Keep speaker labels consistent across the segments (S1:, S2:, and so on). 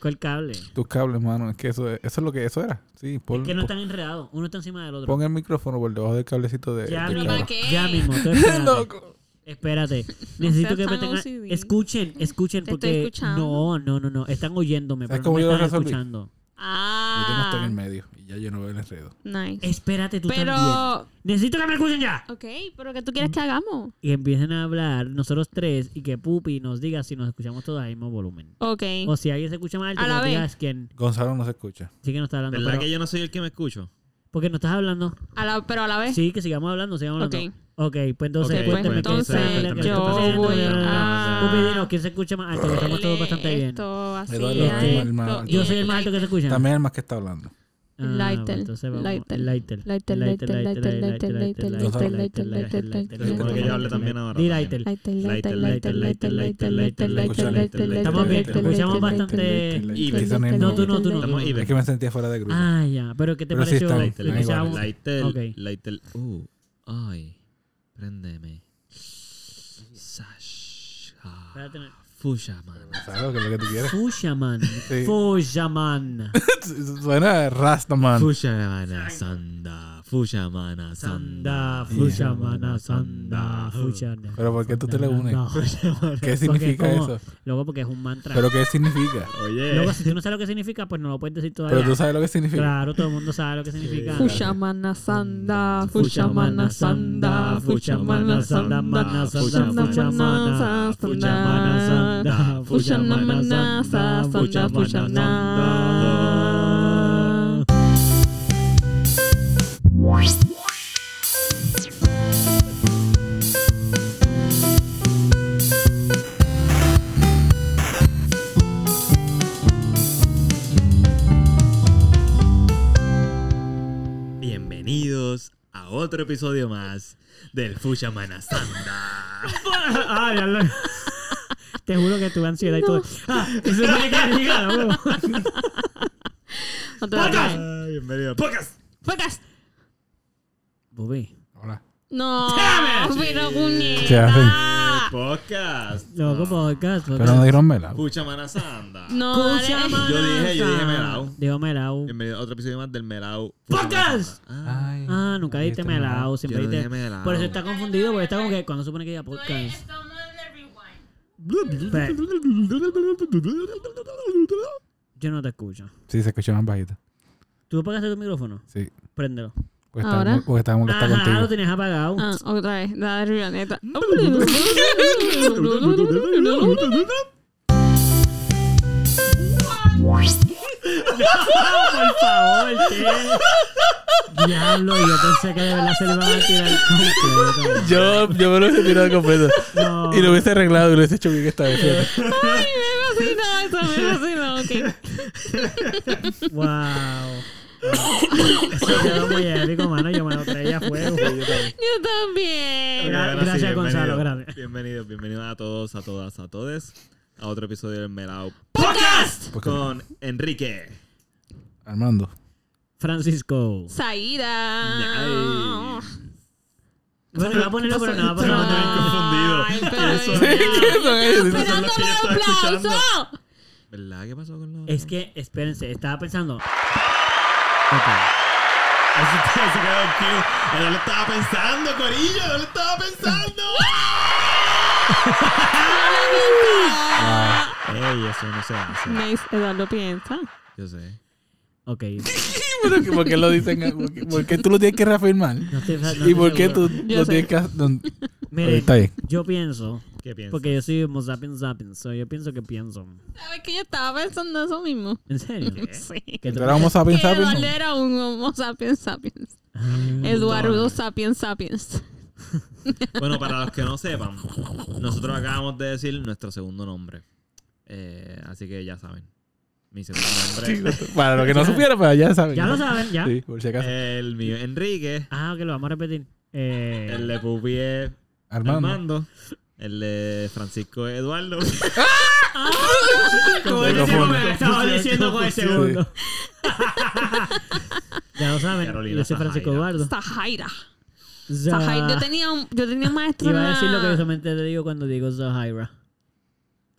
S1: ¿Cuál cable?
S2: Tus cables, mano. Es que eso, es- eso es lo que eso era. Sí, pon,
S1: Es que no
S2: pon-
S1: están enredados. Uno está encima del otro.
S2: pon el micrófono por debajo del cablecito de.
S1: Ya
S2: del
S1: mismo.
S2: cable.
S3: ¿Qué?
S1: Ya mismo. tú espérate.
S2: Loco.
S1: Espérate. Necesito que
S3: seas
S1: me
S3: tan
S1: tengan.
S3: OCD.
S1: Escuchen, escuchen,
S3: Te estoy
S1: porque.
S3: escuchando.
S1: No, no, no, no. Están oyéndome,
S2: ¿Sabes
S1: pero no
S2: cómo
S1: me
S2: yo lo
S1: están
S2: resolví?
S1: escuchando.
S2: Yo tengo esto en el
S3: Ah,
S2: medio y ya yo no veo el enredo.
S3: nice.
S1: Espérate tú también.
S3: Pero,
S1: Necesito que me escuchen ya.
S3: ok, pero ¿qué tú quieres que hagamos?
S1: Y empiecen a hablar nosotros tres y que Pupi nos diga si nos escuchamos todos al mismo volumen.
S3: Ok.
S1: O si alguien se escucha mal, que
S3: A la
S1: nos
S3: vez.
S1: digas quién.
S2: Gonzalo no se escucha.
S1: Sí que no está hablando.
S4: ¿Verdad
S1: pero-
S4: que yo no soy el que me escucho?
S1: Porque no estás hablando.
S3: A la- pero a la vez.
S1: Sí, que sigamos hablando, sigamos hablando. Ok, pues entonces,
S4: Ok,
S1: cuéntame
S4: pues
S3: entonces
S1: qué es lo que
S3: yo
S1: está pasando.
S3: voy a-
S1: Pupi, dinos, ¿quién se escucha más alto? Que estamos todos bastante bien.
S3: Esto, así,
S2: Eduardo,
S3: esto,
S1: el
S2: más-
S3: y
S1: Yo soy el más alto que se escucha.
S2: También el más que está hablando.
S1: Ah,
S3: Lightel,
S1: pues entonces vamos-
S3: Lightel,
S1: Lightel,
S3: Lightel,
S1: Lightel,
S3: Lightel,
S1: Lightel,
S3: Lightel,
S1: Lightel,
S3: Lightel,
S1: Lightel,
S3: Lightel,
S1: Lightel,
S3: Lightel,
S1: Lightel, Lightel,
S3: Lightel,
S4: Se supone que yo hable
S1: Lightel,
S4: también ahora
S1: Di
S4: también.
S1: Lightel.
S3: Lightel, lightel, lightel, lightel, lightel, lightel, lightel,
S4: Escucha,
S3: lightel,
S4: lightel,
S3: lightel,
S1: Estamos bien,
S3: lightel,
S1: escuchamos
S3: lightel,
S1: bastante.
S3: lightel,
S2: Y
S3: lightel,
S2: quizá no hay
S3: lightel,
S2: no-
S1: No, tú no, tú no.
S3: lightel,
S4: Estamos
S1: tú no.
S4: even.
S2: Es que me sentía fuera de grupo.
S1: Ah, ya. ¿Pero qué te
S2: Pero sí
S1: pareció?
S2: estamos.
S4: Lightel,
S2: Ahí va.
S4: Lightel,
S1: Empezamos-
S4: Lightel,
S1: Ok.
S4: Lightel. Uh, ay, préndeme. Sasha.
S1: Espérate, no.
S4: Fushama.
S2: Gonzalo, que es lo que tú quieres.
S1: Fushaman.
S2: Sí.
S1: Fushaman.
S2: Suena a Rastaman.
S4: Fushamana Sanda. Fushamana
S1: Sanda,
S4: Sanda.
S1: Fushamana, Sanda, Fushana.
S2: Pero ¿por qué tú te le unes?
S1: No.
S2: ¿Qué
S1: Porque es
S2: significa
S1: como-
S2: eso?
S1: Luego porque es un mantra.
S2: ¿Pero qué significa?
S4: Oye.
S1: Luego, si tú no sabes lo que significa, pues no lo puedes decir todavía.
S2: Pero tú sabes lo que significa.
S1: Claro, todo el mundo sabe lo que significa.
S3: Fushamana sanda, Fushamana sanda, Fushamana sanda, mana sanda, mana sa sanda, Fushamana sa sanda, Fushamana.
S4: Bienvenidos a otro episodio más del Fushamana Sanda.
S1: Ah, ya lo- Te juro que tuve ansiedad y todo. Ah, eso tiene que llegar, huevo.
S3: No te lo crees.
S4: Ay, Bienvenido. ¡Pocas!
S3: Focas.
S1: Bobby,
S2: Hola.
S3: No, pero
S2: ¿Qué hacen?
S3: puñeta.
S4: ¡Pocas!
S1: loco podcast.
S2: Pero no
S1: podcast.
S2: dieron mela.
S4: Fushamana Sanda.
S3: No, dale.
S1: Fushamana
S4: Yo dije- yo dije melao.
S1: Sanda. Dijo melao.
S4: Bienvenido a otro episodio más del Merau.
S1: ¡Pocas!
S4: Ah,
S2: Ay,
S1: Ah, nunca
S2: ahí
S1: diste
S2: está melao.
S1: melao. Siempre
S4: Yo no
S1: diste.
S4: dije melao.
S1: Por eso está confundido, porque está como que cuando supone que diga podcast. Pe- Yo no te escucho.
S2: Sí, se escuchó más bajito.
S1: ¿Tú apagaste tu micrófono?
S2: Sí.
S1: Préndelo.
S2: Porque estaba,
S3: ¿Ahora?
S2: mol- porque estaba molesta
S1: Ajá, lo
S2: contigo.
S1: tenías apagado.
S3: Ah, otra vez, dale rioneta.
S1: Ah, Por favor, ¿qué? Diablo, yo pensé que de verdad se le iba a tirar completo.
S2: Yo, yo me lo hubiese tirado completo.
S1: No.
S2: Y lo hubiese arreglado y lo hubiese hecho bien esta vez. fíjate.
S3: Ay, me fascina eso, me fascina, ok.
S1: Wow. Eso quedó muy épico, mano. Yo me lo traía a fuego.
S3: Yo también.
S1: Gra- gracias, Gonzalo, gracias.
S4: Bienvenidos, bienvenidos a todos, a todas, a todes a otro episodio del Merau
S3: ¡Podcast!
S2: Porque-
S4: con Enrique.
S2: Armando.
S1: Francisco.
S3: Saída.
S4: Ay.
S1: Bueno, iba a ponerlo, pero no, pero
S4: Ay,
S1: no.
S4: confundido.
S3: Ay, pero
S4: ¿Quiénes son
S3: ya.
S4: ellos?
S2: ¿Qué son ellos?
S4: Esos son
S3: Esperándome
S4: los que yo estaba
S3: un
S4: escuchando.
S3: aplauso.
S4: ¿Verdad? ¿Qué pasó con los.?
S1: Es que, espérense, estaba pensando.
S4: Eso se quedó en queue. No lo estaba pensando, Corillo. No lo estaba pensando. Ey, eso no se hace.
S3: Nice, Eduardo piensa.
S4: Yo sé.
S1: Ok. No
S2: Pero que- ¿Por qué lo dicen? ¿Por qué- ¿Por qué tú lo tienes que reafirmar?
S1: estoy, no estoy
S2: ¿Y por qué
S1: seguro.
S2: tú
S3: Yo
S2: lo
S3: sé.
S2: tienes que hacer? No,
S1: Miren,
S2: Está bien.
S1: yo pienso.
S4: ¿Qué piensas?
S1: Porque yo soy Homo sapiens sapiens. so yo pienso que pienso.
S3: ¿Sabes que yo estaba pensando eso mismo?
S1: ¿En serio?
S3: Sí. Que
S1: ¿Qué
S2: ¿Tú eras homo sapiens sapiens?
S3: Eduardo era un homo sapiens sapiens. Eduardo sapiens sapiens.
S4: Bueno, para los que no sepan, nosotros acabamos de decir nuestro segundo nombre. Eh, así que ya saben. Mi segundo
S2: Sí,
S4: nombre
S2: Para lo que no supiera, para ya saben.
S1: Ya lo saben, ya.
S2: Sí, por si
S4: es
S2: acaso.
S4: el mío, es Enrique.
S1: Ah, que lo vamos a repetir. Eh,
S4: El de Pupi es
S2: Armando.
S4: Armando. El de Francisco es Eduardo.
S1: Como él
S2: Confusión,
S1: decía, como
S2: confusión,
S1: lo estaba diciendo con el
S2: confusión.
S1: segundo. ya lo saben.
S4: Carolina
S1: yo soy Francisco
S4: Zajaira.
S1: Eduardo.
S3: Zahaira.
S1: Za-
S3: Zahaira. Yo tenía un, yo tenía un maestro.
S1: Iba a
S3: en la-
S1: decir lo que yo solamente te digo cuando digo Zahaira.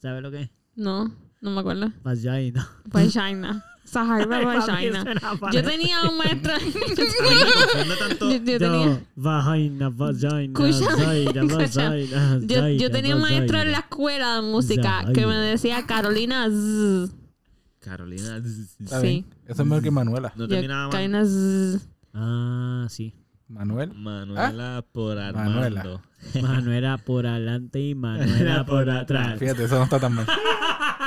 S1: ¿Sabes lo que es?
S3: No. No me acuerdo.
S1: Vagina.
S3: Vagina. Sahara Vagina. Yo tenía un maestro.
S4: Confunde tanto.
S3: yo, yo tenía.
S1: Yo, vagina, vagina,
S3: Escúchame,
S1: zaira,
S3: escúchame.
S1: vazaira,
S3: Yo, yo
S1: zaira,
S3: tenía un maestro
S1: vazaira.
S3: en la escuela de música
S1: Ya,
S3: que
S1: ay.
S3: me decía Carolina Zzz.
S4: Carolina.
S2: Está
S3: Sí.
S2: bien. Eso es mejor que Manuela.
S4: No
S3: Yo,
S4: terminaba mal.
S3: Carolina Zzz.
S1: Ah, sí.
S2: Manuel.
S4: Manuela por Armando.
S2: Ah. Manuela.
S1: Manuela por adelante y Manuela por atrás.
S2: Fíjate, eso no está tan mal.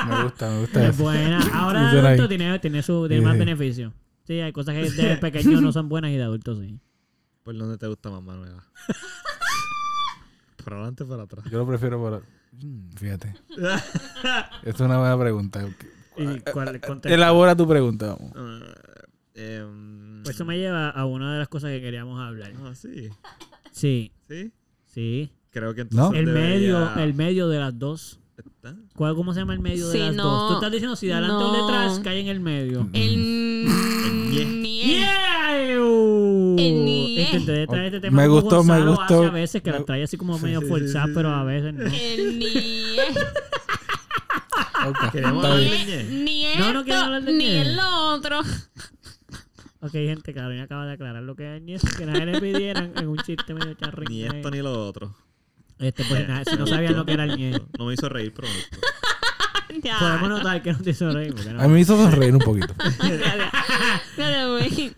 S2: Me gusta, me gusta
S1: Es
S2: eso.
S1: buena. Ahora
S2: Eso
S1: de
S2: era
S1: adulto
S2: ahí.
S1: tiene, tiene, su, tiene
S2: Sí,
S1: más
S2: sí.
S1: beneficio. Sí, hay cosas que de pequeño no son buenas y de adulto sí.
S4: ¿Por dónde te gusta más Manuela? por adelante o por atrás.
S2: Yo lo prefiero por... Mm, Fíjate. Es una buena pregunta.
S1: ¿Y cuál contexto?
S2: Elabora tu pregunta, vamos.
S4: Ah, Eh,
S1: Pues eso me lleva a una de las cosas que queríamos hablar.
S4: Ah, sí.
S1: Sí,
S4: Sí.
S1: sí.
S4: Creo que
S2: ¿No?
S4: entonces.
S1: El medio,
S4: debería-
S1: el medio de las dos.
S4: ¿Está?
S1: ¿Cuál, ¿Cómo se llama el medio
S3: Sí,
S1: de las
S3: no,
S1: dos? Tú estás diciendo si de adelante o
S3: no.
S1: detrás cae en el medio.
S3: El.
S4: ñe.
S3: ñe.
S1: Yeah. Ew.
S3: El ni-
S1: Intenté traer este tema
S2: Me
S1: como
S2: gustó, me
S1: Gonzalo
S2: gustó.
S1: hace a veces que la trae así como medio
S4: sí, sí,
S1: forzada,
S4: sí,
S1: pero
S4: sí.
S1: a veces no.
S3: El ñe.
S2: Ok,
S4: Queremos
S2: está
S4: hablar
S2: bien.
S4: de ñe.
S3: Ni
S1: No, no quiero
S3: esto,
S1: hablar de
S3: ni
S1: ñe.
S3: el otro.
S1: Ok, gente, Carolina acaba de aclarar lo que es ñez, que nadie le pidieran en un chiste medio charrito.
S4: Ni esto ni lo otro.
S1: Este, pues nada, si no sabían lo que era el ñez.
S4: No me hizo reír, pero me gustó.
S3: Ya.
S1: Podemos notar que no te hizo reír, porque no.
S2: A mí me hizo sonreír un poquito.
S3: Dale, güey.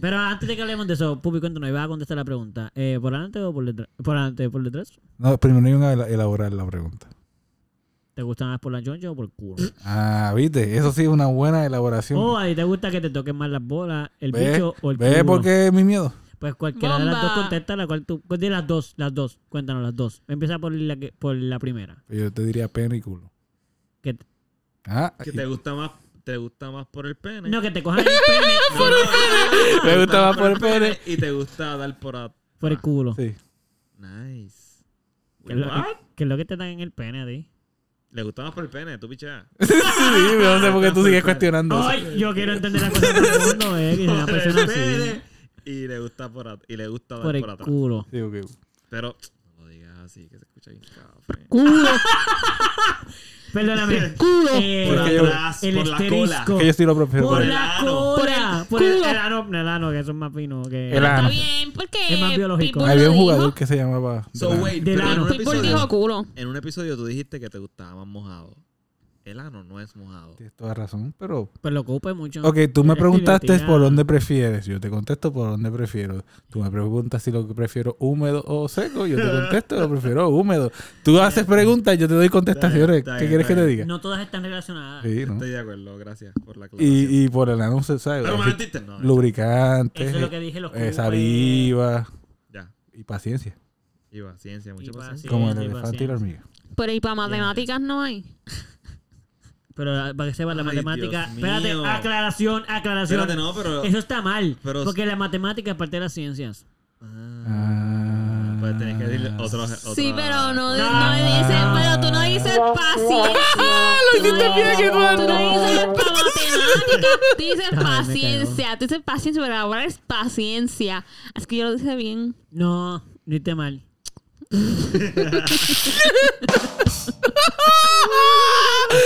S1: Pero antes de que hablemos de eso, Pupi, cuéntanos, iba a contestar la pregunta. Eh, ¿Por adelante o por detrás? ¿Por adelante por detrás?
S2: No, primero iban a ela- elaborar la pregunta.
S1: ¿Te gusta más por la choncha o por el culo?
S2: Ah, viste, eso sí es una buena elaboración.
S1: ¿O a ti te gusta que te toquen más las bolas, Oh, el
S2: ¿Ves?
S1: bicho o el
S2: ¿Ves
S1: culo?
S2: por qué es mi miedo?
S1: Pues cualquiera de las
S3: Bomba.
S1: dos contesta, la cual tú... De las dos, las dos. Cuéntanos, las dos. Empieza por la, que- por la primera.
S2: Yo te diría pene y culo.
S1: Que-
S2: Ah,
S4: Que
S2: y-
S4: te gusta más, te gusta más por el pene.
S1: no, que te cojan el pene
S2: Me gusta más por el pene.
S4: Y te gusta dar por a... Ah,
S1: por el culo.
S2: sí.
S4: Nice.
S1: Que es, lo,
S4: What?
S1: que es lo que te dan en el pene a ti.
S4: Le gusta más por el pene, tú pichea.
S2: Sí, pero no sé por qué tú sigues cuestionando eso.
S1: Ay, yo quiero entender la cosa del mundo, eh, que es una
S4: Por el
S1: persona así.
S4: pene. Y le gusta por at- y le gusta dar
S1: Por
S4: por,
S1: el
S4: atrás.
S1: culo.
S2: Sí, ok.
S4: Pero no lo digas así que se escucha bien café.
S1: Culo. Perdóname. Culo. Eh,
S4: Por
S2: Porque yo-
S4: atrás,
S1: el
S4: por la cola.
S1: asterisco.
S2: Que yo sí lo prefiero.
S1: Por
S4: el
S1: la
S4: ano.
S1: cola.
S3: Por
S1: Por
S3: el
S1: el
S3: culo.
S1: el ano, el ano, que son más finos. Que...
S2: El
S3: Está
S2: ano.
S3: bien, porque.
S1: Ah, Es más biológico. Ah,
S3: Pitbull
S2: Había
S3: lo
S2: un
S3: dijo.
S2: jugador que se llamaba.
S4: So,
S2: Drano.
S4: wait,
S1: Del
S4: pero en
S1: ano.
S4: un,
S3: Pitbull dijo
S4: episodio,
S3: culo.
S4: en un episodio tú dijiste que te gustaba más mojado. El ano no es mojado.
S2: Tienes toda razón, pero.
S1: Pero Pues lo ocupa mucho.
S2: Ok,
S1: Pero
S2: tú me
S1: es
S2: preguntaste
S1: divertida.
S2: por dónde prefieres. Yo te contesto por dónde prefiero. Tú me preguntas si lo que prefiero húmedo o seco. Yo te contesto, lo prefiero húmedo. Tú haces preguntas, yo te doy contestaciones.
S4: Está bien, está
S2: ¿Qué
S4: bien,
S2: quieres que
S4: está
S2: te diga?
S1: No todas están relacionadas.
S2: Sí, ¿no?
S4: Estoy de acuerdo, gracias por la aclaración.
S2: Y, y por el anuncio, ¿sabes?
S4: Pero me
S2: Así-
S4: mentiste, no.
S2: Lubricante,
S1: Eso es lo que dije. Los
S2: eh,
S1: cubos,
S2: saliva
S4: eh. Ya,
S2: y paciencia.
S4: iba, ciencia, mucha
S1: Iba,
S4: paciencia.
S1: sí.
S2: Como el
S1: y
S2: elefante y la
S1: paciencia.
S2: hormiga.
S3: Pero y para matemáticas no hay.
S1: eh, Pero la- para que sepa la
S4: Ay,
S1: matemática.
S4: Dios
S1: Espérate,
S4: mío.
S1: aclaración, aclaración.
S4: Espérate, no, pero.
S1: Eso está mal.
S4: Pero-
S1: porque la matemática es parte de las ciencias.
S4: Ah, pues tenés que decirle otro.
S3: Sí,
S4: otra-
S3: pero no, no
S2: Ah.
S3: me dices, pero tú no dices paciencia.
S2: Lo hiciste bien,
S3: Tú
S2: Eduardo.
S3: no dices para matemáticas, tú dices
S1: me cagó.
S3: paciencia. Tú dices paciencia, pero ahora es paciencia. Es que yo lo dije bien.
S1: No, no esté mal.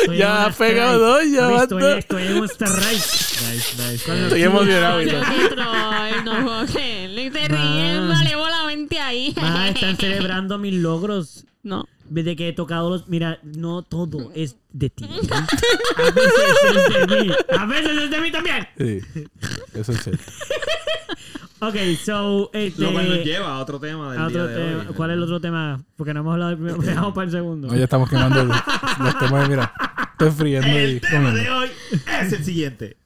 S1: Estoy en
S2: Ya
S1: un
S2: ha pegado
S1: strike.
S2: dos, ya
S1: Luis,
S2: basta.
S1: Estoy, estoy en un strike.
S4: Nice, nice.
S2: Estoy emocionado.
S3: Ay,
S2: y todo.
S3: qué troll, no puedo creerlo. Y te ríen
S1: Ma.
S3: malévolamente ahí.
S1: Ma, están celebrando mis logros.
S3: No.
S1: Desde que he tocado los. Mira, no todo es de ti. A veces es de mí. A veces es de mí también.
S2: Sí, eso es cierto.
S1: Ok, so. Este,
S4: Lo cual nos lleva a otro tema del
S1: a otro
S4: día de
S1: tema.
S4: hoy.
S1: ¿Cuál es el otro tema? Porque no hemos hablado del primero. Dejamos para el segundo.
S2: No, ya estamos quemando los, los temas. Mira, estoy friendo y
S4: El tema
S2: comiendo.
S4: de hoy es el siguiente.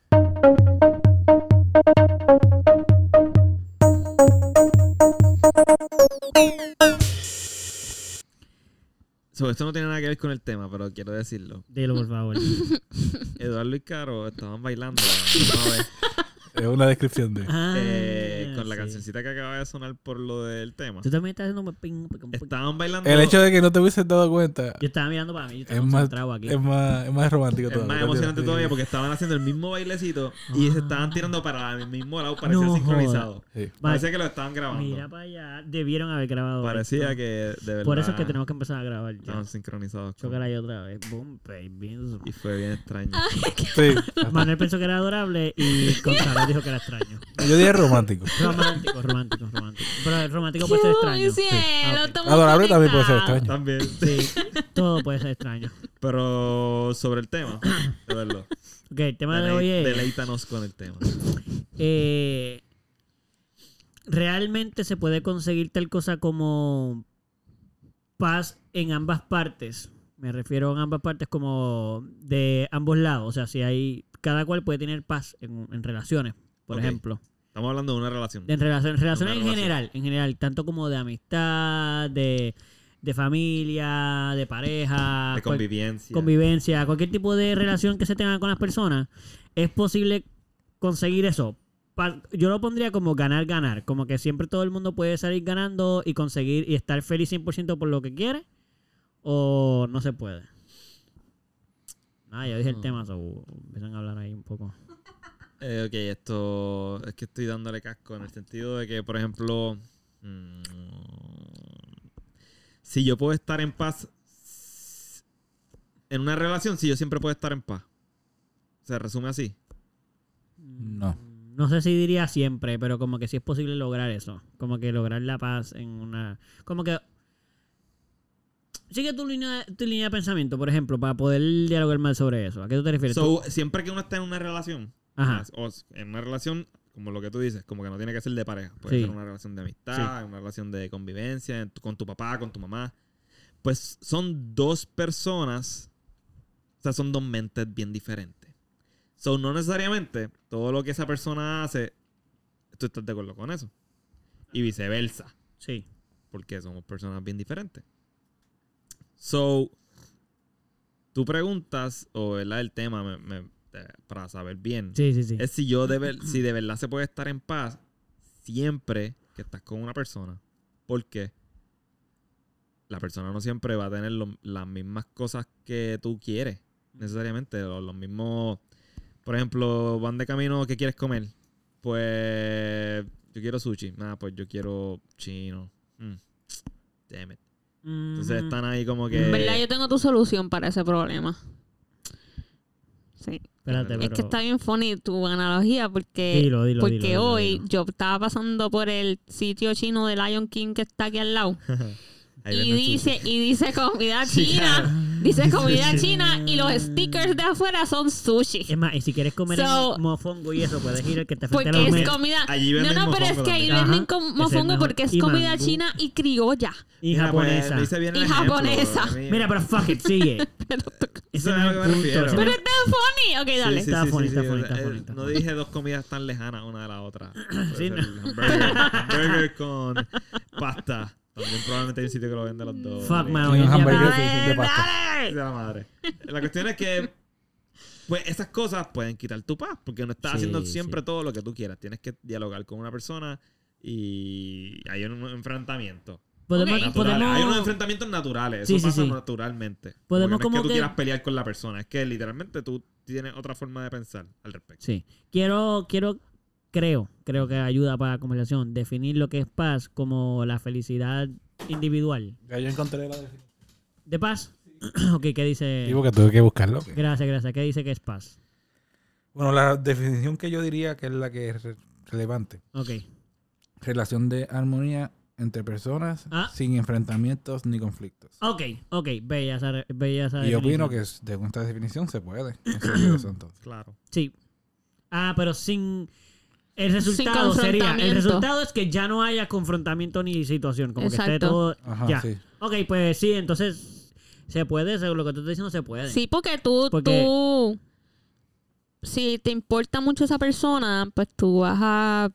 S4: So, esto no tiene nada que ver con el tema, pero quiero decirlo.
S2: Eh,
S1: Dilo, por favor.
S4: Eduardo y Caro estaban bailando. la misma vez.
S2: Es una descripción de.
S1: Ah,
S4: Eh, con la
S1: sí.
S4: cancioncita que acaba de sonar por lo del tema.
S1: Tú también estás haciendo un ping, ping, ping.
S4: Estaban bailando.
S2: El hecho de que no te hubieses dado cuenta
S1: Yo estaba mirando para mí, yo
S2: es
S1: estaba
S2: más,
S1: concentrado aquí.
S2: es, más, es más romántico
S4: es más emocionante todavía Ah. porque estaban haciendo el mismo bailecito y se estaban tirando para el mismo lado, parecía
S1: No
S4: sincronizado.
S2: Sí.
S4: Parecía que lo estaban grabando.
S1: Mira para allá, debieron haber grabado.
S4: Parecía
S1: esto.
S4: que de verdad
S1: Por eso es que tenemos que empezar a grabar ya.
S4: estaban sincronizados. con-
S1: Chócala ahí otra vez. Boom, baby.
S4: Y fue bien extraño.
S1: Ah.
S2: Sí.
S1: Manuel pensó que era adorable y Gonzalo dijo que era extraño.
S2: Yo diría romántico.
S1: Romántico, romántico, romántico. Pero el romántico puede ser extraño.
S3: cielo,
S1: Ah, ok.
S3: estamos
S2: Adorable también puede ser
S3: conectados.
S2: extraño.
S4: También.
S1: Sí, todo puede ser extraño.
S4: Pero sobre el tema, de verlo.
S1: Ok, el tema de hoy
S4: Delei-
S1: es...
S4: deleítanos con el tema.
S1: eh, ¿Realmente se puede conseguir tal cosa como paz en ambas partes? Me refiero a ambas partes como de ambos lados. O sea, si hay... Cada cual puede tener paz en, en relaciones, por
S4: Ok.
S1: ejemplo.
S4: Estamos hablando de una relación.
S1: En relación, relaciones en
S4: relación.
S1: general, en general, tanto como de amistad, de, de familia, de pareja,
S4: De
S1: cual-
S4: convivencia.
S1: pues. convivencia, cualquier tipo de relación que se tenga con las personas, es posible conseguir eso. Pa- Yo lo pondría como ganar, ganar, como que siempre todo el mundo puede salir ganando y conseguir y estar feliz 100% por lo que quiere o no se puede. Ah, ya dije el tema, so, empiezan a hablar ahí un poco.
S4: Eh, ok, esto es que estoy dándole casco en el sentido de que, por ejemplo, mm, si yo puedo estar en paz s- en una relación, si yo siempre puedo estar en paz. Se resume así.
S2: No.
S1: No sé si diría siempre, pero como que sí es posible lograr eso. Como que lograr la paz en una. Como que. Sigue tu línea, tu línea de pensamiento, por ejemplo, para poder dialogar más sobre eso. ¿A qué tú te refieres? Tú-
S4: So, siempre que uno está en una relación,
S1: Ajá.
S4: o s- en una relación, como lo que tú dices, como que no tiene que ser de pareja. Puede
S1: Sí.
S4: ser una relación de amistad, una relación de convivencia, en tu- con tu papá, con tu mamá. Pues son dos personas, o sea, son dos mentes bien diferentes. So, no necesariamente todo lo que esa persona hace, tú estás de acuerdo con eso. Y viceversa
S1: Sí.
S4: porque somos personas bien diferentes. So, tú preguntas, o ¿verdad? el tema, me- me- eh, para saber bien,
S1: Sí, sí, sí.
S4: es si yo de ver- si de verdad se puede estar en paz siempre que estás con una persona. Porque la persona no siempre va a tener lo- las mismas cosas que tú quieres, necesariamente, o los mismos. Por ejemplo, van de camino, ¿qué quieres comer? Pues yo quiero sushi. Nada, pues yo quiero chino. Mm. Damn it. Entonces
S1: Mm,
S4: están ahí como
S3: En verdad,
S4: que.
S3: yo tengo tu solución para ese problema. Sí.
S1: Espérate, Este,
S4: Es
S1: pero.
S3: Es que está bien funny tu analogía porque,
S1: Dilo, dilo,
S3: porque
S1: dilo, dilo,
S3: hoy
S1: dilo.
S3: yo estaba pasando por el sitio chino de Lion King que está aquí al lado
S4: ahí
S3: y
S4: venden sushi.
S3: dice, y dice comida
S4: Chica.
S3: china. Dice comida china y los stickers de afuera son sushi.
S1: Es más, y si quieres comer en
S3: So-
S1: mofongo y eso, puedes ir al que te frente a
S3: Porque
S1: la
S3: es
S1: Omega.
S3: comida.
S4: Allí
S3: No,
S4: venden
S3: no, pero es
S4: mofongo
S3: que ahí
S1: también.
S3: venden
S1: Ajá,
S3: com-
S1: ese es
S3: mofongo
S1: mejor.
S3: porque es
S1: Y
S3: comida
S1: mangú.
S3: china y criolla.
S1: Y
S4: Mira, pues,
S1: japonesa.
S4: dice bien
S3: Y
S4: el ejemplo,
S3: japonesa.
S4: bro. Mira,
S1: Mira, pero fuck it, sigue. Ese
S4: Eso
S1: no
S4: es
S1: es
S4: a lo
S1: el
S4: que me
S1: punto.
S4: refiero.
S1: ese no
S3: Pero
S1: es-
S3: está funny. Ok,
S4: Sí,
S3: dale.
S4: sí,
S1: Está
S4: sí,
S1: funny,
S4: sí,
S1: está
S4: sí,
S1: funny,
S4: o sea,
S1: está
S4: eh,
S1: funny, está
S4: No
S1: funny.
S4: dije dos comidas tan lejanas una de la otra. Puede
S1: Sí,
S4: ser
S1: no.
S4: el Hamburger, hamburger con pasta. También probablemente hay un sitio que lo vende los dos.
S1: Fuck,
S4: Y-
S1: mano.
S2: Y
S1: ya-
S2: un
S1: ya-
S2: hamburger
S1: dale,
S2: de- de pasta.
S4: de la madre. La cuestión es que pues esas cosas pueden quitar tu paz porque no estás
S1: Sí,
S4: haciendo siempre todo lo que tú quieras. Tienes que dialogar con una persona y hay un enfrentamiento.
S1: Podemos,
S3: Ok.
S4: Naturales. Hay unos
S1: podemos,
S4: enfrentamientos naturales.
S1: Sí,
S4: eso
S1: sí,
S4: pasa
S1: sí.
S4: naturalmente.
S1: Podemos
S4: Porque no
S1: como
S4: es que tú
S1: que-
S4: quieras pelear con la persona. Es que literalmente tú tienes otra forma de pensar al respecto.
S1: Sí. Quiero, quiero, creo, creo que ayuda para la conversación definir lo que es paz como la felicidad individual.
S2: Ya yo encontré la definición.
S1: ¿De paz? ok, ¿qué dice?
S2: Digo que tuve que buscarlo.
S1: Gracias, gracias. ¿Qué dice que es paz?
S2: Bueno, la definición que yo diría que es la que es re- relevante.
S1: Ok.
S2: Relación de armonía entre personas
S1: Ah.
S2: sin enfrentamientos ni conflictos.
S1: Ok, ok. Bella esa, re- bella esa
S2: Y yo opino
S1: definición.
S2: que es- de esta definición se puede. conseguir eso, entonces.
S4: Claro.
S1: Sí. Ah, pero sin... El resultado sería... El
S3: confrontamiento.
S1: resultado es que ya no haya confrontamiento ni situación. Como que esté
S3: Exacto.
S1: todo...
S2: Ajá,
S1: ya.
S2: sí.
S1: Ok, pues sí, entonces... Se puede, según lo que tú estás diciendo, se puede.
S3: Sí, porque tú,
S1: Porque-
S3: tú, si te importa mucho esa persona, pues tú vas a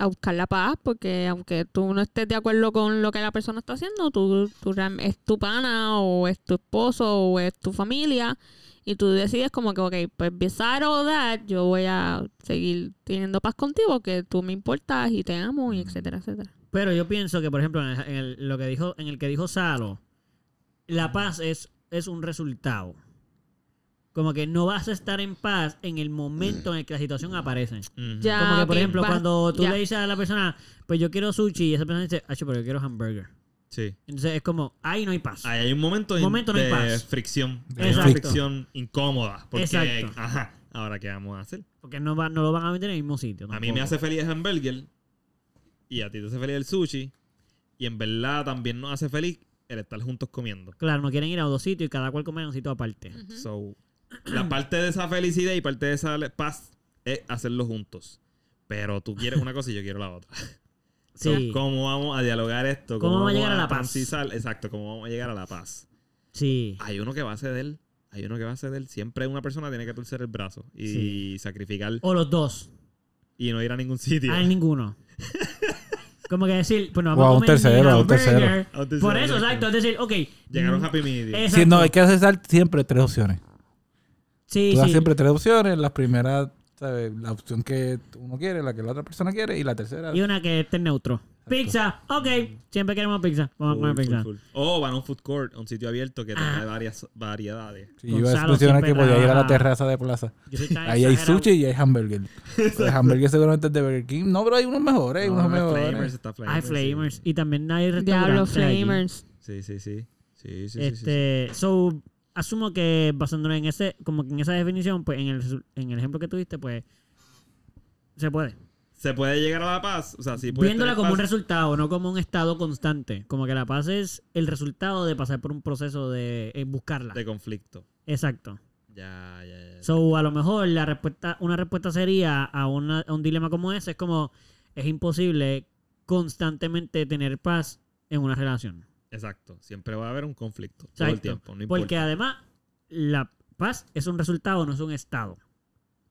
S3: a buscar la paz, porque aunque tú no estés de acuerdo con lo que la persona está haciendo, tú, tú real- es tu pana o es tu esposo o es tu familia y tú decides como que, ok, pues besar o dar, yo voy a seguir teniendo paz contigo, que tú me importas y te amo
S4: Mm.
S3: y etcétera, etcétera.
S1: Pero yo pienso que, por ejemplo, en, el, en el- lo que dijo, en el que dijo Salo, la paz es, es un resultado. Como que no vas a estar en paz en el momento en el que la situación aparece.
S4: Ujú.
S3: Ya,
S1: Como que, por
S3: Ah, ok,
S1: ejemplo,
S3: vas-
S1: cuando tú
S3: ya.
S1: le dices a la persona, pues yo quiero sushi, y esa persona dice, ah, pero yo quiero hamburger.
S4: Sí.
S1: Entonces es como, ahí no hay paz.
S4: Ahí hay un momento, de-
S1: Momento no hay
S4: de
S1: paz.
S4: fricción.
S2: De
S4: Hay una
S1: conflicto.
S4: fricción incómoda. Porque,
S1: Exacto.
S4: ajá, ahora qué vamos a hacer.
S1: Porque no, va- no lo van a vender en el mismo sitio.
S4: A mí me
S1: tampoco.
S4: hace feliz el hamburger y a ti te hace feliz el sushi. Y en verdad también nos hace feliz el estar juntos comiendo.
S1: Claro, no quieren ir a dos sitios y cada cual come en un sitio aparte.
S4: So, la parte de esa felicidad y parte de esa le- paz es hacerlo juntos. Pero tú quieres una cosa y yo quiero la otra. So,
S1: Sí,
S4: ¿Cómo vamos a dialogar esto?
S1: ¿Cómo vamos a llegar a la paz?
S4: transitar? Exacto, ¿cómo vamos a llegar a la paz?
S1: sí.
S4: Hay uno que va a ceder. Hay uno que va a ceder. Siempre una persona tiene que torcer el brazo y
S1: Sí.
S4: sacrificar
S1: O los dos.
S4: y no ir a ningún sitio.
S1: Ah, en ninguno. Como que decir, pues no
S2: O
S1: vamos
S2: a un
S1: comer ni
S2: tercero, a un
S1: hamburger.
S2: tercero.
S4: A un tercero,
S1: Por eso,
S4: exacto.
S1: exacto. Es decir, ok.
S4: Llegaron
S1: mm,
S4: Happy Medium.
S1: exacto.
S2: Sí, no, hay que hacer siempre tres opciones.
S1: Sí,
S2: Tú das
S1: sí.
S2: siempre tres opciones. La primera, ¿sabes? La opción que uno quiere, la que la otra persona quiere y la tercera.
S1: Y una que esté neutro. Pizza, ok. Siempre queremos pizza. Vamos a
S4: Full,
S1: comer
S4: full,
S1: pizza.
S4: full. O van a un food court, a un sitio abierto que
S1: Ah.
S4: tenga varias variedades.
S2: Sí, yo iba a
S1: Gonzalo
S2: mencionar que
S1: siempre
S2: podía ir a
S1: trabaja-
S2: la terraza de plaza.
S1: Yo soy tan
S2: Ahí hay
S1: exagerado.
S2: sushi y hay hamburger. El hamburger seguramente es de Burger King. No, pero hay unos mejores, hay
S4: No,
S2: unos
S4: no, no, Flamers,
S2: mejores.
S4: está Flamers,
S1: Hay
S4: sí.
S1: flamers. Y también hay
S3: Diablo,
S1: restaurantes allí.
S3: flamers.
S4: Sí, sí, sí. Sí, sí, sí, sí, sí.
S1: Este, so, asumo que basándonos en ese, como que en esa definición, pues en el, resu- en el ejemplo que tuviste, pues se puede.
S4: Se puede llegar a la paz. O sea, sí puede
S1: Viéndola
S4: tener
S1: como un
S4: paz.
S1: resultado, no como un estado constante. Como que la paz es el resultado de pasar por un proceso de eh, buscarla.
S4: de conflicto.
S1: Exacto.
S4: Ya, ya, ya.
S1: So, a lo mejor la respuesta, una respuesta sería a, una- a un dilema como ese, es como es imposible constantemente tener paz en una relación.
S4: Exacto. Siempre va a haber un conflicto. Todo el
S1: Exacto.
S4: tiempo. No importa.
S1: Porque además, la paz es un resultado, no es un estado.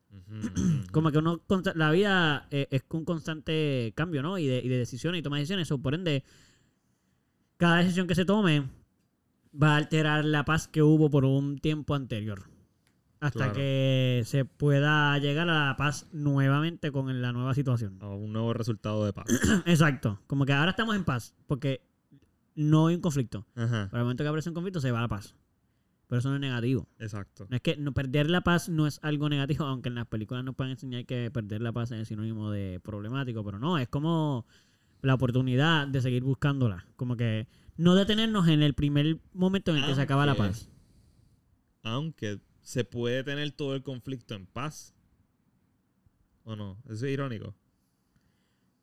S4: Ujú, ujú, ujú.
S1: Como que uno consta- la vida eh, es un constante cambio, ¿no? Y de, y de decisiones y toma de decisiones. So, por ende, cada decisión que se tome va a alterar la paz que hubo por un tiempo anterior. Hasta
S4: Claro.
S1: que se pueda llegar a la paz nuevamente con la nueva situación.
S4: A un nuevo resultado de paz.
S1: Exacto. Como que ahora estamos en paz porque no hay un conflicto.
S4: Ajá.
S1: Para el momento que aparece un conflicto se va la paz. Pero eso no es negativo.
S4: Exacto.
S1: No es que no perder la paz no es algo negativo, aunque en las películas nos pueden enseñar que perder la paz es sinónimo de problemático, pero no, es como la oportunidad de seguir buscándola, como que no detenernos en el primer momento en el que
S2: Ah,
S1: se acaba la
S4: Aunque-
S1: paz.
S4: Aunque se puede tener todo el conflicto en paz. ¿O no? Eso es irónico.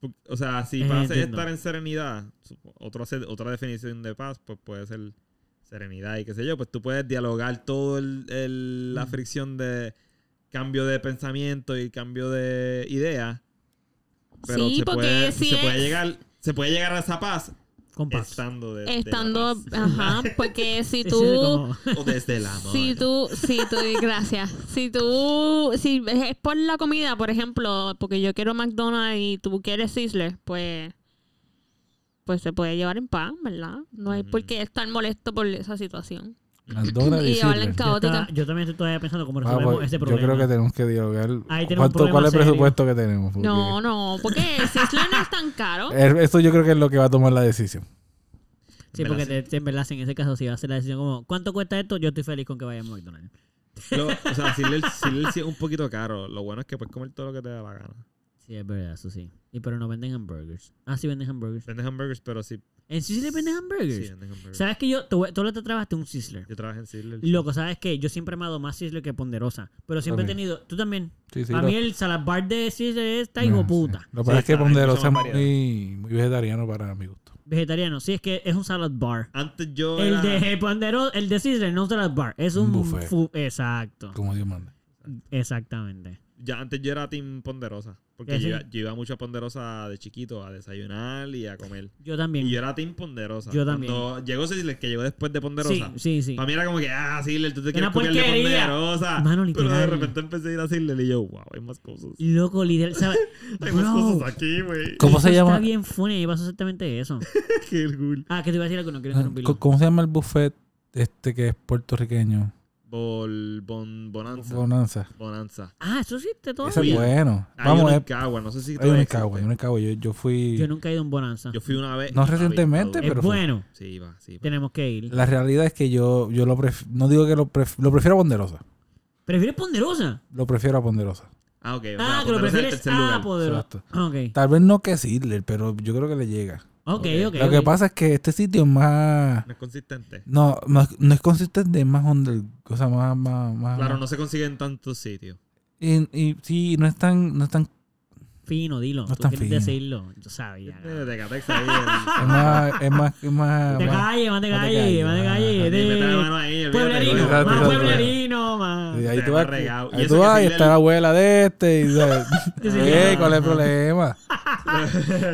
S4: Pu- O sea, si
S1: Eh,
S4: paz es
S1: entiendo.
S4: estar en serenidad, su- otro se- otra definición de paz, pues puede ser serenidad y qué sé yo, pues tú puedes dialogar todo el, el- la
S1: Mm.
S4: fricción de cambio de pensamiento y cambio de idea. Pero
S3: Sí,
S4: se
S3: porque
S4: puede,
S3: si
S4: se
S3: es-
S4: puede llegar, se puede llegar a esa paz,
S1: Con paz.
S4: estando de- de la
S3: Estando,
S4: paz.
S3: ajá, porque
S1: Sí,
S3: si
S1: sí,
S3: tú...
S1: como-
S4: o desde el amor.
S3: Si tú, si tú, gracias. Si tú, si es por la comida, por ejemplo, porque yo quiero McDonald's y tú quieres Sizzler, pues, pues se puede llevar en paz, ¿verdad? No hay por
S4: Mm.
S3: qué estar molesto por esa situación.
S2: McDonald's
S3: Y
S2: y
S3: llevarla
S2: Sizzler.
S3: en
S1: yo, estaba-
S3: caótica.
S1: yo también estoy todavía pensando cómo
S2: Ah,
S1: resolvemos
S2: pues,
S1: ese
S2: yo
S1: problema.
S2: creo que tenemos que dialogar.
S1: Ahí tenemos un
S2: ¿Cuánto,
S1: problema
S2: ¿Cuál es el
S1: serio.
S2: presupuesto que tenemos? Porque
S3: No, no, porque Sizzler no es tan caro.
S4: Eh.
S2: el- Eso yo creo que es lo que va a tomar la decisión.
S1: Sí, porque te- te- en verdad, en ese caso, si va a ser la decisión como, ¿cuánto cuesta esto? Yo estoy feliz con que vaya a McDonald's.
S4: Lo- o sea, Sizzler, Sizzler sí es un poquito caro. Lo bueno es que puedes comer todo lo que te da la gana.
S1: Sí, es verdad, eso sí. Y pero no venden hamburgers. Ah, sí venden hamburgers.
S4: Venden hamburgers, pero sí.
S1: ¿En sí le venden hamburgers?
S4: Sí, venden hamburgers.
S1: ¿Sabes que yo? Tú, tú lo te trabajaste un Sizzler.
S4: Yo trabajé en Sizzler.
S1: Loco, ¿sabes qué? Yo siempre he amado más Sizzler que Ponderosa. Pero siempre he
S2: También.
S1: tenido... Tú también.
S2: Sí, sí,
S1: Para
S2: lo-
S1: mí el salad bar de Sizzler es
S2: Ah,
S1: hijo
S2: sí.
S1: puta.
S2: Lo que pasa
S4: Sí,
S2: es que
S4: está, hay
S2: Ponderosa
S4: mucha
S2: es
S4: más
S2: muy, muy vegetariano para mi gusto.
S1: Vegetariano. Sí, es que es un salad bar.
S4: Antes yo
S1: El
S4: era...
S1: de Ponderosa... El de Sizzler no es un salad bar. Es
S2: Un
S1: un...
S2: buffet.
S1: Ah. fu- Exacto.
S2: Como Dios manda.
S1: Exactamente.
S4: ya antes yo era team ponderosa. Porque
S1: ¿Qué
S4: yo,
S1: sí?
S4: iba- yo iba mucho a ponderosa de chiquito, a desayunar y a comer.
S1: Yo también.
S4: Y yo era team ponderosa.
S1: Yo también.
S4: Cuando llegó Sizzler, que llegó después de
S1: sí,
S4: ponderosa.
S1: sí, sí.
S4: Para mí era como que, ah, Sizzler, tú te
S1: Una
S4: quieres copiar de
S1: porquería.
S4: ponderosa.
S1: Mano,
S4: Pero de
S1: literal.
S4: repente empecé a ir a Sizzler y yo, wow, hay más cosas.
S1: Loco, líder, ¿sabes?
S4: Hay más
S1: Bro,
S4: cosas aquí, güey.
S2: ¿Cómo se
S1: eso Está
S2: llama?
S1: bien funny, ahí pasó exactamente eso.
S4: Qué cool.
S1: Ah, que te iba a decir algo, no quiero
S2: Ah,
S1: interrumpirlo.
S2: ¿cómo- ¿Cómo se llama el buffet este que es puertorriqueño?
S4: Bol, bon, bonanza.
S2: Bonanza.
S4: bonanza.
S1: Ah, eso existe todo.
S2: Ese
S4: Uy, Ah,
S2: es bueno.
S4: Hay
S2: Vamos,
S4: uno
S2: es-
S4: en Cagua, no sé si
S2: hay
S4: todavía
S2: un
S4: existe.
S2: escagua, hay un escagua. Yo, yo fui...
S1: Yo nunca he ido a un Bonanza.
S4: Yo fui una vez. y
S2: No
S4: vi,
S2: recientemente,
S4: cabrón.
S1: es
S2: pero fue-
S1: bueno,
S4: Sí, va, sí. va.
S1: tenemos que ir.
S2: La realidad es que yo, yo lo pref- no digo que lo, pref- lo prefiero a Ponderosa.
S1: ¿Prefieres Ponderosa?
S2: Lo prefiero a Ponderosa.
S4: Ah, ok. o sea,
S1: Ah, que lo
S4: Ponderosa es el
S1: prefieres
S4: tercer
S1: ah,
S4: lugar.
S1: Poderosa.
S2: Exacto.
S1: Ah, Ok,
S2: Tal vez no que Sidler, pero yo creo que le llega.
S1: ok, ok.
S2: lo que
S1: ok.
S2: pasa es que este sitio es más...
S4: No es consistente.
S2: No, no, no es consistente, es más under... O sea, más... más, más-
S4: Claro, no se consigue en tantos sitios.
S2: Y, y sí, no es tan... No es tan
S1: Fino, dilo.
S2: No
S1: Tú
S2: tan
S1: quieres
S2: fino.
S1: decirlo. Yo sabía.
S4: De
S1: cabrón.
S4: Decatex ahí. el-
S2: es más... Es más... Es más,
S1: De
S2: más-
S1: calle, más de
S2: Más de
S1: calle,
S2: Ah, calle, Ah,
S1: más de
S2: más-
S1: calle.
S2: más-
S4: Sí, mete la
S1: De
S4: mano ahí, olvídate,
S1: pueblerino,
S4: olvídate.
S2: Exacto,
S1: más
S2: exacto.
S1: pueblerino, más.
S2: Sí, ahí
S4: Te
S2: tú vas,
S4: hemos regado. Y
S2: ahí
S4: eso
S2: tú
S4: que
S2: vas y
S4: Sidler-
S2: está la abuela de este. Y, ¿sabes? Eh, ¿Cuál es el problema?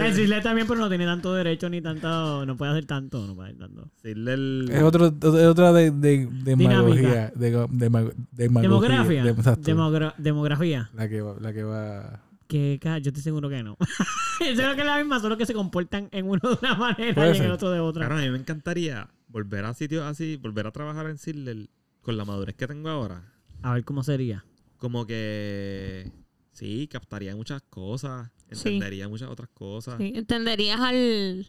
S1: El Sisley también, pero no tiene tanto derecho ni tanto. No puede hacer tanto, no puede hacer tanto.
S4: Sidler-
S2: Es, otro, es otra de, de, demagogía. De, demag- demagogía.
S1: Demografía.
S2: Dem- exacto.
S1: Demogra- demografía.
S2: la, que va, la que va.
S1: Que ca- yo estoy seguro que no. Yo creo que es la misma, solo que se comportan en uno de una manera
S2: Puede
S1: y en el
S2: ser.
S1: otro de otra.
S4: Cabrón, a mí me encantaría volver a sitios así, volver a trabajar en Sidler con la madurez que tengo ahora.
S1: A ver cómo sería.
S4: Como que. Sí, captaría muchas cosas,
S3: Sí.
S4: entendería muchas otras cosas,
S3: Sí, entenderías al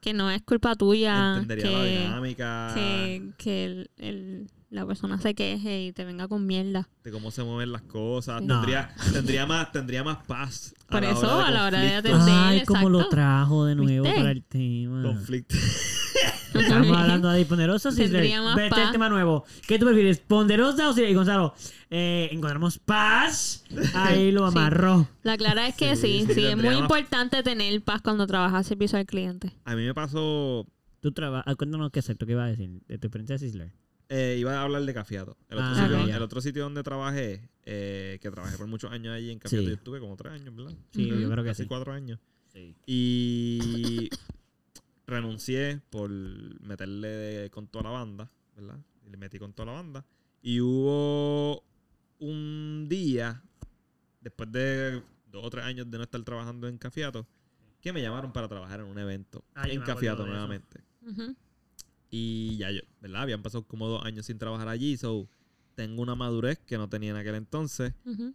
S3: que no es culpa tuya
S4: entendería la
S3: que,
S4: dinámica,
S3: que, que el- el- la persona se queje y te venga con mierda.
S4: de cómo se mueven las cosas,
S1: No.
S4: tendría, tendría más, tendría más paz.
S3: Por
S4: la
S3: eso,
S4: hora
S3: a la hora de
S4: conflictos.
S3: atender,
S1: Ay, cómo lo
S3: exacto.
S1: trajo de nuevo
S3: ¿Viste?
S1: para el tema.
S4: Conflicto.
S1: Estamos hablando de ponderosa o
S3: Tendría
S1: Sisley.
S3: más
S1: Vete
S3: paz.
S1: el tema nuevo. ¿Qué tú prefieres? ¿Ponderosa o Sisley? Y Gonzalo, eh, encontramos paz. Ahí lo
S3: Sí.
S1: amarró.
S3: La clara es que
S4: Sí,
S3: sí,
S4: sí,
S3: sí, es
S4: tendría
S3: muy
S4: más-
S3: importante tener paz cuando trabajas servicio al cliente.
S4: A mí me pasó.
S1: Tú trabajas. Cuéntanos qué exacto que iba a decir de tu experiencia de Sisley.
S4: eh, iba a hablar de Cafiato. El,
S1: Ah,
S4: otro, sitio,
S1: ok.
S4: el otro sitio donde trabajé, eh, que trabajé por muchos años allí en Cafiato,
S1: Sí.
S4: yo estuve como tres años, ¿verdad?
S1: Sí,
S3: Ujú.
S1: yo creo que
S4: Casi
S1: sí.
S4: cuatro años.
S1: Sí.
S4: Y renuncié por meterle de- con toda la banda, ¿verdad? Y Le metí con toda la banda. Y hubo un día, después de dos o tres años de no estar trabajando en Cafiato, que me llamaron para trabajar en un evento
S1: Ah, yo
S4: en
S1: me acuerdo
S4: Cafiato
S1: de eso.
S4: nuevamente.
S3: Ujú.
S4: Y ya yo, ¿verdad? Habían pasado como dos años sin trabajar allí, so tengo una madurez que no tenía en aquel entonces.
S3: Ujú.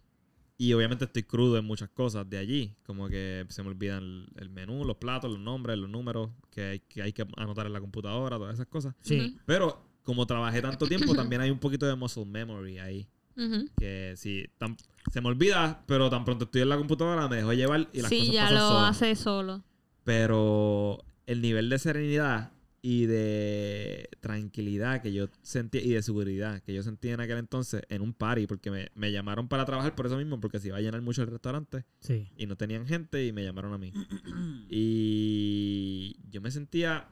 S4: Y obviamente estoy crudo en muchas cosas de allí. Como que se me olvidan el, el menú, los platos, los nombres, los números que hay, que hay que anotar en la computadora, todas esas cosas.
S1: Sí.
S4: Pero como trabajé tanto tiempo, también hay un poquito de muscle memory ahí.
S3: Ujú.
S4: Que si tan- se me olvida, pero tan pronto estoy en la computadora, me dejo llevar y las
S3: Sí,
S4: cosas
S3: ya
S4: pasan
S3: lo
S4: solas.
S3: hace solo.
S4: Pero el nivel de serenidad y de tranquilidad que yo sentía y de seguridad que yo sentía en aquel entonces en un party, porque me, me llamaron para trabajar por eso mismo, porque se iba a llenar mucho el restaurante
S1: Sí.
S4: y no tenían gente y me llamaron a mí. Y yo me sentía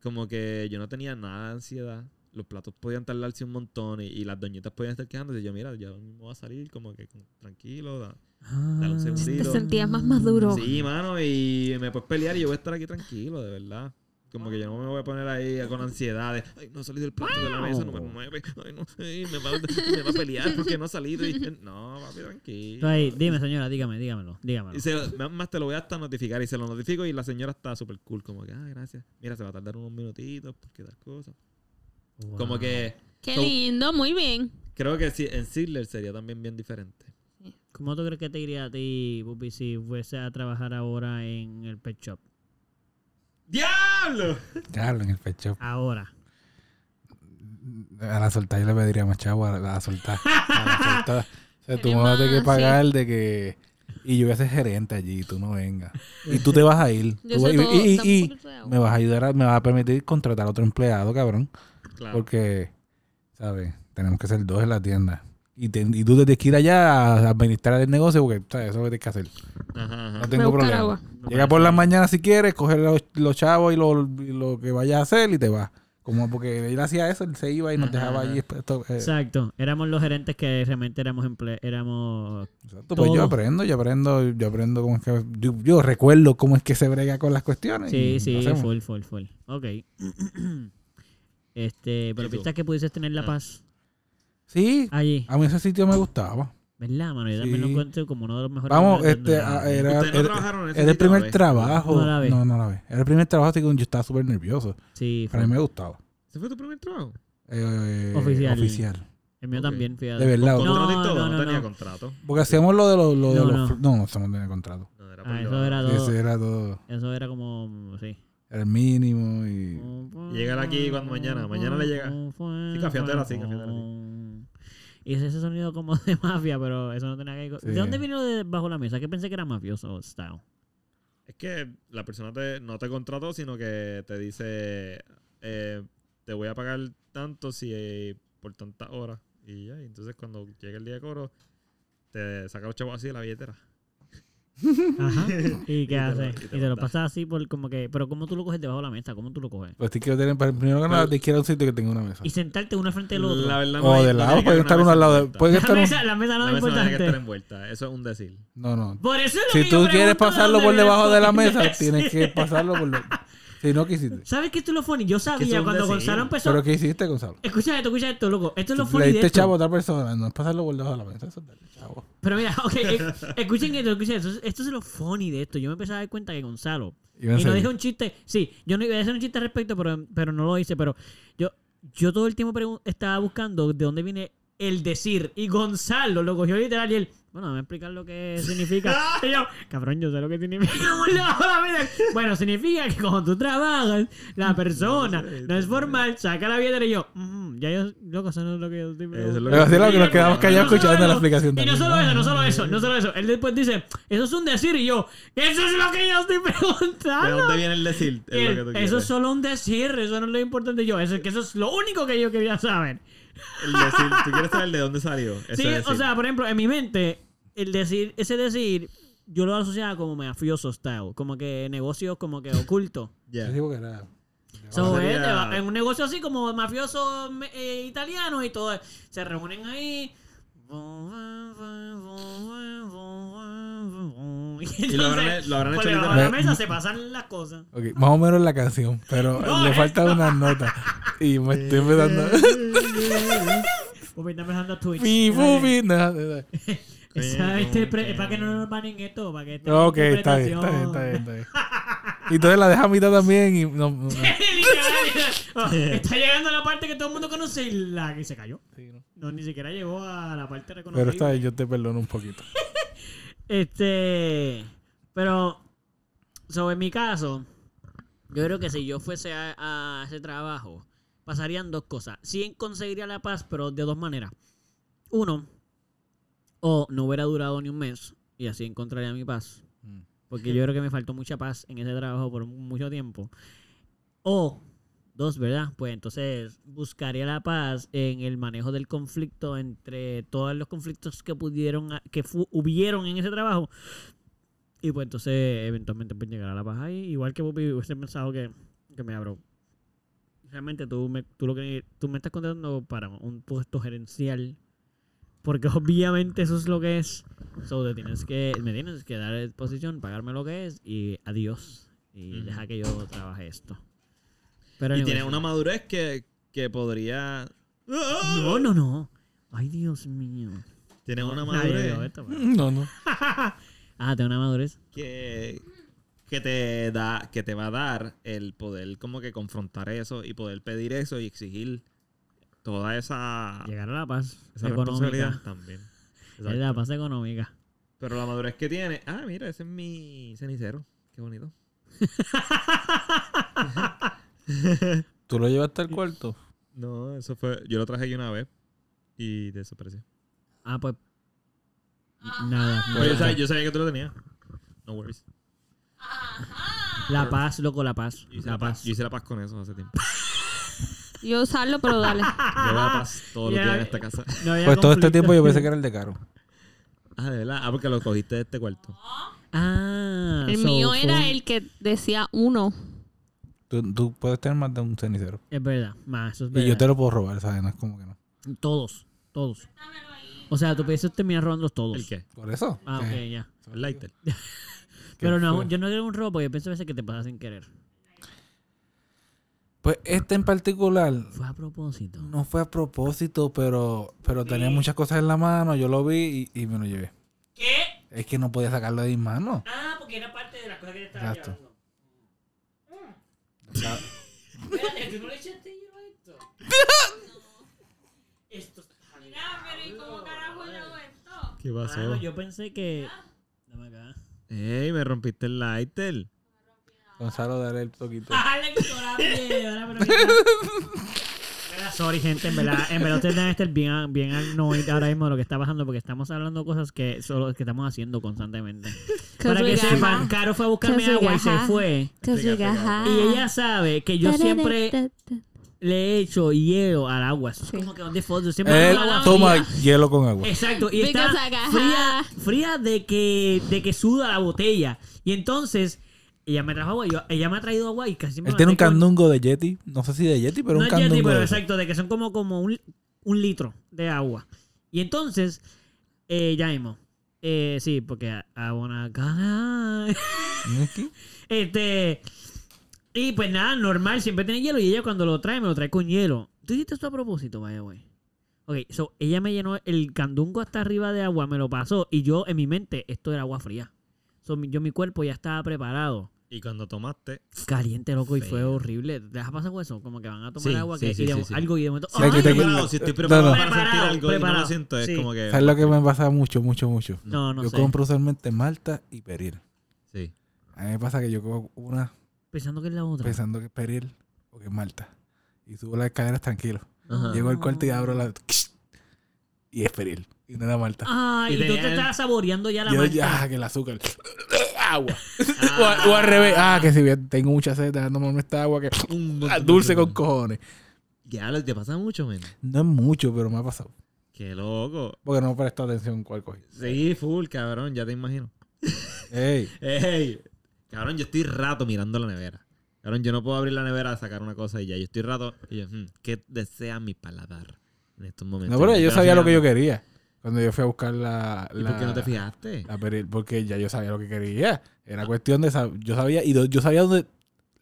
S4: como que yo no tenía nada de ansiedad. Los platos podían tardarse un montón y, y las doñitas podían estar quejándose. Y yo, mira, yo mismo voy a salir como que con- tranquilo, da- Dale
S1: Ah.
S4: un segundito.
S3: Te sentías más maduro.
S4: Sí, mano, y me puedes pelear y yo voy a estar aquí tranquilo, de verdad. Como que yo no me voy a poner ahí con ansiedades. Ay, no salí del plato de la mesa número 9. Ay, no, ay, me, va, me va a pelear porque no salí. Y- No, papi,
S1: Tú
S4: tranquilo.
S1: ahí, dime, señora, dígame, dígamelo. Dígamelo.
S4: Y se- más te lo voy hasta notificar y se lo notifico y la señora está súper cool. Como que, ah, gracias. Mira, se va a tardar unos minutitos porque tal cosa.
S1: Wow.
S4: Como que
S3: Qué
S4: So-
S3: lindo, muy bien.
S4: creo que sí, en Sidler sería también bien diferente.
S1: ¿Cómo tú crees que te iría a ti, Pupi, si fuese a trabajar ahora en el pet shop?
S4: ¡Diablo!
S2: Claro, en el pecho.
S1: Ahora.
S2: A la soltar yo le pediría más chavo. A la soltar. A la soltar. O sea, tú
S3: Tiene
S2: me vas a tener
S3: más,
S2: que pagar de que... Y yo voy a ser gerente allí. Tú no vengas. Y tú te vas a ir.
S3: Yo
S2: Tú
S3: sé
S2: vas- y-
S3: todo,
S2: y-
S3: tampoco
S2: y- y-
S3: te estoy
S2: me vas a ayudar, a- me vas a permitir contratar a otro empleado, cabrón.
S4: Claro.
S2: Porque, ¿sabes? Tenemos que ser dos en la tienda. Y, te- y tú tienes que ir allá a administrar el negocio porque, ¿sabes? Eso es lo que tienes que hacer.
S4: Ajá,
S2: No
S3: Voy
S4: ajá.
S3: a
S2: tengo
S3: buscar
S2: problema.
S3: agua.
S1: No
S2: Llega por
S1: parece-
S2: la mañana si quieres, coge los, los chavos y lo, y lo que vayas a hacer y te vas. Como porque él hacía eso, él se iba y nos
S1: Ajá.
S2: dejaba allí. esto, eh,
S1: Exacto. Éramos los gerentes que realmente éramos emple éramos
S2: exacto. Pues yo
S1: todo.
S2: aprendo, yo aprendo, yo aprendo cómo es que. Yo, yo recuerdo cómo es que se brega con las cuestiones.
S1: Sí,
S2: y
S1: sí,
S2: lo hacemos.
S1: full, full, full. Ok. este, pero
S4: tú?
S1: piensas que pudieses tener la
S4: Ah.
S1: paz
S2: Sí,
S1: allí.
S2: a mí ese sitio me gustaba.
S1: ¿Verdad, mano? Yo también
S2: Sí.
S1: lo encuentro como uno de los mejores.
S2: Vamos,
S1: lugares donde
S2: este,
S1: la-
S2: a- era,
S4: Ustedes no
S2: era-
S4: trabajaron en ese
S2: era el
S4: sitio,
S2: primer
S4: ¿no?
S2: trabajo.
S1: No la ve.
S2: No, no la ve. Era el primer trabajo así que yo estaba súper nervioso.
S1: Sí,
S2: Pero a
S1: full.
S2: mí me gustaba.
S4: ¿Ese fue tu primer trabajo?
S2: Eh,
S1: Oficial.
S2: Oficial.
S1: el mío
S4: Ok.
S1: también, fíjate.
S2: De verdad.
S4: ¿Con
S1: No,
S4: contrato y todo?
S1: no,
S4: No,
S1: no,
S4: tenía
S1: no.
S4: contrato.
S2: Porque hacíamos lo de los... lo de
S1: No,
S2: los-
S1: no.
S2: no, no, estamos en contrato.
S4: No, era
S1: Ah,
S4: por
S1: eso
S4: lo-
S1: era todo.
S2: Ese era todo.
S1: Eso era como. Sí.
S2: Era el mínimo y...
S1: Mm.
S4: Llegala aquí cuando mañana, mañana le llega.
S1: Sí,
S4: cafetera, sí, cafetera,
S1: Y ese, ese sonido como de mafia, pero eso no tenía que.
S2: Sí.
S1: ¿De dónde vino lo de bajo la mesa? Que pensé que era mafioso style.
S4: Es que la persona te- no te contrató, sino que te dice, eh, te voy a pagar tanto si por tantas horas. Y ya, y entonces cuando llega el día de cobro, te saca los chavos así de la billetera.
S1: Ajá. ¿Y qué
S4: te lo-
S1: hace?
S4: y
S1: Y
S4: te
S1: te
S4: lo
S1: lo
S4: da.
S1: pasas así por como que. Pero ¿cómo tú lo coges debajo de la mesa? ¿Cómo tú lo coges?
S2: Pues te quiero tener... Para el primero que nada,
S4: Pero-
S2: te quiero un sitio que tenga una mesa.
S1: Y sentarte uno al frente del otro.
S4: La verdad no
S2: O
S4: hay-
S2: Oh, de
S4: no
S2: lado,
S4: tiene que
S2: pueden
S4: haber
S2: estar
S4: una
S2: uno al lado de...
S4: mesa
S2: pueden
S1: La
S2: estar un-
S1: mesa, la mesa no es
S4: envuelta. La mesa no tiene que estar
S1: importante.
S4: envuelta. Eso es un decir.
S2: No, no.
S1: Por eso es lo que
S2: Si
S1: yo
S2: tú quieres
S1: pregunto
S2: pasarlo
S1: dónde
S2: por debajo de la
S1: viene
S2: mesa,
S1: esto.
S2: tienes que pasarlo por... lo- Si no, ¿qué hiciste?
S1: ¿Sabes qué esto es lo funny? Yo
S4: eso es
S1: sabía
S4: un
S1: cuando
S4: decir.
S1: Gonzalo empezó.
S2: ¿Pero qué hiciste, Gonzalo?
S1: Escucha esto, escucha esto, loco. Esto es lo
S2: Tú
S1: funny
S2: Le
S1: de
S2: diste
S1: esto.
S2: chavo a otra persona. No es pasarlo por debajo de la mesa. Eso es darle chavo.
S1: Pero mira, ok, eh, escuchen esto, escuchen esto. Esto es lo funny de esto. Yo me empecé a dar cuenta que Gonzalo.
S2: Iba en
S1: Y no
S2: serio.
S1: dije un chiste. Sí, yo no iba a hacer un chiste al respecto, pero, pero no lo hice. Pero yo, yo todo el tiempo pregun- estaba buscando de dónde viene el decir. Y Gonzalo lo cogió literal y él. Bueno, me a explicar lo que significa. Y yo, cabrón, yo sé lo que significa. bueno, significa que cuando tú trabajas, la persona no es formal, saca la billetera y yo, "Ujú, ya yo, loco, eso no es lo que yo estoy
S4: Eso es lo
S2: Pero así es lo que nos quedamos
S1: no
S2: callados
S1: solo
S2: escuchando
S1: eso,
S2: la explicación.
S1: Y no
S2: también.
S1: solo eso, no solo eso, no solo eso. Él después dice, eso es un decir y yo, eso es lo que yo estoy
S4: ¿De
S1: preguntando.
S4: dónde viene el decir?
S1: Y
S4: Es
S1: él,
S4: lo que tú
S1: Ah, Eh, eso es
S4: quieres.
S1: solo un decir, eso no es lo importante Y yo, eso, es que eso es lo único que yo quería saber.
S4: El decir. Tú quieres saber de dónde salió. Ese
S1: Sí,
S4: decir.
S1: o sea, por ejemplo, en mi mente, el decir, ese decir, yo lo asociaba como mafioso style, como que negocios como que oculto.
S4: Ya.
S2: Yo digo que era-
S1: So,
S4: Sería-
S1: eh, te va- en un negocio así como mafiosos me- eh, italianos y todo, se reúnen ahí.
S4: Y lo habrán, lo habrán
S1: por
S4: hecho
S1: debajo de pues, la
S4: literal.
S1: mesa se pasan las cosas.
S2: Ok, más o menos la canción, pero
S1: No,
S2: le
S1: esto.
S2: faltan unas notas. Y me estoy empezando.
S1: Pues está empezando a Twitch.
S2: Pi, fu,
S1: Dale.
S2: pi, na, na, na.
S1: Esa interpre- es para que no nos banen esto, para que esta
S2: Ok, está bien, está bien, está bien. Está bien. Y entonces la deja a mitad también. Y no, no, no,
S1: Literal. está llegando la parte que todo el mundo conoce y la que se cayó.
S2: sí, no.
S1: No, ni siquiera llegó a la parte reconocida.
S2: Pero está bien, yo te perdono un poquito.
S1: Este. Pero. Sobre mi caso, yo creo que si yo fuese a, a ese trabajo, pasarían dos cosas. Sí conseguiría la paz, pero de dos maneras. Uno, o no hubiera durado ni un mes y así encontraría mi paz.
S2: Mm.
S1: Porque yo creo que me faltó mucha paz en ese trabajo por mu- mucho tiempo. O dos, ¿verdad? Pues entonces buscaría la paz en el manejo del conflicto entre todos los conflictos que pudieron, a- que fu- hubieron en ese trabajo. Y pues entonces eventualmente pues llegará la paz ahí. Igual que Bobby hubiese pensado que, que me abro. Realmente tú me, tú, lo que, tú me estás contando para un puesto gerencial. Porque obviamente eso es lo que es. So, te tienes que, me tienes que dar exposición, pagarme lo que es y adiós. Y
S4: Ujú.
S1: deja que yo trabaje esto. Pero
S4: Y
S1: anyway,
S4: tiene
S1: sí.
S4: una madurez que, que podría.
S1: No, no, no. Ay, Dios mío.
S4: Tiene una
S1: Nadie vio
S4: madurez
S1: esto, pero-
S2: No, no.
S1: ah, tiene una madurez.
S4: que, que te da, que te va a dar el poder como que confrontar eso y poder pedir eso y exigir toda esa,
S1: Llegar a la paz
S4: esa
S1: económica.
S4: Ah. responsabilidad también.
S1: Es
S4: Exacto.
S1: la paz económica.
S4: Pero la madurez que tiene. Ah, mira, ese es mi cenicero. Qué bonito.
S2: ¿Tú lo llevaste al cuarto?
S4: No, eso fue. Yo lo traje aquí una vez y desapareció.
S1: Ah, pues. Nada.
S4: Pero yo
S1: nada.
S4: sabía, Pues, yo sabía que tú lo tenías. No worries.
S1: La paz, loco, la paz.
S4: Yo hice
S1: La paz.
S4: Yo hice la paz con eso hace tiempo.
S3: Yo usarlo, pero dale.
S4: Yo la paz todos los
S1: Ya,
S4: días en esta casa.
S1: No había
S2: Pues todo este
S1: conflicto.
S2: tiempo yo pensé que era el de Caro.
S4: Ah, de verdad. Ah, porque lo cogiste de este cuarto.
S1: Ah,
S3: El
S1: so,
S3: mío
S1: fue
S3: era
S1: un-
S3: el que decía uno.
S2: Tú, tú puedes tener más de un cenicero.
S1: Es verdad. Ma, eso es
S2: Y
S1: verdad.
S2: yo te lo puedo robar, ¿sabes? No es como que no.
S1: Todos. Todos. O sea, tú piensas terminar robándolos todos.
S4: ¿El qué?
S2: Por eso.
S1: Ah,
S2: Sí.
S1: ok, ya.
S4: El lighter.
S2: Qué
S1: Pero no,
S2: feo.
S1: yo no quiero un robo porque pienso a veces que te pasa sin querer.
S2: Pues este en particular
S1: Fue a propósito.
S2: no fue a propósito, pero, pero tenía muchas cosas en la mano. Yo lo vi y, y me lo llevé.
S1: ¿Qué?
S2: Es que no podía sacarlo de mis manos.
S1: Ah, porque era parte de las cosas que te
S2: estaba Exacto. llevando.
S1: Mm. Espérate, ¿tú no le echaste hielo a esto? Esto está
S4: ¿Qué pasó?
S1: yo pensé que... Dame acá.
S4: ¡Ey! Me rompiste el lighter.
S2: Gonzalo, dale el toquito.
S1: ¡Ah, le quitó la piedra! Pero mira. Mira, Sorry, gente, en verdad, en verdad ustedes deben estar bien, bien annoyed ahora mismo de lo que está pasando porque estamos hablando cosas que solo que estamos haciendo constantemente. Para que sepan, Caro fue a buscarme
S3: Que su
S1: agua y se
S3: gaja.
S1: fue. Y ella sabe que yo siempre le echo hielo al agua. Eso es
S3: Sí.
S1: como que donde fondo. Siempre le
S2: Eh,
S1: echo al agua.
S2: toma hielo con agua.
S1: Exacto. Y
S3: Because
S1: está
S3: I got
S1: fría,
S3: high.
S1: fría de que, de que suda la botella. Y entonces, ella me trajo agua. yo- ella me ha traído agua y casi me
S2: Él tiene un
S1: mandé con-
S2: candungo de Yeti. No sé si de Yeti, pero
S1: no
S2: un
S1: es Yeti,
S2: candungo.
S1: pero
S2: de-
S1: exacto, de que son como, como un, un litro de agua. Y entonces, eh, ya mismo. Eh, sí, porque a- a una cara.
S2: ¿Qué?
S1: Este. Y pues nada, normal, siempre tiene hielo. Y ella cuando lo trae, me lo trae con hielo. ¿Tú hiciste esto a propósito, vaya, güey? Ok, so ella me llenó el candungo hasta arriba de agua, me lo pasó. Y yo, en mi mente, esto era agua fría. So, mi- yo, mi cuerpo ya estaba preparado.
S4: Y cuando tomaste,
S1: Caliente, loco, y fue
S4: Feo.
S1: horrible. ¿Te has pasado eso? Como que van a tomar
S4: Sí,
S1: agua,
S4: sí,
S1: que,
S4: sí,
S1: y de-
S4: sí, sí.
S1: algo y de momento.
S2: Sí, hay que
S1: ¡ay!
S2: te-
S4: preparado, si estoy preparado
S2: No, no.
S4: para sentir
S1: Preparado,
S4: algo y no
S1: preparado.
S4: lo siento, es
S1: Sí.
S4: como que.
S2: ¿Sabes lo que me pasa mucho, mucho, mucho?
S1: No, no
S2: yo
S1: sé.
S2: compro usualmente Malta y Peril.
S4: Sí.
S2: A mí me pasa que yo cojo una
S1: Pensando que es la otra.
S2: pensando que es Peril o que es Malta. Y subo las escaleras tranquilo.
S4: Ajá.
S2: Llego al cuarto y abro la... Y es Peril. Y no era Malta.
S1: Ay,
S4: Y
S1: y tú
S4: tenía
S1: te
S4: el-
S1: estabas saboreando
S4: Ah,
S1: ya la
S2: yo,
S1: malta.
S2: ya, que el azúcar. agua. O a- o, al revés. Ah, que si bien tengo mucha sed, dándome esta agua que... ah, dulce con cojones.
S4: Ya, lo que te pasa mucho, men.
S2: No es mucho, pero me ha pasado.
S4: Qué loco.
S2: Porque no presto atención cuál cogí.
S4: Sí, full, cabrón, ya te imagino.
S2: Ey.
S4: Ey, cabrón, yo estoy rato mirando la nevera. Cabrón, yo no puedo abrir la nevera a sacar una cosa y ya. Yo estoy rato. Y yo, "Hmm, ¿qué desea mi paladar en estos momentos?
S2: No, pero yo
S4: Estaba
S2: sabía lo que yo
S4: mirando.
S2: quería. Cuando yo fui a buscar la...
S4: ¿Y
S2: la-
S4: por qué no te fijaste?
S2: la peril, Ah, porque ya yo sabía lo que quería. Era cuestión de... sab- Yo sabía... Y do- yo sabía dónde...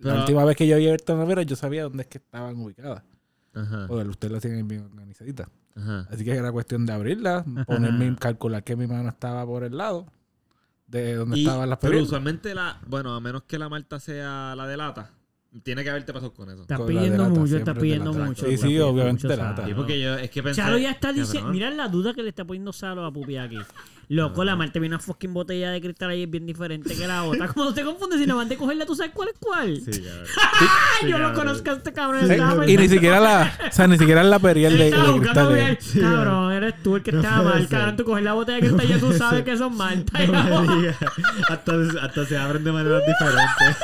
S4: Pero-
S2: La última vez que yo había abierto la nevera, yo sabía dónde es que estaban ubicadas.
S4: Ajá,
S2: Porque usted la tiene bien organizadita.
S4: ajá.
S2: Así que era cuestión de abrirla, ponerme, calcular que mi mano estaba por el lado de donde
S4: Y-
S2: estaban las
S4: pero
S2: perillas.
S4: usualmente la. Bueno, a menos que la Malta sea la de lata, tiene que haberte pasado con eso.
S1: Estás
S2: Con la
S1: pidiendo
S2: delata,
S1: mucho,
S2: siempre
S1: estás pidiendo
S2: delata.
S1: mucho.
S2: Sí,
S1: estás
S2: sí,
S1: pidiendo
S2: obviamente
S1: mucho
S2: delata.
S1: sal.
S4: Sí, porque yo es que pensé.
S1: Charo ya está diciendo,
S4: cabrón,
S1: mira la duda que le está poniendo Salo a Pupi aquí. Loco,
S4: Ah.
S1: la Marte viene una fucking botella de cristal ahí es bien diferente que la otra. Como te confundes, si la Marte cogerla, tú sabes cuál es cuál.
S4: Sí, cabrón.
S1: Ay,
S4: sí,
S1: yo lo
S4: cabrón.
S1: conozco a este
S2: Sí,
S1: cabrón. estaba
S2: y ni
S1: pensando-
S2: siquiera la, o sea, ni siquiera la periel de,
S1: Estaba
S2: de
S1: buscando
S2: cristal.
S1: bien.
S2: de-
S1: Cabrón, eres tú el que estaba mal.
S4: ser.
S1: Cabrón, tú coges la botella de cristal, ya tú sabes que son Marta. y la
S4: No me
S1: otra-
S4: digas. hasta, hasta se abren de maneras diferentes.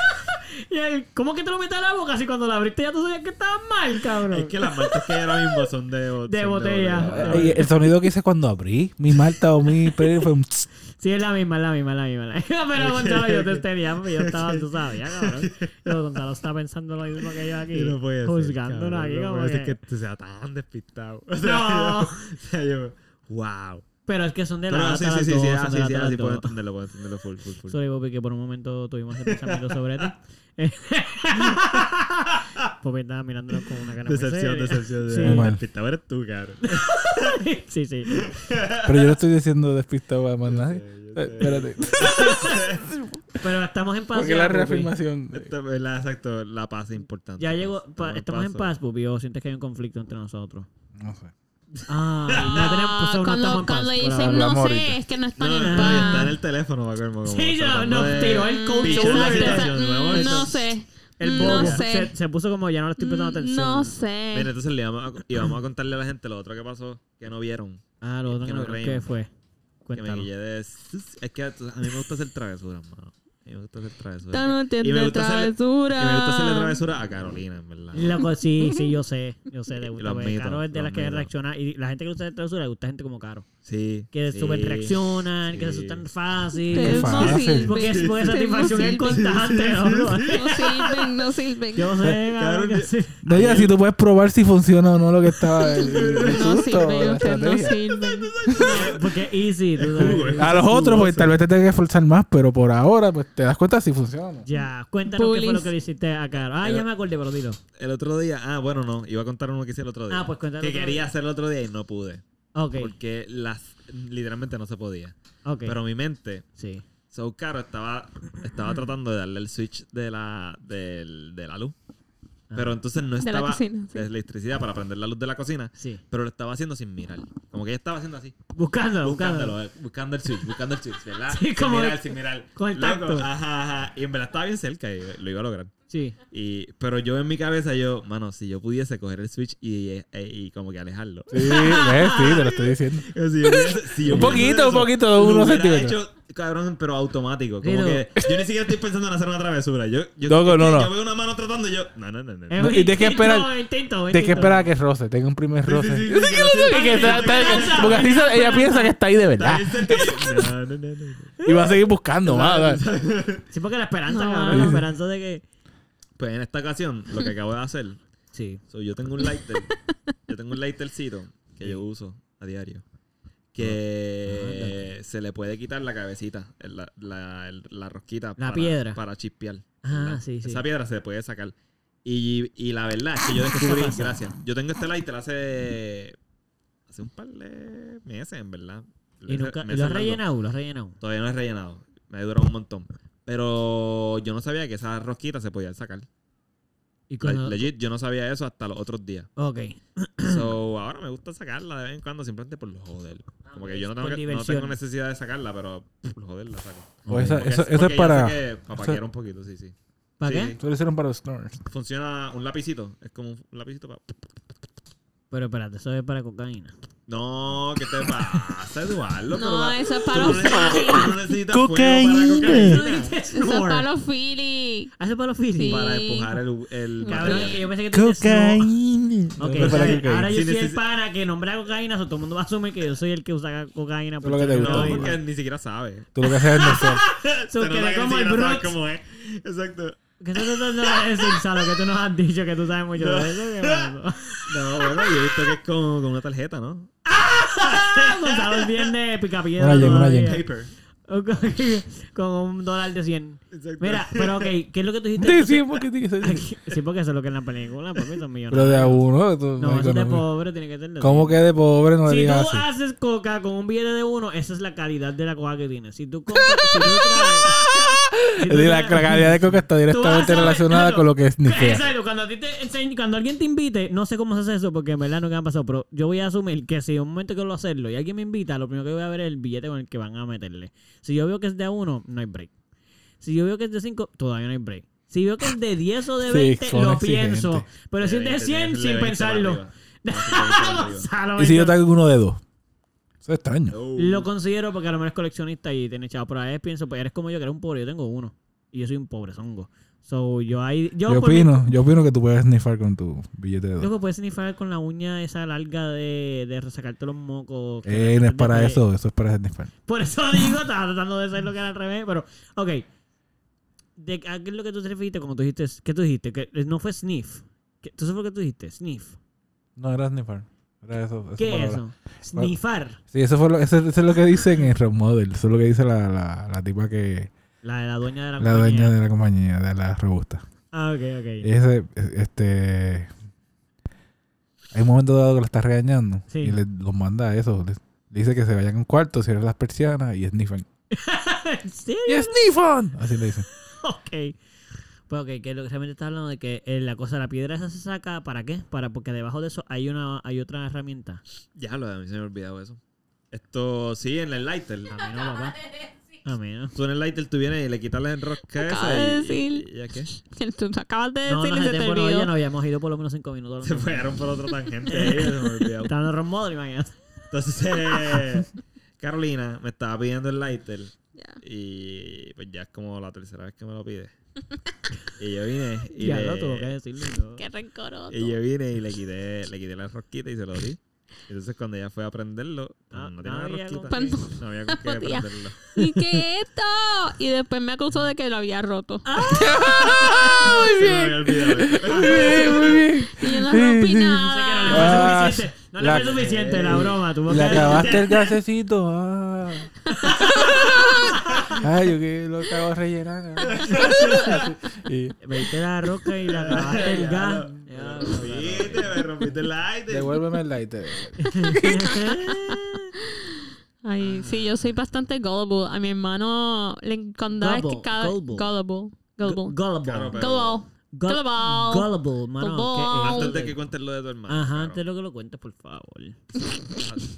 S1: Y él, ¿cómo que te lo metes a la boca si cuando la abriste ya tú sabías que estaba mal, cabrón?
S4: Es que las marcas que hay ahora mismo son de, son
S1: De botella.
S2: Eh, y el sonido que hice cuando abrí mi malta o mi peril fue un tss.
S1: Sí, es la misma, es la misma, es la misma. es la misma. Pero Gonzalo, yo te tenía, porque yo estaba, tú sabías, cabrón. Pero Gonzalo está pensando lo mismo que yo aquí.
S4: Yo no puede ser,
S1: juzgándonos
S4: cabrón,
S1: aquí
S4: no
S1: como
S4: puede ser
S1: que-
S4: que tú seas tan despistado.
S1: No.
S4: o sea, yo, wow.
S1: Pero es que son de
S4: Pero
S1: la
S4: sí,
S1: data
S4: sí, sí,
S1: las
S4: sí,
S1: dos,
S4: así,
S1: son
S4: sí,
S1: de la data
S4: así
S1: las
S4: puedo
S1: dos.
S4: entenderlo, puedo entenderlo full, full, full.
S1: Sorry, Bobby, que por un momento tuvimos ese pensamiento sobre ti. Bobby estaba mirándonos con una cara muy
S4: Decepción,
S1: seria.
S4: decepción.
S1: Sí.
S4: Sí.
S2: Muy mal.
S4: Despistado eres tú, cabrón.
S1: Sí, sí.
S2: Pero yo no estoy diciendo despistado a más nadie.
S4: sé, yo
S2: Eh,
S4: sé.
S2: Espérate.
S1: Pero estamos en paz.
S2: Porque
S1: ya,
S2: la
S1: Bobby.
S2: reafirmación.
S4: Esto es la- exacto, la paz es importante.
S1: Ya llegó, pa-
S4: Estamos en
S1: estamos en
S4: paz.
S1: paz, Bobby, o sientes que hay un conflicto entre nosotros.
S2: No sé.
S1: Ah, no tenemos, pues, aún no estamos
S3: cuando
S1: en paz.
S3: cuando
S1: Por
S3: dicen
S1: ahora.
S3: no
S2: Hablamos
S3: sé,
S2: ahorita.
S3: es que no
S4: No,
S3: están
S4: no,
S3: en
S4: no, y está en
S3: paz.
S4: el teléfono, va a ver, como-
S1: Sí, no,
S4: tratando
S1: no,
S4: de-
S1: tiró el coach.
S4: pichar
S1: over
S4: la
S1: the-
S4: situación, huevón.
S3: Mm, No sé.
S1: El
S3: Mm,
S1: bobo.
S3: No
S1: Se,
S3: sé.
S1: se puso como ya no le estoy prestando
S3: Mm,
S1: atención.
S3: No
S4: Mira,
S3: sé.
S4: entonces le vamos a, y vamos a contarle a la gente lo otro que pasó, que no vieron.
S1: Ah, lo otro
S4: que
S1: no
S4: me
S1: creo
S4: reí.
S1: que fue.
S4: Que me
S1: Cuéntalo.
S4: guillé de... Es que a mí me gusta hacer travesuras, mano. mí me gusta hacer
S3: Esta
S4: travesuras.
S3: no
S4: Y me
S3: tiene
S4: gusta hacerle-
S3: travesura.
S4: Y me gusta hacerle travesura a Carolina, en verdad.
S1: Loco, sí, sí, yo sé. Yo sé, le gusta.
S4: Lo
S1: porque
S4: admito,
S1: Caro es de
S4: lo
S1: las que
S4: admito.
S1: reacciona. Y la gente que le gusta hacer travesura le gusta gente como Caro.
S4: Sí.
S1: Que
S4: sí,
S1: súper reaccionan, que se
S4: sí.
S1: asustan fácil.
S2: Qué
S3: Ustedes no
S2: fácil.
S3: sirven.
S1: Porque, es- porque
S3: Ustedes no
S1: satisfacción es
S3: sirven.
S1: constante, bro.
S3: No sirven, no sirven.
S1: Yo sé,
S4: Claro,
S1: cabrón, que
S4: yo-
S1: sí.
S2: Oye, si tú puedes probar si funciona o no lo que estaba el, el
S3: No
S2: susto,
S3: sirven,
S2: la
S3: ustedes no
S2: estrategia.
S3: sirven.
S1: Porque easy, tú sabes.
S4: Uy,
S2: A los otros, pues tal vez te tengas que esforzar más, pero por ahora, pues te das cuenta si funciona. o no.
S1: Ya, cuéntanos qué fue
S3: Pulis.
S1: lo que le hiciste a Caro. Ah, ya me acordé, pero dilo.
S4: El otro día, ah, bueno, no, iba a contar uno que hice el otro día.
S1: Ah, pues cuéntalo
S4: Que
S1: otro
S4: quería
S1: día.
S4: hacer el otro día y no pude.
S1: Ok,
S4: Porque las literalmente no se podía.
S1: ok.
S4: Pero mi mente,
S1: sí.
S4: so caro, estaba, estaba tratando de darle el switch de la, del- de la luz. Pero entonces no
S3: De la
S4: estaba
S3: cocina, sí.
S4: de electricidad para prender la luz de la cocina.
S1: Sí.
S4: Pero lo estaba haciendo sin mirar. Como que ella estaba haciendo así.
S1: Buscándolo, buscándolo.
S4: Buscándolo, eh, buscando el switch, buscando el switch, ¿verdad?
S1: Sí,
S4: sin
S1: como-
S4: mirar, sin mirar.
S1: con el
S4: Loco,
S1: tacto.
S4: Ajá, ajá. Y en verdad estaba bien cerca y lo iba a lograr.
S1: Sí.
S4: Y, pero yo en mi cabeza, yo, mano, si yo pudiese coger el switch y, eh, eh, y como que alejarlo.
S2: Sí, ves, sí, te lo estoy diciendo.
S4: Si yo pudiese- si yo
S2: Un
S4: pudiese
S2: poquito,
S4: hacer
S2: un
S4: eso,
S2: poquito,
S4: lo
S2: unos
S4: hubiera
S2: centímetros.
S4: hecho, cabrón, pero automático.
S1: Sí,
S4: Como
S1: no.
S4: que yo ni siquiera estoy pensando en hacer una travesura. Yo, yo,
S2: Loco, no,
S4: yo
S2: no.
S4: veo una mano tratando y yo, no, no, no, no.
S1: Es
S2: No,
S1: un
S2: y tienes que
S1: instinto,
S2: esperar-
S1: instinto,
S2: Tienes que
S1: instinto.
S2: esperar a que roce, tenga un primer roce.
S4: sí, sí,
S2: Yo sé
S4: sí,
S2: que lo
S4: sí,
S2: sé,
S4: sí,
S2: que
S4: sí,
S2: sea-
S4: sí,
S2: está-
S1: sí, sí,
S2: Porque
S1: sí,
S2: así
S1: sí,
S2: se- ella
S1: sí,
S2: piensa que está ahí de
S4: Está
S2: verdad.
S4: bien cerca y yo, no, no, no, no.
S2: Y va a seguir buscando más. ¿sabes?
S1: Sí, porque la esperanza,
S3: No.
S1: cabrón, la esperanza de que...
S4: Pues en esta ocasión, lo que acabo de hacer,
S1: Sí.
S4: so, yo tengo un lighter. yo tengo un lightercito que yo uso a diario.
S1: Ah,
S4: Que se le puede quitar la cabecita, el- la, la- el- la rosquita. para,
S1: piedra.
S4: Para chispear.
S1: Ah,
S4: ¿verdad?
S1: sí, sí.
S4: Esa piedra se puede sacar. Y, y la verdad es que yo descubrí, gracias. Yo tengo este lighter hace. hace un par de meses, en verdad.
S1: Y
S4: Meses-
S1: nunca... y
S4: meses
S1: lo has
S4: largos.
S1: rellenado, lo has rellenado.
S4: Todavía no he rellenado. Me ha durado un montón. Pero yo no sabía que esa rosquita se podía sacar.
S1: Y cuando...
S4: Le- Legit, yo no sabía eso hasta los otros días.
S1: Ok.
S4: So, ahora me gusta sacarla de vez en cuando, simplemente por lo joder. Como que yo no tengo,
S1: Ah, Por
S4: que- no
S1: diversión.
S4: tengo necesidad de sacarla, pero por joder la saco.
S2: O esa- Pues
S4: Porque-
S2: eso,
S4: porque
S2: eso es
S4: ya
S2: para.
S4: sé que para
S2: eso-
S4: paquear un poquito, sí, sí.
S1: ¿Para
S4: Sí.
S1: qué?
S2: Eso lo hicieron para los snorers.
S4: Funciona un lapicito. Es como un lapicito para.
S1: Pero espérate, eso es para cocaína.
S4: No, ¿qué te pasa, Eduardo? Pero
S3: No,
S4: va-
S3: eso es
S4: tú
S3: para
S4: no
S3: los
S4: necesitas-
S3: Phillies.
S4: tú no necesitas fuego para
S2: Cocaína.
S4: cocaína.
S3: Eso es para los Phillies.
S1: Ah, eso es para los Phillies.
S3: Sí.
S4: Para empujar el. el
S1: Cabrón,
S4: material.
S1: que yo pensé que tú dices, no.
S2: Cocaína.
S1: Ok,
S2: No, para
S1: ahora-
S2: cocaína.
S1: ahora yo
S4: Sí,
S1: soy el
S4: necesi-
S1: pana que nombra cocaína, o todo el mundo va a asumir que yo soy el que usa cocaína.
S2: Eso es lo que te gusta.
S4: No,
S2: Cocaína.
S4: porque ni siquiera sabe.
S2: Tú lo que haces es merced.
S1: So,
S4: Se
S1: quedé
S4: nota que ni
S1: como el
S4: siquiera sabe
S1: Brooks.
S4: cómo es. Exacto.
S1: ¿Qué estás tratando de decir, Salo? Que tú nos has dicho que tú sabes mucho
S4: No.
S1: de eso. ¿Qué pasó?
S4: No, bueno, yo he visto que es con, con una tarjeta, ¿no?
S1: Gonzalo es bien de picapiedra.
S2: Una yen, una
S1: todavía.
S2: yen.
S4: Paper.
S1: Con un dólar de 100.
S4: Exacto.
S1: Mira, pero ok, ¿qué es lo que tú dijiste?
S2: Sí, sí, porque tiene pues, que ser.
S1: Sí, porque eso es lo que en la película, por mí son millones.
S2: Pero de a uno. tú-
S1: No, eso es de
S2: economía.
S1: pobre, tiene que ser de
S2: ¿Cómo que de pobre no le
S1: Si tú
S2: digas así?
S1: haces coca con un billete de uno, esa es la calidad de la coca que tienes. Si tú compras. si tú traes- si tú
S2: Es decir, La,
S1: traes-
S2: la calidad de coca está
S1: Tú vas a
S2: directamente
S1: saber-
S2: relacionada
S1: Claro.
S2: con lo que es Nifea.
S1: Exacto, cuando, a ti te enseñ- cuando alguien te invite, no sé cómo se hace eso porque en verdad nunca me ha pasado, pero yo voy a asumir que si en un momento quiero hacerlo y alguien me invita, lo primero que voy a ver es el billete con el que van a meterle. Si yo veo que es de a uno, no hay break. Si yo veo que es de 5, todavía no hay break. Si veo que es de 10 o de
S2: Sí,
S1: 20,
S2: son
S1: lo
S2: exigentes.
S1: pienso. Pero si es de
S4: Tienes-
S1: 100,
S4: tienes
S1: sin
S4: levemente
S1: pensarlo.
S4: para arriba.
S1: Gonzalo,
S2: Y si yo te
S1: Benito,
S2: hago uno de dos. Eso es extraño.
S4: Oh.
S1: Lo considero porque a lo mejor es coleccionista y tiene echado. Pero a veces pienso, pues eres como yo, que eres un pobre. Yo tengo uno. Y yo soy un pobre zongo. So, yo ahí. Yo,
S2: Yo
S1: por mi-
S2: opino, yo opino que tú puedes snifar con tu billete de dos.
S1: Loco, puedes snifar con la uña esa larga de, de sacarte los mocos. con
S2: Eh,
S1: el-
S2: no es para
S1: de-
S2: eso, eso es para snifar.
S1: Por eso digo, estaba tratando de hacer lo que era al revés, pero. Ok. ¿De a qué es lo que tú te referiste cuando tú dijiste. ¿Qué tú dijiste? Que eh, no fue sniff. ¿Qué- ¿Tú sabes por qué tú dijiste? Sniff.
S2: No, era snifar. Era eso. esa
S1: ¿Qué es
S2: palabra.
S1: eso? Sniffar.
S2: Sí, eso, fue lo, eso, eso es lo que dicen en Road Model. Eso es lo que dice la, la, la tipa que.
S1: La de la dueña de la
S2: La
S1: compañía.
S2: dueña de Eh. la compañía, de la Robusta.
S1: Ah, ok, ok.
S2: Y ese, este. Hay un momento dado que lo está regañando.
S1: Sí.
S2: Y le, los manda a eso. Le, le dice que se vayan a un cuarto, cierren las persianas y snifan.
S1: ¿En serio?
S2: ¡Y snifan! Así le dicen.
S1: Ok. Pues ok, que lo que realmente está hablando de que eh, la cosa, la piedra esa se saca, ¿para qué? Para porque debajo de eso hay una, hay otra herramienta.
S4: Ya lo a mí se me ha olvidado eso. Esto, sí, en el lighter.
S1: A mí no, papá. A mí no.
S4: Tú en el lighter tú vienes y le quitas la enrosca
S3: Acaba
S4: esa y-
S3: de
S4: y-
S3: decir.
S4: y- ¿Ya qué?
S3: Que tú acabas de
S1: No,
S3: decir
S1: no,
S3: y se
S1: gente,
S3: te
S1: bueno,
S3: olvidó.
S1: ya no habíamos ido por lo menos cinco minutos.
S4: Se fueron por otra tangente ahí, se me ha olvidado.
S1: Está dando Ron Model, imagínate.
S4: Entonces, eh, Carolina me estaba pidiendo el lighter.
S3: Ya.
S4: Y Y pues ya es como la tercera vez que me lo pide. y yo vine y,
S1: Ya lo
S4: le,
S1: tuvo que decirlo. ¿no?
S3: Qué rencoroso.
S4: y yo vine y le quité, le quité la rosquita y se lo di. Entonces cuando ella fue a prenderlo, como
S1: Ah,
S4: no tenía
S1: no
S4: la
S1: había
S4: rosquita,
S1: con
S3: qué.
S4: no había con qué
S3: Podía.
S4: prenderlo.
S3: ¿Y qué esto? Y después me acusó de que lo había roto.
S4: Se me había olvidado.
S2: Muy bien.
S3: Y yo no rompí
S1: Dice que
S3: nada.
S1: no
S2: Ah,
S1: le fue suficiente. No
S2: la- eh,
S1: le fue suficiente la broma. Tuvo
S2: Le
S1: que
S2: acabaste el gasecito. Ah. Ay, yo que lo acabo de rellenar. ah. Y
S1: Veiste la roca y la acabaste el gas.
S4: Me rompiste, me rompiste el aire.
S2: devuélveme el lighter.
S3: Ay, sí, yo soy bastante gullible. A mi hermano le cuando es que
S1: Gullible,
S3: cada
S1: gullible.
S3: gullible. Gullible.
S4: Claro,
S1: Gullible.
S4: pero-
S3: Gullible.
S1: Gull-
S3: Gullible.
S1: Gullible, mano.
S3: Gullible.
S1: que-
S4: Antes de que cuentes lo de tu hermano.
S1: Ajá,
S4: cabrón.
S1: antes de lo que lo cuentes, por favor.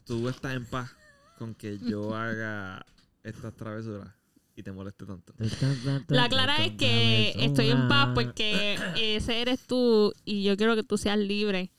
S4: tú estás en paz con que yo haga estas travesuras y te moleste tanto.
S3: La clara es que estoy en paz
S4: pues,
S3: porque ese eres tú y yo quiero que tú seas libre.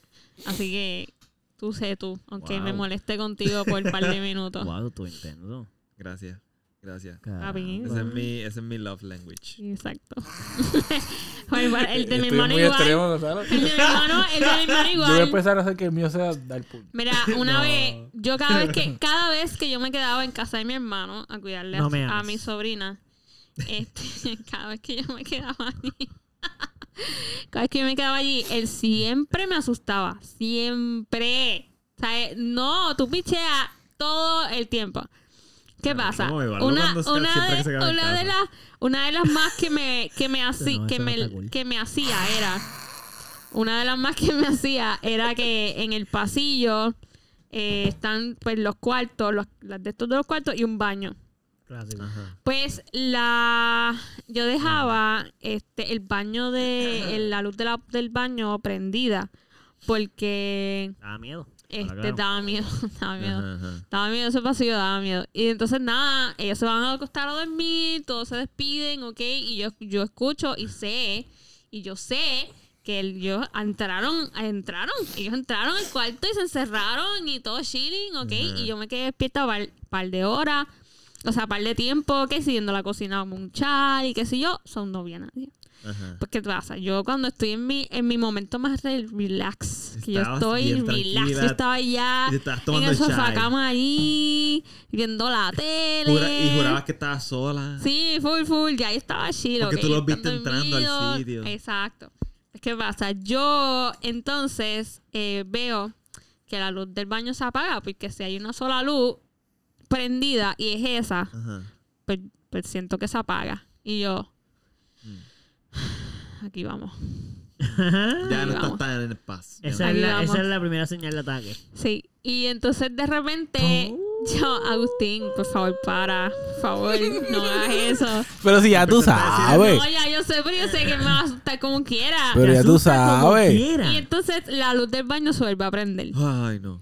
S3: Así que tú sé tú, aunque me
S1: Wow.
S3: moleste contigo por un par de minutos.
S1: Wow, tú intenso.
S4: Gracias, gracias.
S3: bien.
S4: Ese es mi, ese es mi love language.
S3: Exacto. Oye, para- el de mi
S2: Estoy
S3: hermano
S2: muy
S3: igual.
S2: extremo, Gonzalo.
S3: El de mi hermano, el de mi hermano
S2: Yo voy a
S3: igual.
S2: empezar a hacer que el mío sea dar puño.
S3: Mira, una
S2: No.
S3: vez, yo cada vez que, cada vez que yo me quedaba en casa de mi hermano a cuidarle a-
S1: No me
S3: a,
S1: ames.
S3: mi sobrina, este, cada vez que yo me quedaba allí, cada vez que yo me quedaba allí, él siempre me asustaba. Siempre. O sea, eh, no, tú picheas todo el tiempo. ¿Qué pasa?
S4: ¿cómo me evalúo
S3: Una,
S4: cuando se-
S3: una,
S4: siempre que
S3: de,
S4: se queda en
S3: una de
S4: casa?
S3: las una de las más que me, que me, hací-
S1: no,
S3: que
S1: eso no
S3: me,
S1: está cool.
S3: que me hacía era. Una de las más que me hacía era que en el pasillo eh, están pues los cuartos, los, las de estos de los cuartos y un baño.
S1: Clásico.
S3: Pues la yo dejaba este el baño de el- la luz de la- del baño prendida porque
S1: Daba miedo.
S3: este
S1: Ahora, Ah, claro.
S3: daba miedo, daba miedo.
S4: Ajá, ajá.
S3: Daba miedo ese pasillo, daba miedo. Y entonces nada, ellos se van a acostar a dormir, todos se despiden, ok. Y yo, yo escucho y sé, y yo sé que el- ellos entraron, entraron, ellos entraron al cuarto y se encerraron y todo chilling, ok. Y yo me quedé despierta par, par de horas, o sea, par de tiempo, que siguiendo la cocina como un chal y qué sé yo, son no había nadie.
S4: ajá.
S3: Pues, ¿qué pasa? Yo cuando estoy en mi, en mi momento más re- relax, que yo
S4: Estabas
S3: estoy
S4: bien
S3: relax, yo
S4: tranquila,
S3: estaba ya
S4: y te estabas
S3: en
S4: tomando
S3: el
S4: el
S3: sofá
S4: chai.
S3: cama ahí, viendo la tele.
S4: Jura- y jurabas que estabas sola.
S3: Pues Sí, full, full, ya yo estaba chido.
S4: Porque tú los viste entrando al sitio.
S3: Exacto. Pues, ¿Qué pasa? Yo entonces eh, veo que la luz del baño se apaga, porque si hay una sola luz prendida y es esa,
S4: Ajá.
S3: pues, pues siento que se apaga. Y yo,
S4: Mm.
S3: aquí vamos.
S4: Ya no
S3: vamos.
S4: estás tan en paz. Ya
S1: Esa
S3: Ahí
S1: es, la,
S3: vamos.
S1: esa es la primera señal de ataque.
S3: Sí, y entonces de repente yo, Agustín, por favor, para, por favor, no hagas eso.
S2: Pero si ya tú sabes.
S3: No, ya yo sé, pero yo sé que me va a asustar como quiera.
S2: Pero
S1: Te
S2: ya tú
S1: asusta como
S2: sabes.
S1: quiera.
S3: Y entonces la luz del baño se vuelve a prender.
S4: no- Ay, no.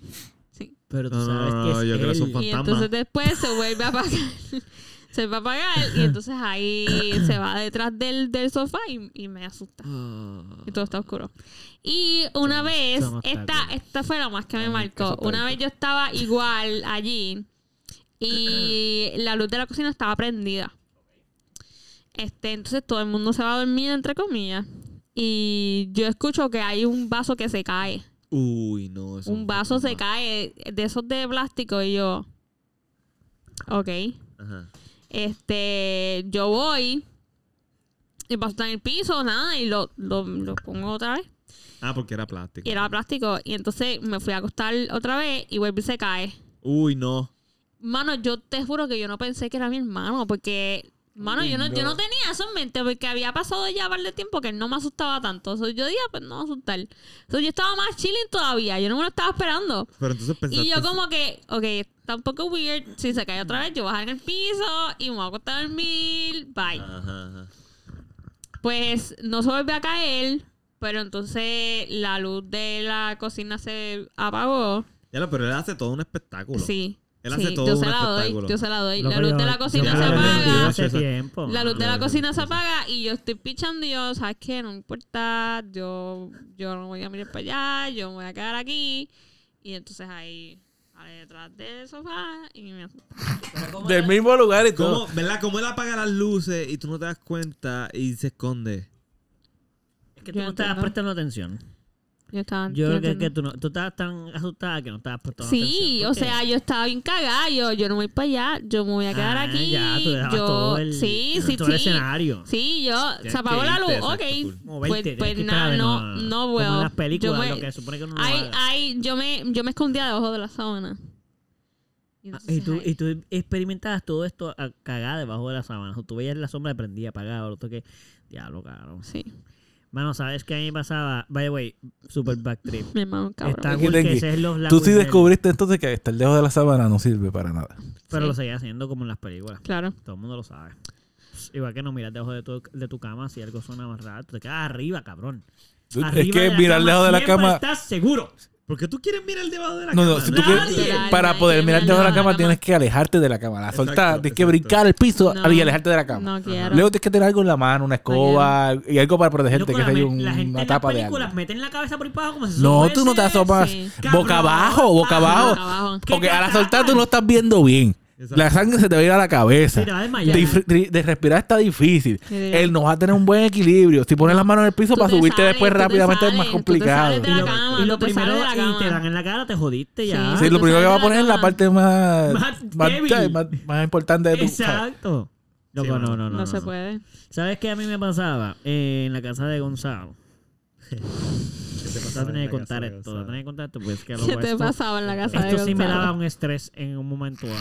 S3: Sí.
S1: Pero tú
S4: No, no,
S1: sabes
S4: no,
S1: que
S4: no,
S1: es
S4: yo creo que es un
S1: él.
S4: fan-
S3: Y
S4: Fantasma.
S3: entonces después se vuelve a apagar. se va a apagar y entonces ahí se va detrás del, del sofá y, y me asusta.
S4: Ah.
S3: Y todo está oscuro. Y una vez,
S1: eso no está
S3: esta,
S1: bien.
S3: esta fue la más que me
S2: Eso
S3: marcó.
S2: está
S3: Una
S2: bien.
S3: vez yo estaba igual allí y la luz de la cocina estaba prendida. Este, entonces todo el mundo se va a dormir, entre comillas. Y yo escucho que hay un vaso que se cae.
S4: Uy, no. eso
S3: Un
S4: no
S3: vaso
S4: está
S3: se
S4: tan
S3: cae de esos de plástico y yo. Ok.
S4: mal. Ajá.
S3: Este, yo voy. El vaso está en el piso, nada, y lo, lo, lo pongo otra vez.
S4: Ah, porque era plástico.
S3: Y era plástico. Y entonces me fui a acostar otra vez y vuelve y se cae.
S4: Uy, no.
S3: Mano, yo te juro que yo no pensé que era mi hermano porque... Mano, yo no, yo no tenía eso en mente porque había pasado ya par de tiempo que no me asustaba tanto. So, yo dije, pues no me va a asustar. So, yo estaba más chilling todavía. Yo no me lo estaba esperando.
S4: Pero Pues, entonces pensaste.
S3: Y yo como que, ok, está un poco weird. Si se cae otra vez, yo bajar en el piso y me voy a acostar a dormir. Bye.
S4: Ajá, ajá.
S3: Pues no se vuelve a caer, pero entonces la luz de la cocina se apagó.
S4: Ya lo, pero él hace todo un espectáculo.
S3: Sí.
S4: Él
S3: sí,
S4: hace todo
S3: yo
S4: un
S3: se la doy,
S4: espectáculo.
S3: yo se la doy.
S1: Loco,
S3: la luz
S1: yo-
S3: de la
S1: yo me
S3: cocina se
S1: lo he vendido
S3: apaga.
S1: hace
S4: Eso-
S1: tiempo,
S3: La
S1: mano.
S3: luz de
S4: Yo
S3: la
S4: lo
S3: cocina se
S4: entiendo.
S3: apaga y yo estoy pichando y yo, ¿sabes qué? No me importa, yo, yo no voy a mirar para allá, yo me voy a quedar aquí. Y entonces ahí, sale detrás del sofá y me asusta.
S1: Pero ¿cómo
S2: Del
S1: era-
S2: mismo lugar y todo.
S4: ¿Cómo, ¿Verdad? ¿Cómo él apaga las luces y tú no te das cuenta y se esconde?
S1: Es que
S3: Yo
S1: tú no estabas
S3: entiendo.
S1: prestando atención.
S3: Yo estaba.
S1: Yo creo que,
S3: entiendo.
S1: que tú, no, tú estabas tan asustada que no estabas prestando
S3: Sí,
S1: atención.
S3: o
S1: ¿Por qué?
S3: sea, yo estaba bien cagada. Yo, yo no voy para allá. Yo me voy a quedar
S1: Ah,
S3: aquí.
S1: Ya, tú dejabas
S3: yo,
S1: todo el,
S3: sí, sí,
S1: todo
S3: sí.
S1: el escenario.
S3: Sí, yo.
S4: Tienes
S3: Se apagó
S4: que
S3: la luz.
S4: irte,
S3: Ok.
S4: exacto, cool.
S1: Moverte,
S3: Pues-
S1: tienes
S3: pues
S1: que
S3: nada,
S1: estar de
S3: no-
S1: nuevo.
S3: no
S1: Como
S3: puedo.
S1: en las películas,
S3: Yo me-
S1: lo que supone que uno no
S3: Ay,
S1: haga.
S3: ay, yo me, yo me escondía debajo de la sábana. Y
S1: Ah,
S3: entonces,
S1: Y tú,
S3: ay,
S1: y tú experimentabas todo esto a- cagada debajo de la sábana. O tú veías la sombra prendida, apagada, o lo que. Diablo, cabrón.
S3: Sí,
S1: Mano, ¿sabes qué a mí me pasaba? By the way, super back trip.
S3: mi hermano cabrón.
S1: Está
S2: Aquí
S1: cool que
S2: tengo.
S1: ese es los
S2: Tú sí
S1: language del-
S2: descubriste entonces que estar lejos de la sábana no sirve para nada.
S1: Pero
S3: Sí.
S1: lo seguía haciendo como en las películas.
S3: Claro.
S1: Todo el mundo lo sabe. Igual que no miras debajo de tu, de tu cama si algo suena más raro. Tú te quedas arriba, cabrón.
S2: Tú- es
S1: Arriba
S2: que
S1: de la
S2: mirar
S1: cama
S2: lejos de la
S1: siempre
S2: cama.
S1: Estás seguro.
S4: Porque tú quieres mirar debajo de la
S2: No,
S4: cama.
S2: no, si tú
S1: Nadie.
S2: quieres-
S3: Nadie
S2: para poder
S3: quiere
S2: mirar debajo de la cama tienes
S3: que
S2: que alejarte de la cama. La
S4: Exacto,
S2: soltada, tienes que
S4: exacto.
S2: brincar el piso
S3: No,
S2: y alejarte de la cama.
S3: No quiero.
S2: Luego tienes que tener algo en la mano, una escoba y algo para protegerte,
S1: Loco,
S2: que
S1: la,
S2: sea
S1: me-
S2: un-
S1: la gente
S2: una
S1: en las
S2: tapa de algo.
S1: películas meten la cabeza por ahí para abajo como si
S2: No,
S1: fuese-
S2: tú no te asomas.
S3: Sí.
S1: Cabrón.
S2: Boca abajo, boca
S1: Ajá.
S2: abajo.
S3: Abajo.
S1: ¿Qué
S2: Porque a la
S1: carajo?
S2: soltada tú no estás viendo bien.
S4: Exacto.
S2: La sangre se te va a ir a la cabeza.
S1: Sí, te va a desmayar.
S2: De, infri- de respirar está difícil.
S3: Sí.
S2: Él no va a tener un buen equilibrio. Si pones las manos en el piso
S3: Tú
S2: para
S3: te
S2: subirte
S3: sales,
S2: después
S3: tú te
S2: rápidamente es
S3: sales,
S2: más
S3: tú te
S2: complicado.
S3: sales de
S1: Y
S3: la
S1: lo,
S3: cama,
S1: y lo
S3: tú te sales
S1: primero,
S3: de la
S1: y te
S3: cama.
S1: dan en la cara, te jodiste ya.
S3: Ah,
S2: Sí, lo
S3: tú
S2: primero que
S3: sales
S2: va a
S3: de la
S2: poner es la
S3: cama.
S2: parte más,
S1: Más
S2: más,
S1: débil.
S2: más- más importante de tu
S1: Exacto. Loco,
S4: Sí,
S1: no,
S4: mano.
S1: no, no,
S3: No,
S1: no,
S3: se
S1: no.
S3: puede.
S1: ¿Sabes qué a mí me pasaba? Eh, en la casa de Gonzalo. Vas a tener que contar esto, vas a tener que contar esto, pues que
S3: ¿Qué te pasaba en la casa de
S1: Esto sí me
S3: Gonzalo?
S1: daba un estrés en un momento dado.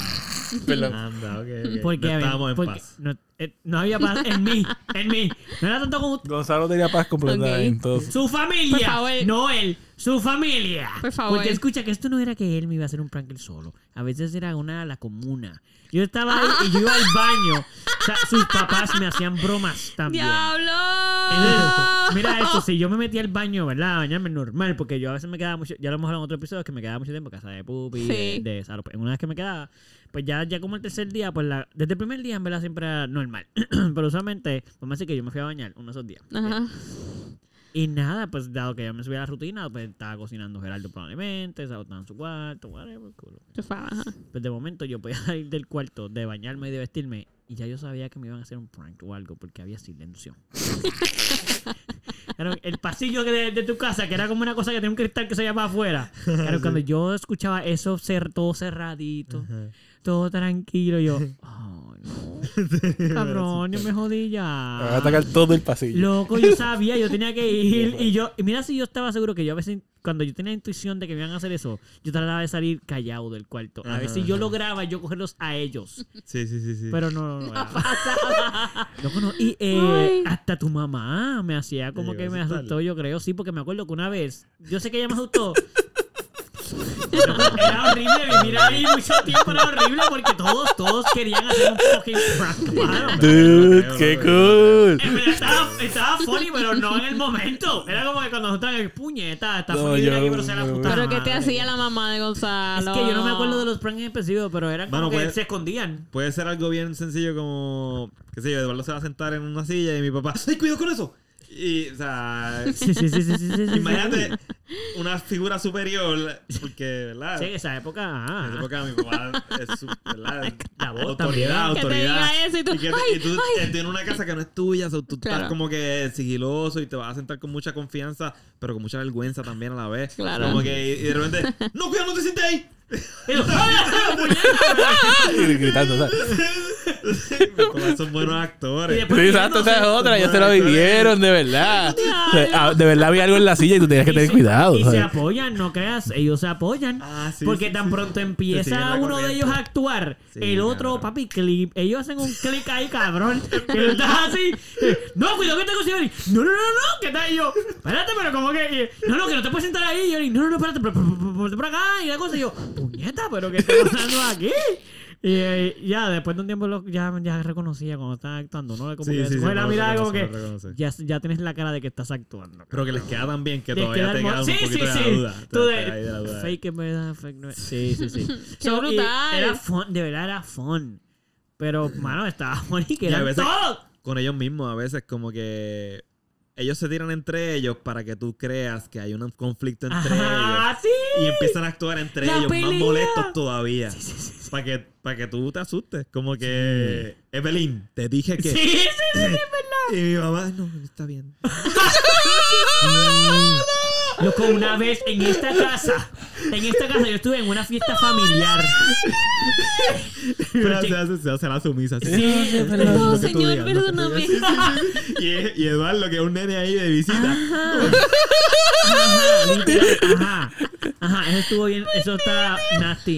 S2: Perdón.
S4: Anda, ok, ok.
S1: Porque,
S4: No
S1: a ver,
S4: estábamos en
S1: porque
S4: paz.
S1: No, eh, no había paz en mí, en mí. No era tanto con usted.
S2: Gonzalo tenía paz completa
S3: Ok.
S2: en todo.
S1: Su familia,
S3: Por favor.
S1: no él, su familia.
S3: Por favor.
S1: Porque escucha que esto no era que él me iba a hacer un prank él solo. A veces era una la comuna. Yo estaba ahí y yo iba al baño. O sea, sus papás me hacían bromas también. Entonces,
S3: ¡Diablo!
S1: mira eso, si yo me metía al baño, ¿verdad? A bañarme normal, porque yo a veces me quedaba mucho, ya lo hemos hablado en otro episodio, que me quedaba mucho tiempo en casa de Pupi,
S3: Sí.
S1: de, de Saro. Pues, Una vez que me quedaba, pues ya, ya como el tercer día, pues la, desde el primer día en verdad siempre era normal. Pero usualmente, vamos a decir que yo me fui a bañar uno de esos días.
S3: Ajá.
S1: Y nada, pues dado que ya me subí a la rutina, pues estaba cocinando Gerardo probablemente, Saro estaba en su cuarto, whatever, cool.
S3: Tú fa- ajá.
S1: Pues de momento yo podía salir del cuarto, de bañarme y de vestirme, y ya yo sabía que me iban a hacer un prank o algo, porque había silencio. Claro, el pasillo de, de tu casa, que era como una cosa que tenía un cristal que se llamaba afuera. Claro, cuando yo escuchaba eso cer- todo cerradito, todo tranquilo, yo, oh, no, cabrón, yo me jodí
S2: Me va a
S1: ya.
S2: atacar todo el pasillo.
S1: Loco, yo sabía, yo tenía que ir. Y yo, y mira si yo estaba seguro que yo a veces, cuando yo tenía intuición de que me iban a hacer eso, yo trataba de salir callado del cuarto. A ver
S4: Ajá,
S1: si yo
S4: ajá.
S1: lograba yo cogerlos a ellos.
S4: Sí, sí, sí, sí.
S1: Pero no, no, no. era. Loco, no. Y eh,
S3: Ay.
S1: hasta tu mamá me hacía como
S4: Te
S1: que
S4: llegó a
S1: me
S4: asustar.
S1: asustó, yo creo, sí, porque me acuerdo que una vez, yo sé que ella me asustó. Era horrible vivir ahí mucho tiempo, era horrible porque todos, todos querían hacer un fucking prank, mano.
S2: Dude, qué cool.
S1: En verdad estaba, estaba funny, pero no en el momento. Era como que cuando estaban el puñeta, está
S2: No,
S1: funny de
S2: yo-
S1: aquí, pero se la puta.
S3: Pero que te
S1: madre.
S3: hacía la mamá de
S1: Es
S3: Gonzalo.
S1: que yo no me acuerdo de los pranks específicos, pero eran como
S4: Mano,
S1: que
S4: pues-
S1: se escondían.
S4: Puede ser algo bien sencillo como, qué sé yo, Eduardo se va a sentar en una silla y mi papá, ¡ay, cuidado con eso! Y, o sea,
S1: Sí, sí, sí, sí, sí, sí, sí.
S4: imagínate una figura superior, porque, ¿verdad?
S1: Sí, en esa época. ah.
S4: En esa época mi papá es su, ¿verdad?
S1: La voz
S4: autoridad,
S1: también.
S3: Que te
S4: autoridad.
S3: diga eso y tú,
S4: que
S3: "Ay,
S4: y tú
S3: ay".
S4: estás en una casa que no es tuya, o sea, tú
S3: Claro.
S4: estás como que sigiloso y te vas a sentar con mucha confianza, pero con mucha vergüenza también a la vez.
S3: Claro.
S4: Como que, y de repente, ¡no, cuidado, no te sientes ahí!
S1: Y yo, ¡ah!
S2: Y gritando, ¿sabes?
S4: Mis papás son buenos actores.
S1: Y después-
S2: Sí, exacto, esa es otra. Ya se lo vivieron, de verdad. O sea, ah, De verdad había algo en la silla y tú tenías que
S1: Y
S2: tener
S1: se-
S2: cuidado.
S1: Y se
S2: ¿sabes?
S1: apoyan, no creas, ellos se apoyan.
S4: Ah, sí,
S1: porque
S4: sí,
S1: tan
S4: sí.
S1: pronto
S4: Se siguen
S1: empieza
S4: la
S1: uno de
S4: corriente.
S1: ellos a actuar,
S4: Sí,
S1: el otro,
S4: claro.
S1: papi, clip. Ellos hacen un clic ahí, cabrón. que tú estás así. eh, No, cuidado que te consigo. Yori. No, no, no, no, que está ahí yo. Espérate, pero como que. eh, No, no, que no te puedes sentar ahí, Yori. No, no, no, espérate, pero pero- pero- pero por acá. Y la cosa, y yo, puñeta, pero ¿qué está pasando aquí? Y eh, ya, después de un tiempo lo- ya, ya reconocía cuando estaba actuando, ¿no? Como
S4: Sí,
S1: que
S4: sí,
S1: se
S4: sí,
S1: coge la
S4: lo
S1: mirada como
S4: reconoce,
S1: que
S4: lo reconoce.
S1: ya, ya tienes la cara de que estás actuando.
S4: Pero que les queda tan bien que
S1: Te
S4: todavía
S1: queda
S4: te
S1: el mo-
S4: queda un
S1: sí,
S4: poquito
S1: sí,
S4: de la
S1: sí.
S4: duda. Te-
S1: Tú
S4: te
S1: de-
S4: queda ahí de la duda.
S1: Fake es verdad, fake no es. Sí, sí, sí. So, y
S3: brutal.
S1: Era fun, de verdad era fun. Pero, mano, estaba funny que
S4: Y a
S1: eran
S4: veces-
S1: todos.
S4: Con ellos mismos, a veces como que ellos se tiran entre ellos para que tú creas que hay un conflicto entre ellos.
S1: Ajá, sí.
S4: y empiezan a actuar entre
S3: La
S4: ellos más
S3: pelea.
S4: molestos todavía. Para que, pa' que tú te asustes. Como que, Evelyn, te dije que.
S1: Sí, sí, sí.
S4: Y mi mamá, no, está bien.
S1: Loco, una vez en esta casa, en esta casa yo estuve en una fiesta familiar.
S4: Pero
S1: che-
S4: se hace, se hace la sumisa. así.
S1: Sí,
S3: No,
S4: Lo que tú
S3: señor,
S4: digas, lo que tú
S3: perdóname.
S4: Y, y Eduardo, que es un nene ahí de visita.
S1: ajá, literal, ajá, ajá, eso estuvo bien, eso está nasty.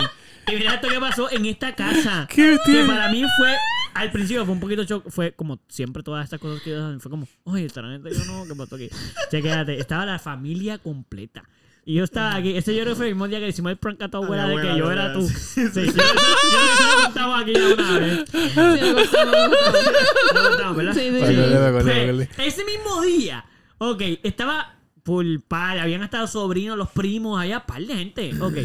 S1: Y mira esto que pasó en esta casa.
S2: ¿Qué
S1: Que
S2: tiene?
S1: para mí fue, al principio fue un poquito shock, fue como siempre todas estas cosas que yo- fue como, oye, estarán entre yo no, ¿qué pasó aquí? Che, quédate, estaba la familia completa. Y yo estaba aquí, ese yo creo que fue el mismo día que le hicimos el prank a tu abuela de que
S4: abuela,
S1: yo
S4: la
S1: era tú.
S4: verdad,
S1: Sí, yo, yo, yo estaba aquí ya una vez. No contamos, ¿verdad?
S3: Sí, sí,
S1: Ok,
S3: sí.
S2: Me acordé, me acordé, me
S1: pues, Ese mismo día, ok, estaba full par, habían estado sobrinos, los primos, allá, par de gente, ok.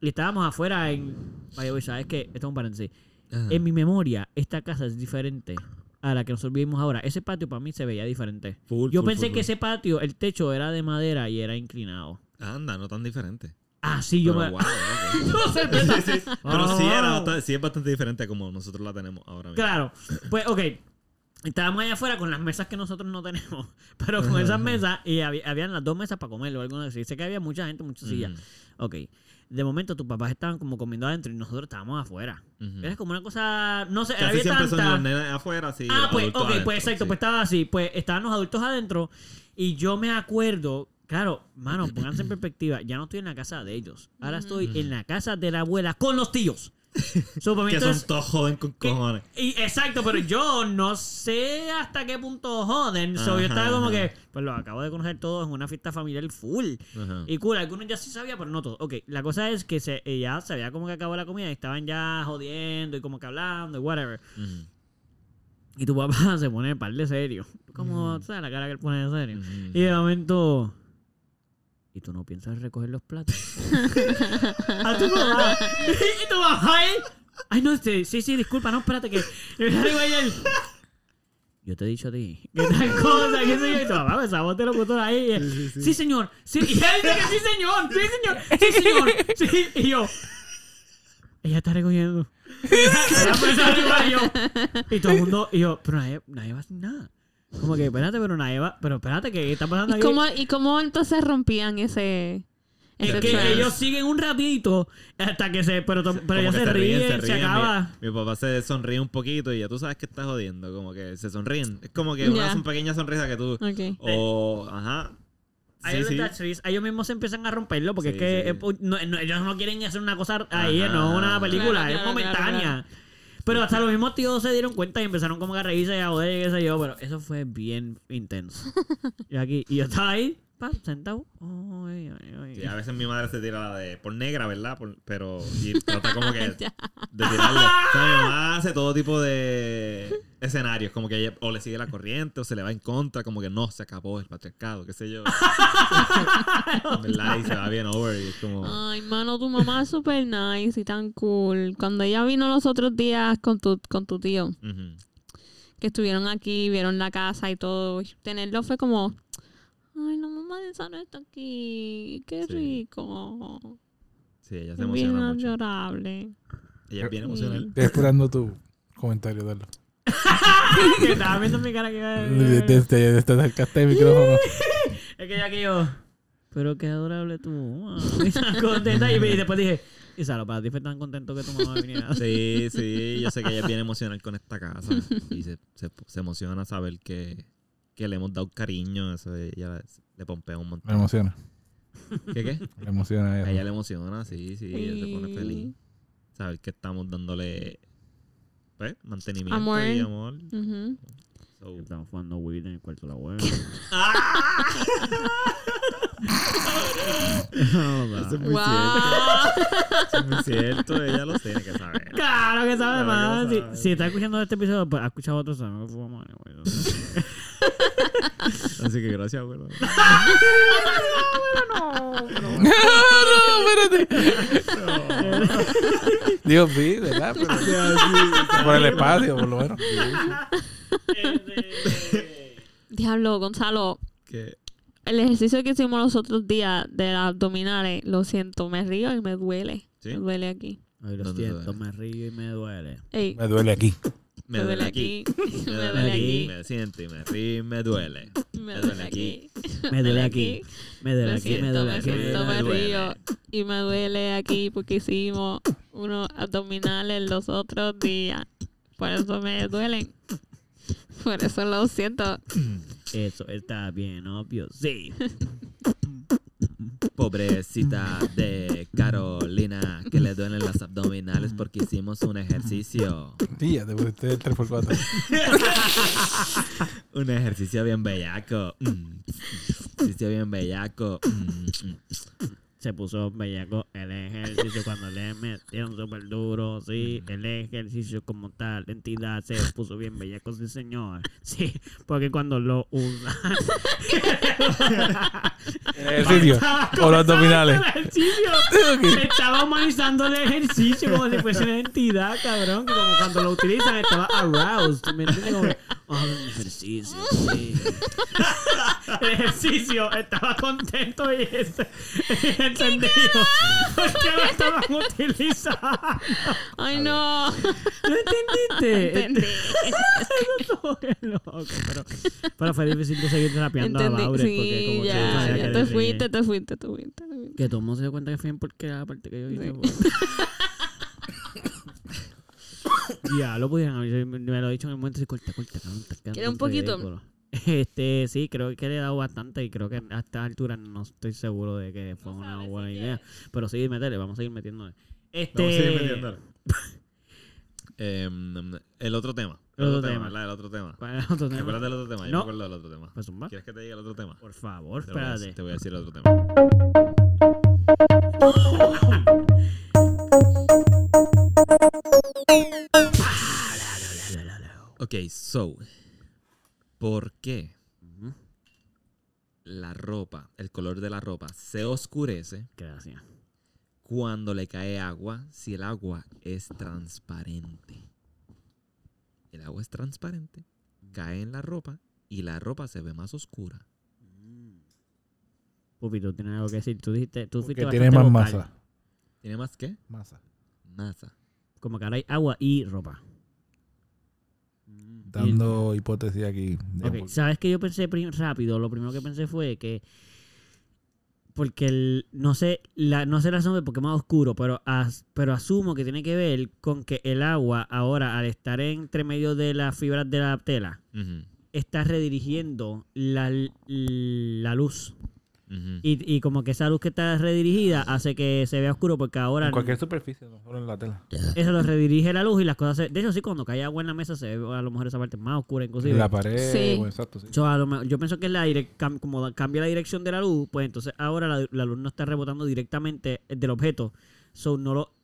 S1: Y estábamos afuera en... Vaya, güey, ¿sabes qué? Esto es un paréntesis. En mi memoria, esta casa es diferente a la que nosotros vivimos ahora. Ese patio para mí se veía diferente.
S4: Full,
S1: Yo
S4: full,
S1: pensé
S4: full,
S1: que
S4: full.
S1: ese patio, el techo era de madera y era inclinado.
S4: Anda, no tan diferente.
S1: Ah, sí, yo me... Oh.
S4: Pero wow, ok.
S1: No sé,
S4: Sí, sí. Pero sí, era
S1: Wow.
S4: bastante- sí es bastante diferente a como nosotros la tenemos ahora mismo.
S1: Claro. Pues, ok. Estábamos allá afuera con las mesas que nosotros no tenemos. Pero con esas mesas, y había- habían las dos mesas para comer o algo así. Sé que había mucha gente, muchas sillas.
S4: Ujú,
S1: Ok. De momento, tus papás estaban como comiendo adentro y nosotros estábamos afuera.
S4: ujú.
S1: Era como una cosa. No sé,
S4: Casi
S1: había
S4: siempre son
S1: tanta-
S4: los nenes afuera, sí.
S1: Ah, pues, ok,
S4: adultos adentro,
S1: pues exacto,
S4: sí.
S1: pues estaba así. Pues estaban los adultos adentro y yo me acuerdo, claro, mano, pónganse en perspectiva, ya no estoy en la casa de ellos. Ahora estoy en la casa de la abuela con los tíos. So, para mí
S4: Que
S1: esto es-
S4: son todos joden con
S1: que-
S4: cojones.
S1: y, exacto, pero yo no sé hasta qué punto joden. So, yo
S4: Ajá,
S1: estaba como
S4: ajá.
S1: que, pues los acabo de conocer todos en una fiesta familiar full.
S4: Ajá.
S1: Y cool, algunos ya sí sabía, pero no todos. Ok, la cosa es que se, eh, ya sabía como que acabó la comida y estaban ya jodiendo y como que hablando y whatever.
S4: Ujú,
S1: Y tu papá se pone par de serio. Como, ¿sabes la cara que él pone de serio?
S4: ujú.
S1: Y de momento. ¿Y tú no piensas recoger los platos? a tu papá. y tu papá, ¿eh? Ay, no, este, sí, sí, disculpa, no, espérate que. y me salgo ahí él, Yo te he dicho a ti. ¿Qué tal cosa? ¿Qué sé yo? Y tu papá, esa voz de locutor ahí. eh, Sí, señor. Sí, y ella dice que sí, señor. Sí, señor. Sí, señor. Sí. Y yo. Ella está recogiendo. Ella empezó a llorar, y yo. Y todo el mundo. Y yo, pero nadie, nadie va a hacer nada. Como que, espérate, pero nadie va. Pero espérate, que está pasando
S3: ¿Y
S1: aquí?
S3: cómo, ¿Y cómo entonces rompían ese...
S1: Es
S3: ese
S1: que
S3: trance?
S1: ellos siguen un ratito hasta que se. Pero, to- pero
S4: Como
S1: ya
S4: que
S1: se, ríen, se,
S4: ríen.
S1: acaba.
S4: Mi, mi papá se sonríe un poquito y ya tú sabes que está jodiendo. Como que se sonríen. Es como que
S3: Ya.
S4: una son- pequeña sonrisa que tú.
S3: Ok.
S4: O. Ajá.
S1: Ahí
S4: Sí,
S1: es
S4: sí.
S1: donde Chris, ellos mismos se empiezan a romperlo porque
S4: Sí,
S1: es que
S4: sí.
S1: eh, pues, no- no, ellos no quieren hacer una cosa ahí,
S4: Ajá.
S1: no es una película,
S3: Claro,
S1: es
S3: claro,
S1: momentánea.
S3: claro,
S1: Pero hasta los mismos tíos se dieron cuenta y empezaron como que a reírse y a joder y qué sé yo, pero eso fue bien intenso. y aquí, y yo estaba ahí, pa, sentado. Ay, ay, ay.
S4: Sí, a veces mi madre se tira la de por negra, ¿verdad? Por- pero y trata como que de tirarle. O sea, mi mamá hace todo tipo de escenarios, como que ella o le sigue la corriente o se le va en contra, como que no, se acabó el patriarcado, qué sé yo. ¿Verdad? Y se va bien over y es como...
S3: Ay, mano, tu mamá es súper nice y tan cool. Cuando ella vino los otros días con tu, con tu tío,
S4: ujú.
S3: que estuvieron aquí, vieron la casa y todo, y tenerlo fue como, ay, la mamá de Sano está aquí, qué
S4: Sí.
S3: rico.
S4: Sí, ella se
S3: Es Bien
S4: emociona mucho.
S3: adorable.
S4: Ella es bien
S3: Mm.
S4: emocional.
S2: Estoy esperando tu comentario, Eduardo.
S1: Que estaba viendo mi cara que iba a-
S4: Este
S2: Desde desde acercaste el micrófono.
S1: Es que ya que yo. Pero qué adorable tu mamá. Y estaba contenta y, y después dije, Isalo, para ti fue tan contento que tu mamá viniera.
S4: Sí, sí, yo sé que ella es bien emocional con esta casa y se, se, se emociona saber que, que le hemos dado cariño, eso ella le pompea un montón.
S2: Me emociona.
S4: ¿Qué qué?
S2: Me emociona.
S4: A
S2: eso.
S4: ella le emociona, sí, sí, ella se pone
S3: Sí.
S4: feliz. Saber que estamos dándole pues, mantenimiento
S3: Amor.
S4: y amor.
S3: Ujú.
S4: So,
S1: Estamos jugando Wii en el cuarto de la abuela.
S4: eso es muy
S3: Wow.
S4: cierto, es muy cierto, ella lo tiene que saber.
S1: Claro que sabe
S4: Claro que
S1: más.
S4: lo
S1: Si,
S4: sabe.
S1: si está escuchando este episodio, pues ha escuchado otros amigos fumamos.
S4: Así que gracias, abuelo.
S2: no, espérate. Dios mío, ¿verdad? Pero- por el espacio, por lo menos.
S3: Diablo, Gonzalo,
S4: Que,
S3: el ejercicio que hicimos los otros días de las abdominales, lo siento, me río y me duele.
S4: ¿Sí?
S3: Me duele aquí.
S1: Ay, lo
S4: ¿Dónde te
S1: siento,
S4: duele?
S1: me río y me duele.
S3: Ey,
S2: Me duele aquí.
S4: Me duele aquí.
S3: Me duele aquí.
S4: Me siento y me río y me duele.
S3: Me duele aquí.
S1: Me duele aquí, me duele
S3: Me
S1: aquí, me
S3: siento,
S1: duele
S3: me
S1: aquí.
S4: me
S3: siento, me
S4: duele.
S3: río. Y me duele aquí porque hicimos unos abdominales los otros días. Por eso me duelen. Por eso lo siento.
S1: Eso está bien obvio, sí.
S4: Pobrecita de Carolina, que le duelen las abdominales porque hicimos un ejercicio.
S2: Tía, te pusiste el 3x4.
S4: Un ejercicio bien bellaco. Mm. Ejercicio bien bellaco. Mm.
S1: Se puso bellaco el ejercicio cuando le metieron súper duro, sí. El ejercicio como tal, la entidad se puso bien bellaco, sí señor. Sí, porque cuando lo usa...
S2: Ejercicio. O los abdominales.
S1: Ah, El ejercicio. Estaba humanizando el ejercicio como si fuese una entidad, cabrón. Que como cuando lo utilizan estaba aroused. ¿Me entiendes? Como, que, "Ah, el ejercicio, sí. El ejercicio estaba contento y ese- y encendido. Porque lo estaban utilizando.
S3: Ay, no.
S1: ¿Lo entendiste?
S3: Entendí.
S1: Esto es loco, pero, pero fue difícil de seguir rapeando
S3: Entendí.
S1: a Laure. porque
S3: Sí,
S1: como que no
S3: ya.
S1: sabía
S3: ya
S1: qué
S3: Te
S1: decir.
S3: fuiste, te fuiste, te fuiste. te fuiste.
S1: Que todo el mundo se dio cuenta que fue bien porque la parte que yo hice.
S3: Sí.
S1: fue- ya, lo pudieron haber- me, me lo he dicho en el momento. así, corta, corta, cabrón. estás quedando
S3: ¿Quieres un poquito?
S1: ridículo. Este, sí, creo que le he dado bastante y creo que a esta altura no estoy seguro de que fue una
S3: sabes,
S1: buena
S3: así que-
S1: idea. Pero sí, métele, vamos a seguir metiéndole. Este,
S4: Vamos a seguir metiéndole. Em, el otro tema. El otro, tema, ¿verdad? El otro tema.
S1: ¿Cuál es el otro
S4: ¿Te
S1: tema?
S4: acuerdas del otro tema? Yo
S1: No.
S4: me acuerdo del otro tema.
S1: Pues, zumba.
S4: ¿Quieres que te diga el otro tema?
S1: Por favor,
S4: Te voy a,
S1: espérate.
S4: te voy a decir el otro tema. Ok, so. ¿Por qué
S1: Ujú,
S4: la ropa, el color de la ropa, se oscurece
S1: Gracias.
S4: cuando le cae agua si el agua es transparente? El agua es transparente, cae en la ropa y la ropa se ve más oscura.
S1: Pupi, tú tienes algo que decir. Tú dijiste, tú fuiste
S2: Que tiene más
S1: bastante vocal.
S2: masa.
S4: ¿Tiene más qué?
S2: Masa.
S4: Masa.
S1: Como que ahora hay agua y ropa.
S2: Mm. Dando hipótesis aquí. de
S1: Ok,
S2: por-
S1: ¿sabes que Yo pensé prim- rápido, lo primero que pensé fue que. Porque el- no sé la no sé la razón de por qué más oscuro, pero, as- pero asumo que tiene que ver con que el agua ahora, al estar entre medio de las fibras de la tela,
S4: Ujú,
S1: está redirigiendo la, la luz.
S4: ujú.
S1: Y, y como que esa luz que está redirigida hace que se vea oscuro, porque ahora
S2: En cualquier superficie, no solo en la tela.
S1: eso lo redirige la luz y las cosas se- De hecho, sí, cuando cae agua en la mesa se ve a lo mejor esa parte más oscura inclusive.
S2: En la pared.
S3: Sí.
S2: o exacto, sí.
S1: So, a lo mejor- yo pienso que la direc- cam- como da- cambia la dirección de la luz, pues entonces ahora la, la luz no está rebotando directamente del objeto. So, no lo,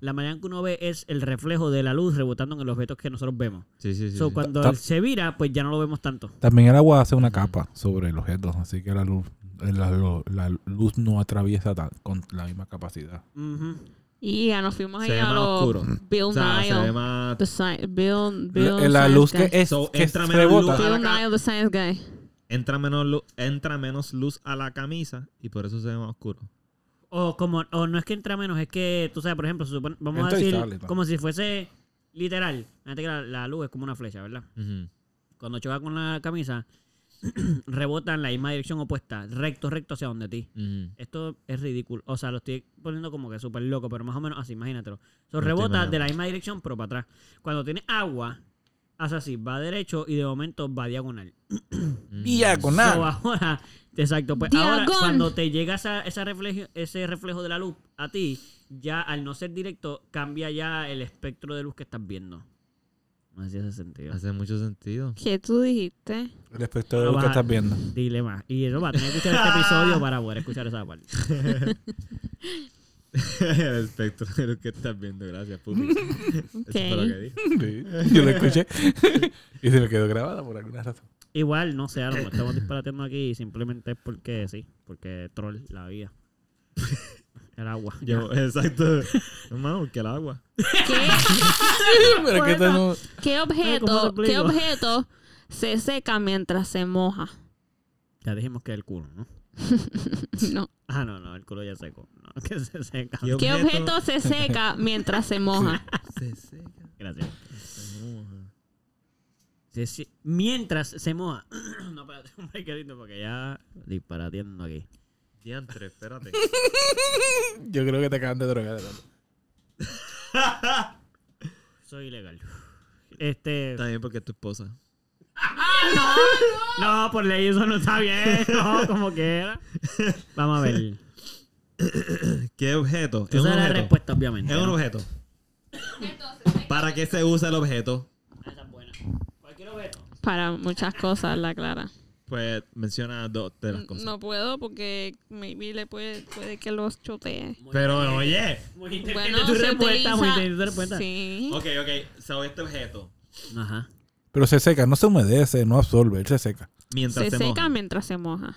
S1: la manera en que uno ve es el reflejo de la luz rebotando en el objeto que nosotros vemos.
S4: Sí, sí, sí.
S1: So,
S4: sí.
S1: cuando
S2: Ta-
S1: él se vira, pues ya no lo vemos tanto.
S2: También el agua hace una capa sobre el objeto, así que la luz, eh, la, lo- la luz no atraviesa tan- con la misma capacidad.
S1: Ujú.
S3: Y ya nos fuimos
S4: Se
S3: ahí
S4: ve
S3: a
S4: más
S3: los
S4: oscuro.
S3: Bill pues
S4: O sea, se ve
S3: Nile.
S4: más.
S3: The sci- Bill,
S2: La, eh,
S3: Bill
S2: la
S3: Science
S2: luz que
S3: Guy.
S2: es
S4: So,
S2: que
S4: entra menos
S2: rebota.
S4: luz.
S3: Bill
S4: a la ca-
S3: Nile, the science guy.
S4: Entra menos, luz, entra menos luz a la camisa y por eso se ve más oscuro.
S1: O como o no es que entra menos, es que tú sabes, por ejemplo, se supone- vamos
S2: Entra
S1: a
S2: y
S1: decir
S2: sale, pa.
S1: como si fuese literal. Fíjate que la, la luz es como una flecha, ¿verdad?
S4: Ujú.
S1: Cuando choca con la camisa, rebota en la misma dirección opuesta, recto, recto hacia donde ti.
S4: Ujú.
S1: Esto es ridículo. O sea, lo estoy poniendo como que súper loco, pero más o menos así, imagínatelo. So,
S4: No
S1: rebota
S4: entiendo
S1: de la
S4: nada.
S1: misma dirección, pero para atrás. Cuando tiene agua, hace así, va derecho y de momento va diagonal.
S4: Ujú.
S2: Diagonal.
S1: So, ahora, exacto, pues ahora
S3: Diagon.
S1: cuando te llega esa, esa reflejo, ese reflejo de la luz a ti, ya al no ser directo, cambia ya el espectro de luz que estás viendo. No hacía ese sentido.
S4: Hace mucho sentido.
S3: ¿Qué tú dijiste?
S2: El espectro de luz que
S1: Baja.
S2: estás viendo.
S1: Dile más. Y eso va a tener que escuchar este episodio para poder escuchar esa parte.
S4: El espectro de lo que estás viendo, gracias, Pupi. Eso fue lo que dije.
S2: Sí, yo lo escuché y se me quedó grabada por alguna razón.
S1: Igual, no sé, a lo mejor estamos disparateando aquí y simplemente es porque sí, porque troll la vida. El agua.
S4: Yo, exacto. Hermano, porque el agua.
S3: ¿Qué?
S2: Pero que tengo-
S3: ¿Qué
S1: Ay, ¿cómo te
S3: objeto,
S1: explico?
S3: ¿Qué objeto se seca mientras se moja?
S1: Ya dijimos que el culo, ¿no?
S3: No.
S1: Ah, no, no, el culo ya seco. No, que se seca.
S4: ¿Qué
S3: ¿Qué
S4: objeto
S3: objeto se seca mientras se moja?
S4: Se seca.
S1: Gracias.
S4: se moja.
S1: Sí, sí. Mientras se moja. no, espérate, un brequecito porque ya disparatiendo aquí.
S4: Diantre, espérate.
S2: Yo creo que te acaban de drogar.
S1: Soy ilegal. Este.
S4: Está bien porque es tu esposa.
S1: No, por ley eso no está bien. No, como que era. Vamos a ver.
S4: ¿Qué objeto? Es
S1: Esa
S4: un
S1: era la
S4: objeto.
S1: respuesta, obviamente.
S4: Es un
S1: ¿no?
S4: objeto. ¿Para qué se usa el objeto?
S1: Ah, esa es buena. Cualquier objeto.
S3: Para muchas cosas, la Clara.
S4: Pues menciona dos de las cosas.
S3: No puedo porque maybe le puede, puede que los chotee.
S4: Pero oye.
S1: Muy inteligente
S3: Bueno,
S1: tu
S3: se
S1: respuesta, muy
S3: utiliza-
S1: inteligente tu respuesta.
S3: Sí.
S4: Ok, ok. So, este objeto.
S1: Ajá.
S2: Pero se seca, no se humedece, no absorbe, él se seca.
S4: Mientras
S3: Se,
S4: se,
S3: seca
S4: moja.
S3: mientras se moja.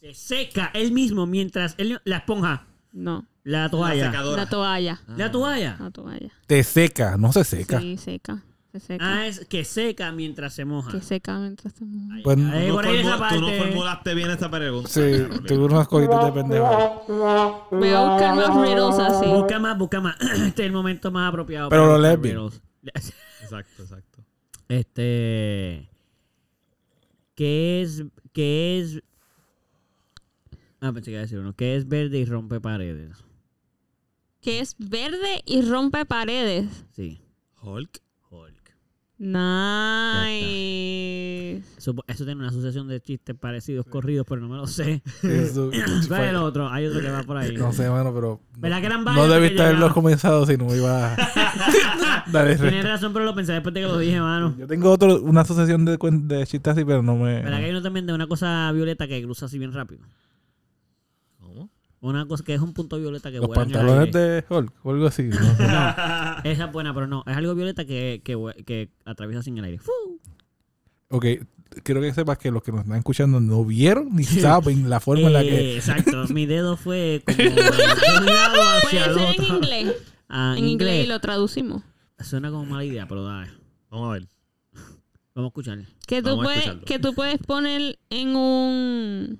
S1: Se seca él mismo mientras él, la esponja,
S3: No.
S1: la
S4: La
S1: toalla. La,
S4: secadora.
S3: La toalla.
S1: toalla.
S3: La toalla.
S2: Te seca, no se seca.
S3: Sí, seca. Se seca.
S1: Ah, es que seca mientras se moja.
S3: Que mm, seca mientras se moja.
S1: Ahí,
S2: Pues,
S1: ahí,
S4: Tú no,
S1: por ahí esa
S4: formu- tú no
S1: parte.
S4: formulaste bien esta pregunta. Ah,
S2: Sí, tú unas cositas de pendejo.
S3: Voy a buscar más riddles así.
S1: Busca más, busca más. Este es el momento más apropiado.
S2: Pero
S1: para
S2: lo lees
S1: buscar
S2: bien.
S1: videos.
S4: Exacto, exacto.
S1: Este. ¿Qué es. ¿Qué es. Ah, pensé que iba a decir uno. ¿Qué es verde y rompe paredes?
S3: Que es verde y rompe paredes.
S1: Sí.
S4: Hulk.
S1: Hulk.
S3: Nice.
S1: Eso, eso tiene una asociación de chistes parecidos, corridos, pero no me lo sé.
S2: Eso-
S1: ¿Cuál es el otro? Hay otro que va por ahí.
S2: No sé, mano, pero.
S1: ¿Verdad que eran
S2: no,
S1: varios que
S2: debiste haberlo
S1: llegaron?
S2: comenzado si no me iba a. Dale,
S1: Tienes
S2: resto.
S1: razón, pero lo pensé después de que lo dije, mano.
S2: Yo tengo otro, una asociación de, cuen- de chistes así, pero no me.
S1: ¿Verdad que hay uno también de una cosa violeta que cruza así bien rápido?
S4: ¿Cómo?
S1: Una cosa que es un punto violeta que
S2: Los
S1: vuela en el
S2: pantalones
S1: aire.
S2: de Hulk o algo así. no sé.
S1: Esa es buena, pero no. Es algo violeta que, que, vue- que atraviesa sin el aire. ¡Fu!
S2: ok, quiero que sepas que los que nos están escuchando no vieron ni saben la forma en la que.
S1: Eh, Exacto. Mi dedo fue como de un lado hacia
S3: Puede
S1: el
S3: ser en
S1: otro.
S3: inglés.
S1: Ah,
S3: En inglés y lo traducimos.
S1: Suena como mala idea, pero dale.
S4: Vamos a ver.
S1: Vamos a escucharle.
S3: Que tú,
S4: Vamos a
S3: puedes,
S4: escucharlo.
S3: que tú puedes poner en un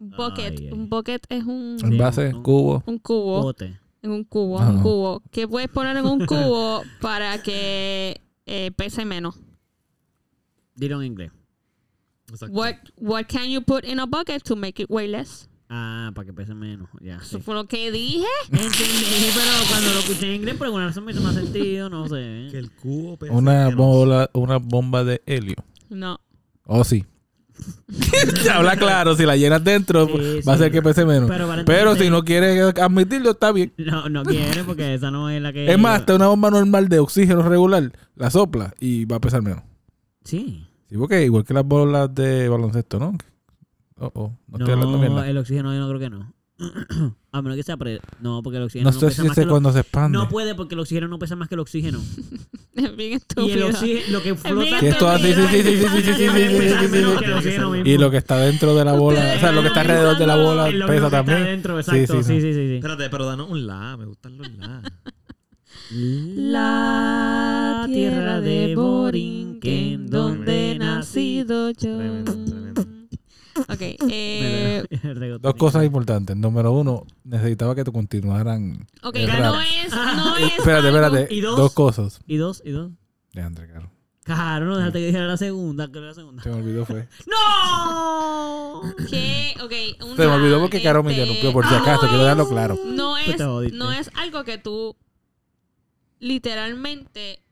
S3: bucket.
S1: Ay, ay.
S3: Un bucket es un,
S2: En base,
S1: un-
S2: cubo.
S3: un cubo.
S1: Bote.
S3: En un cubo,
S2: Ah.
S3: un cubo. Que puedes poner en un cubo para que eh, pese menos.
S1: Dilo en inglés.
S4: Exacto.
S3: What, what can you put in a bucket to make it weigh less?
S1: Ah, para que pese menos. Ya. sí.
S3: Eso fue lo que dije.
S1: Entendí, pero cuando lo escuché en inglés, por alguna razón me hizo más sentido. No sé.
S4: Que el cubo pese
S2: Una
S4: menos.
S2: bola, una bomba de helio.
S3: No.
S2: Oh, sí. Habla claro, si la llenas dentro,
S1: Sí,
S2: va a
S1: sí.
S2: ser que pese menos.
S1: Pero
S2: Pero,
S1: aparentemente-
S2: si no quieres admitirlo, está bien.
S1: No, no quiere porque esa no es la que.
S2: Es más, hasta una bomba normal de oxígeno regular, la sopla y va a pesar menos.
S1: Sí.
S2: Sí, porque igual que las bolas de baloncesto, ¿no? Oh, oh, no estoy hablando
S1: No,
S2: mierda.
S1: el oxígeno yo no creo que no. A menos que sea pre... No, porque el oxígeno
S2: No
S1: no,
S2: sé
S1: pesa
S2: si
S1: más
S2: se
S1: que lo-
S2: cuando se expande.
S1: No puede porque el oxígeno no pesa más que el oxígeno.
S3: Es bien
S1: Y el
S3: estúpido.
S1: oxígeno, lo que flota...
S2: Sí, esto hace- sí, sí, sí, sí, sí, sí, sí, sí, sí, sí, sí, sí, sí. Y lo que está dentro de la bola, o sea, lo que está alrededor de la bola
S1: Es lo mismo
S2: pesa
S1: que está
S2: también.
S1: dentro,
S2: Sí, sí,
S1: exacto, sí,
S2: sí.
S1: sí, sí, sí.
S4: Espérate, pero danos un la. Me gustan los la.
S1: La tierra de Borinquen, donde nací.
S3: yo.
S4: Tremendo, tremendo.
S3: Ok, eh,
S2: Dos cosas importantes. Número uno, necesitaba que te continuaran.
S3: ok,
S2: Es
S3: no
S2: raro. Eh,
S3: es,
S1: Ah.
S3: no es.
S2: Espérate,
S3: algo-
S2: espérate.
S1: ¿Y dos?
S2: Dos cosas.
S1: Y dos, y dos.
S2: Leandro, claro.
S1: Claro, no, déjate que dijera la segunda, que era la segunda.
S2: Se me olvidó, fue.
S1: ¡No!
S3: Que, ok, una,
S2: Se me olvidó porque Caro me
S3: este,
S2: interrumpió, por si acaso, quiero darlo claro.
S3: No
S1: Tú
S3: es,
S1: Pues te jodiste.
S3: no es algo que tú literalmente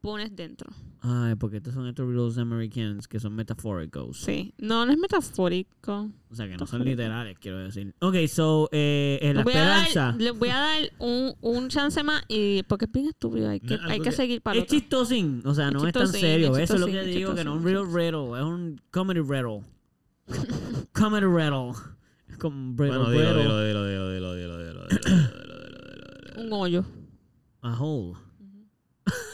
S3: pones dentro.
S1: Ay, porque estos son estos rules americanos que son metafóricos.
S3: Sí, no, no es metafórico.
S1: O sea, que no son literales, quiero decir. Ok, so, eh, en la
S3: Les voy, a
S1: esperanza.
S3: dar, les voy a dar un, un chance más y porque es bien estúpido. Hay
S4: No,
S3: que,
S4: algo
S3: hay que
S4: que-
S3: seguir para
S1: Es
S3: otro.
S1: chistosín, o sea,
S3: Es
S1: no es tan
S3: chistosín,
S1: serio.
S3: es
S1: Eso es lo que
S3: chistosín,
S1: digo, que no es un real
S3: chistosín,
S1: riddle, es un comedy riddle. comedy riddle. Es como un riddle,
S4: Bueno, dilo,
S1: riddle.
S4: dilo, dilo, dilo, dilo, dilo, dilo, dilo, dilo, dilo, dilo, dilo.
S3: Un hoyo.
S1: A hole.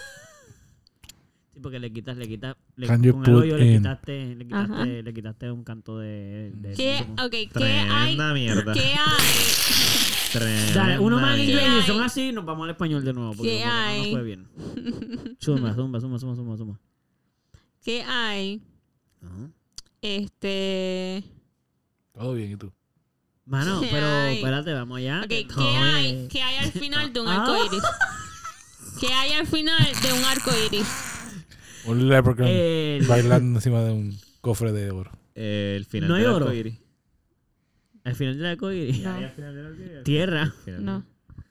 S1: sí, porque le quitas, le quitas, le,
S2: Can you
S1: con el hoyo
S2: put
S1: le
S2: in?
S1: quitaste, le
S3: Ajá.
S1: quitaste, le quitaste un canto de... de-
S3: ¿Qué,
S1: como-
S3: okay, ¿qué hay?
S4: Tremenda mierda.
S3: ¿Qué hay?
S4: Tremenda
S1: Dale, uno más en
S4: mierda.
S1: inglés y
S3: hay?
S1: son así, nos vamos al español de nuevo, porque
S3: ¿Qué
S1: como que no nos
S3: hay?
S1: fue bien. Suma, suma, suma, suma, suma, suma.
S3: ¿Qué hay?
S1: Ajá.
S3: Este.
S2: Todo bien, ¿y tú?
S1: Mano,
S3: ¿Qué
S1: pero
S3: hay?
S1: espérate, vamos allá.
S3: Ok,
S1: que
S3: ¿qué
S1: no eh,
S3: hay,
S1: es-
S3: ¿qué hay al final de un
S1: Ah.
S3: arco iris? ¿Qué hay al final de un arco iris?
S2: Un leprechaun
S1: El-
S2: bailando encima de un cofre de oro.
S4: El final
S1: No hay
S4: del
S1: oro.
S4: arcoíris.
S1: Al final del arcoíris.
S3: No.
S1: Tierra.
S4: Final-
S3: No,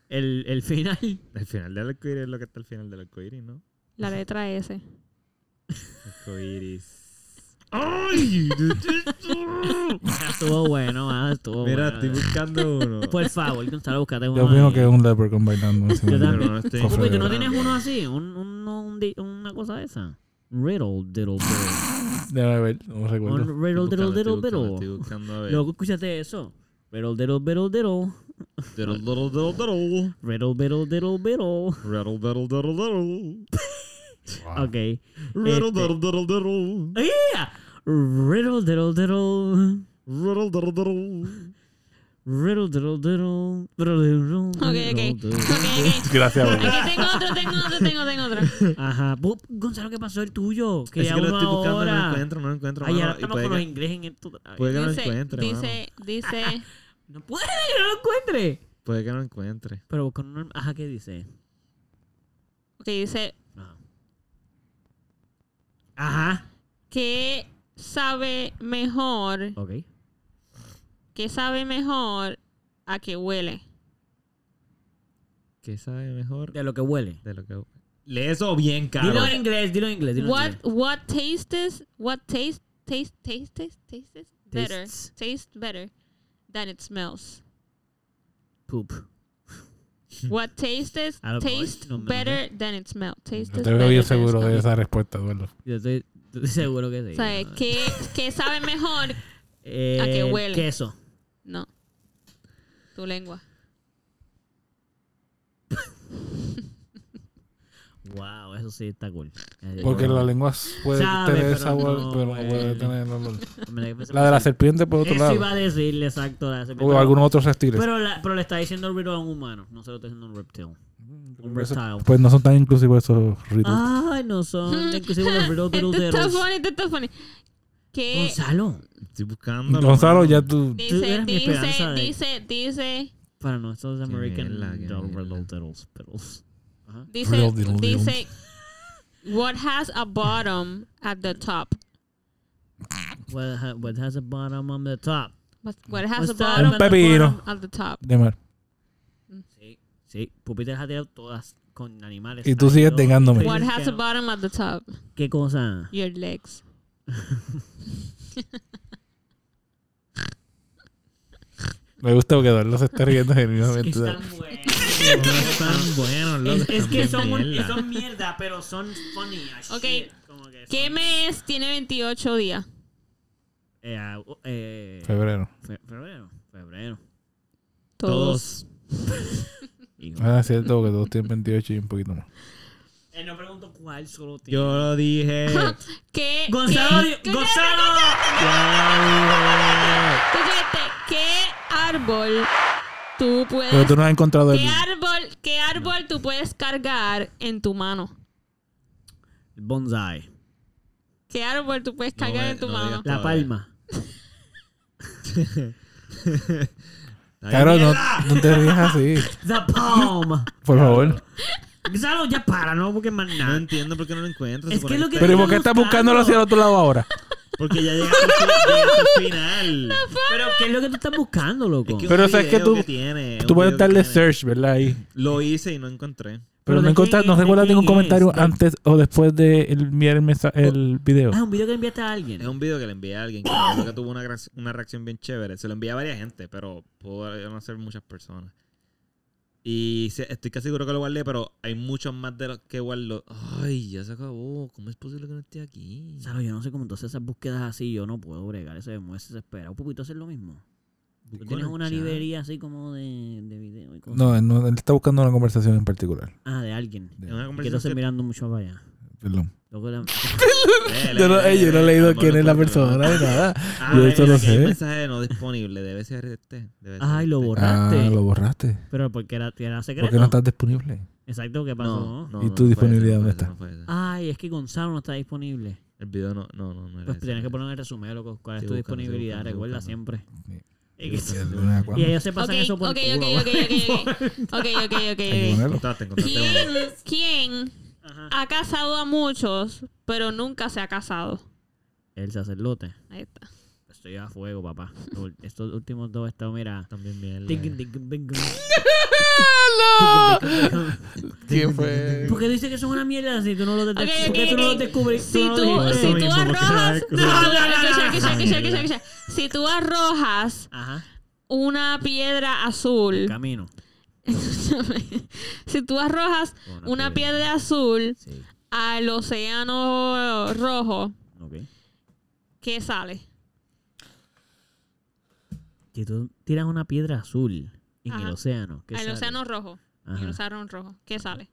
S1: El, el final.
S4: El final del arcoíris es lo que está al final del arcoíris, ¿no?
S3: la letra S.
S4: Arcoíris.
S1: ¡Ay! estuvo bueno, mano, estuvo
S4: Mira,
S1: bueno.
S4: estoy buscando uno.
S1: Por favor, Gonzalo, búscate uno.
S2: Yo opino
S1: ahí.
S2: que es un leprechaun bailando encima
S1: Yo
S2: de
S1: también.
S2: un
S4: estoy
S1: Uy,
S2: Papi,
S1: ¿tú no
S4: encontrando.
S1: tienes uno así? Un, un- un di- una cosa de esa. Riddle, diddle, biddle.
S2: Debe haber, no recuerdo.
S1: Un riddle, diddle,
S4: Estoy
S1: diddle,
S4: buscando, estoy
S1: biddle.
S4: buscando, a ver.
S1: Luego escúchate eso. Riddle, diddle, diddle, diddle.
S4: Diddle, diddle, diddle, diddle.
S1: Riddle, diddle, diddle, biddle.
S4: Riddle, diddle, diddle, diddle.
S2: Wow.
S1: Ok.
S4: Riddle,
S1: Este-
S4: diddle, diddle, diddle.
S1: ¡Yeah! Riddle, diddle, diddle. Este.
S4: Riddle, diddle, diddle.
S1: Riddle, diddle, diddle. Riddle, diddle,
S3: Ok,
S1: diddle,
S3: ok.
S1: diddle.
S3: Ok, ok.
S2: Gracias, bro.
S3: Aquí tengo otro, tengo otro, tengo, tengo otro.
S1: Ajá. Bu- Gonzalo, ¿qué pasó el tuyo? Que
S4: Es
S1: ya
S4: que lo
S1: uno
S4: estoy buscando, no lo
S1: ahora.
S4: encuentro, no lo encuentro.
S1: Ay,
S4: mano,
S1: ahora
S4: y
S1: estamos
S4: puede
S1: con los
S4: que-
S1: ingleses en esto. otra vez.
S4: Puede que no lo
S3: Dice,
S4: encuentre, mano.
S3: dice, dice.
S1: No puede que no lo encuentre.
S4: Puede que no lo encuentre.
S1: Pero con un... Ajá, ¿qué dice?
S3: Ok, dice,
S1: Ajá. Ajá.
S3: ¿qué sabe mejor?
S1: Ok.
S3: ¿Qué sabe mejor a qué huele?
S4: ¿Qué sabe mejor
S1: De lo que huele.
S4: de lo que... Lee eso bien, caro.
S1: Dilo en inglés, dilo en inglés, dilo en
S3: What
S1: inglés.
S3: what tastes what taste taste taste taste tastes better
S1: Tastes.
S3: tastes better than it smells.
S1: Poop.
S3: What tastes
S1: A Hmm. Ah, lo mejor
S3: tastes
S1: no me lo
S3: better than it smells. Tastes
S2: Yo te veo bien
S3: better than it
S2: seguro de
S3: smells.
S2: esa respuesta, Eduardo.
S1: Yo estoy, estoy seguro que sí.
S3: O sea,
S1: ¿no?
S3: ¿qué, qué sabe mejor?
S1: Eh,
S3: ¿A qué huele?
S1: Queso.
S3: No. Tu lengua.
S1: Wow, eso sí está cool. Eh,
S2: Porque
S1: bueno.
S2: la lengua puede
S1: Sabe,
S2: tener
S1: pero
S2: sabor,
S1: no
S2: pero no puede
S1: huele.
S2: tener olor.
S1: Me la-
S2: La de la serpiente por otro
S1: Eso iba a
S2: lado.
S1: decirle, exacto. La serpiente.
S2: O algunos otros reptiles.
S1: pero, la- pero le está diciendo el riddle a un humano. No se lo está diciendo a un reptil. Un reptile.
S2: Pues no son tan inclusivos esos ritos.
S1: Ay, no
S3: Mm.
S1: son. Inclusive los riddles
S3: Esto
S1: de
S3: está funny, esto está funny. ¿Qué
S1: Gonzalo.
S4: Estoy buscando.
S2: Gonzalo, ya tú.
S1: Tú
S3: dice,
S1: eres mi
S3: dice,
S1: esperanza de-
S3: dice, dice,
S1: Para nosotros,
S4: Qué
S1: American
S4: mierda, qué
S1: Riddle,
S4: mierda.
S1: riddle, diddles, piddles. Ajá.
S3: dice,
S2: Real diddle diddle.
S3: dice, what has a bottom at the top?
S1: What, ha- what has a bottom on the top?
S3: What, what has a
S1: What's that?
S3: bottom
S2: Un pepino.
S3: at the top?
S2: De mar.
S1: Sí, sí. Pupi te las ha tirado todas con animales.
S2: Y tú
S1: Ay,
S2: sigues
S1: no.
S2: tengándome.
S3: What
S1: Sí,
S3: has
S1: que
S3: a
S1: no.
S3: bottom at the top?
S1: ¿Qué cosa?
S3: Your legs.
S2: Me gusta porque Eduardo se está riendo genuinamente.
S1: Están buenas.
S4: Están buenos, loco.
S1: Es, es que son,
S4: están bien
S1: un-
S4: mierda.
S1: son mierda, pero son funny. as
S3: Ok.
S1: shit. Como que
S3: ¿Qué
S1: son-
S3: mes tiene 28 días?
S1: Eh, ah, uh, eh,
S2: Febrero.
S1: fe- febrero. Febrero.
S4: Todos.
S1: Hijo.
S2: Ah, es cierto, porque todos tienen 28 y un poquito más.
S1: Eh, no pregunto cuál solo tiene.
S4: Yo lo dije. Yo lo dije.
S3: ¿Qué?
S1: Gonzalo,
S3: qué-
S1: di- Gonzalo.
S3: Escúchate, ¿qué árbol tú
S2: Pero
S3: puedes...
S2: tú no has encontrado el.
S3: ¿Qué árbol, qué árbol tú puedes cargar en tu mano?
S1: Bonsai.
S3: ¿Qué árbol tú puedes
S4: No
S3: cargar
S4: me-
S3: en tu
S4: no
S3: mano?
S4: digas.
S1: La
S4: Todavía.
S1: palma.
S2: Claro, no, no te rías así.
S1: The palm.
S2: Por favor.
S1: Gonzalo, ya para, no busques más
S4: No
S1: nada.
S4: entiendo por qué no lo encuentro.
S1: Es
S4: se
S1: que
S4: supone
S1: lo que-
S2: Pero ¿y por qué estás buscándolo hacia el otro lado ahora?
S4: Porque ya llegaste al fin- llegaste al final.
S1: Pero, ¿qué es lo que tú estás buscando, loco?
S4: Es
S1: Pero,
S4: un
S2: Pero, o sea, es que
S4: video
S2: tú-
S4: tiene,
S2: Tú
S4: un
S2: puedes
S4: video que
S2: darle
S4: tiene.
S2: search, ¿verdad? Ahí.
S4: Lo hice y no encontré.
S2: Pero
S1: ¿Pero
S2: no,
S1: de
S2: encontré,
S1: quién
S2: no
S1: es? ¿De
S2: recuerdas
S1: quién
S2: ningún comentario
S1: es? De-
S2: antes o después de enviar el, mensa- el video.
S1: ah, un video que enviaste a alguien.
S4: Es un video que le envié a alguien que, creo que tuvo una, gra- una reacción bien chévere. Se lo envié a varias gente, pero pudo ser muchas personas. Y se- estoy casi seguro que lo guardé, pero hay muchos más de los que guardo. Ay, ya se acabó. ¿Cómo es posible que no esté aquí?
S1: Gonzalo, yo no sé cómo tú haces esas búsquedas así. Yo no puedo bregar eso de mueves desesperado. Pupito, hacer lo mismo. Tú
S4: Busco
S1: tienes
S4: en el
S1: una
S4: chat.
S1: librería así como de, de video y cosas.
S2: No, él no, él está buscando una conversación en particular.
S1: Ah, de alguien.
S2: De-
S4: Es una
S1: Y que tú estás
S4: conversación que-
S1: mirando mucho para allá.
S2: Perdón.
S1: Loco, la-
S4: Lee, lee,
S2: Yo no,
S4: lee,
S2: eh, yo no he
S4: lee.
S2: leído
S4: Amor,
S2: quién es la
S4: puedo creer.
S2: persona ni nada.
S4: Ah,
S2: Yo eso
S4: mira,
S2: lo
S4: que hay
S2: sé.
S4: mensaje no disponible. Debe ser este. Debe ser
S1: Ay, lo
S4: este.
S1: borré.
S2: Ah,
S1: Borraste.
S2: lo borraste.
S1: Pero porque era, era secreto.
S2: Porque no estás disponible.
S1: Exacto, ¿qué pasó?
S4: No, no,
S2: ¿Y
S4: no,
S2: tu
S4: no fue ese,
S2: disponibilidad
S4: no fue
S1: Ah.
S2: dónde
S4: ese,
S2: está?
S4: no fue ese.
S1: Ay, es que Gonzalo no está disponible.
S4: El video no, no, no, no era
S1: Pues
S4: ese,
S1: tienes
S4: era
S1: que poner en el resumen, loco, cuál es
S4: Estoy
S1: tu
S4: buscando, estoy
S1: disponibilidad,
S4: buscando,
S1: recuerda
S4: estoy
S1: siempre.
S2: Sí.
S1: Y,
S2: Una cuando-
S1: y ellos se pasan
S3: Ok,
S1: eso por
S3: ok,
S1: culo,
S3: ok, ok, ok, ok, ok, ok,
S2: Hay que
S3: ok, ok.
S2: ponerlo.
S4: Contaste, contaste
S3: ¿Quién,
S4: uno.
S3: quién
S1: Ajá.
S3: ha casado a muchos, pero nunca se ha casado?
S1: El sacerdote.
S3: Ahí está.
S1: Estoy a fuego, papá. Ul- Estos últimos dos están, mira.
S4: También bien.
S1: Tic, tic, bingo.
S2: ¿Quién fue?
S1: ¿Por qué dices que eso es una mierda si tú no lo
S3: Ok,
S1: detectas?
S3: ok,
S1: ¿Por qué tú no lo
S3: ok.
S1: descubres?
S3: Si
S1: no
S3: tú,
S1: lo
S4: digo,
S3: si
S1: descubres?
S4: eso
S3: tú
S4: mismo, porque se va a
S3: arrojas...
S4: descubrir.
S3: No, no, no, que sea, que sea, que sea, que sea, que sea. Si tú arrojas
S1: Ajá.
S3: una piedra azul...
S1: Camino.
S3: Escúchame. si tú arrojas
S1: Una
S3: una
S1: piedra.
S3: piedra azul
S1: Sí.
S3: al océano rojo,
S1: Ok.
S3: ¿qué sale?
S1: Si tú tiras una piedra azul en el
S3: Ajá.
S1: océano. ¿qué
S3: Al
S1: sale?
S3: océano rojo. en
S1: Ajá.
S3: el océano rojo. ¿Qué sale?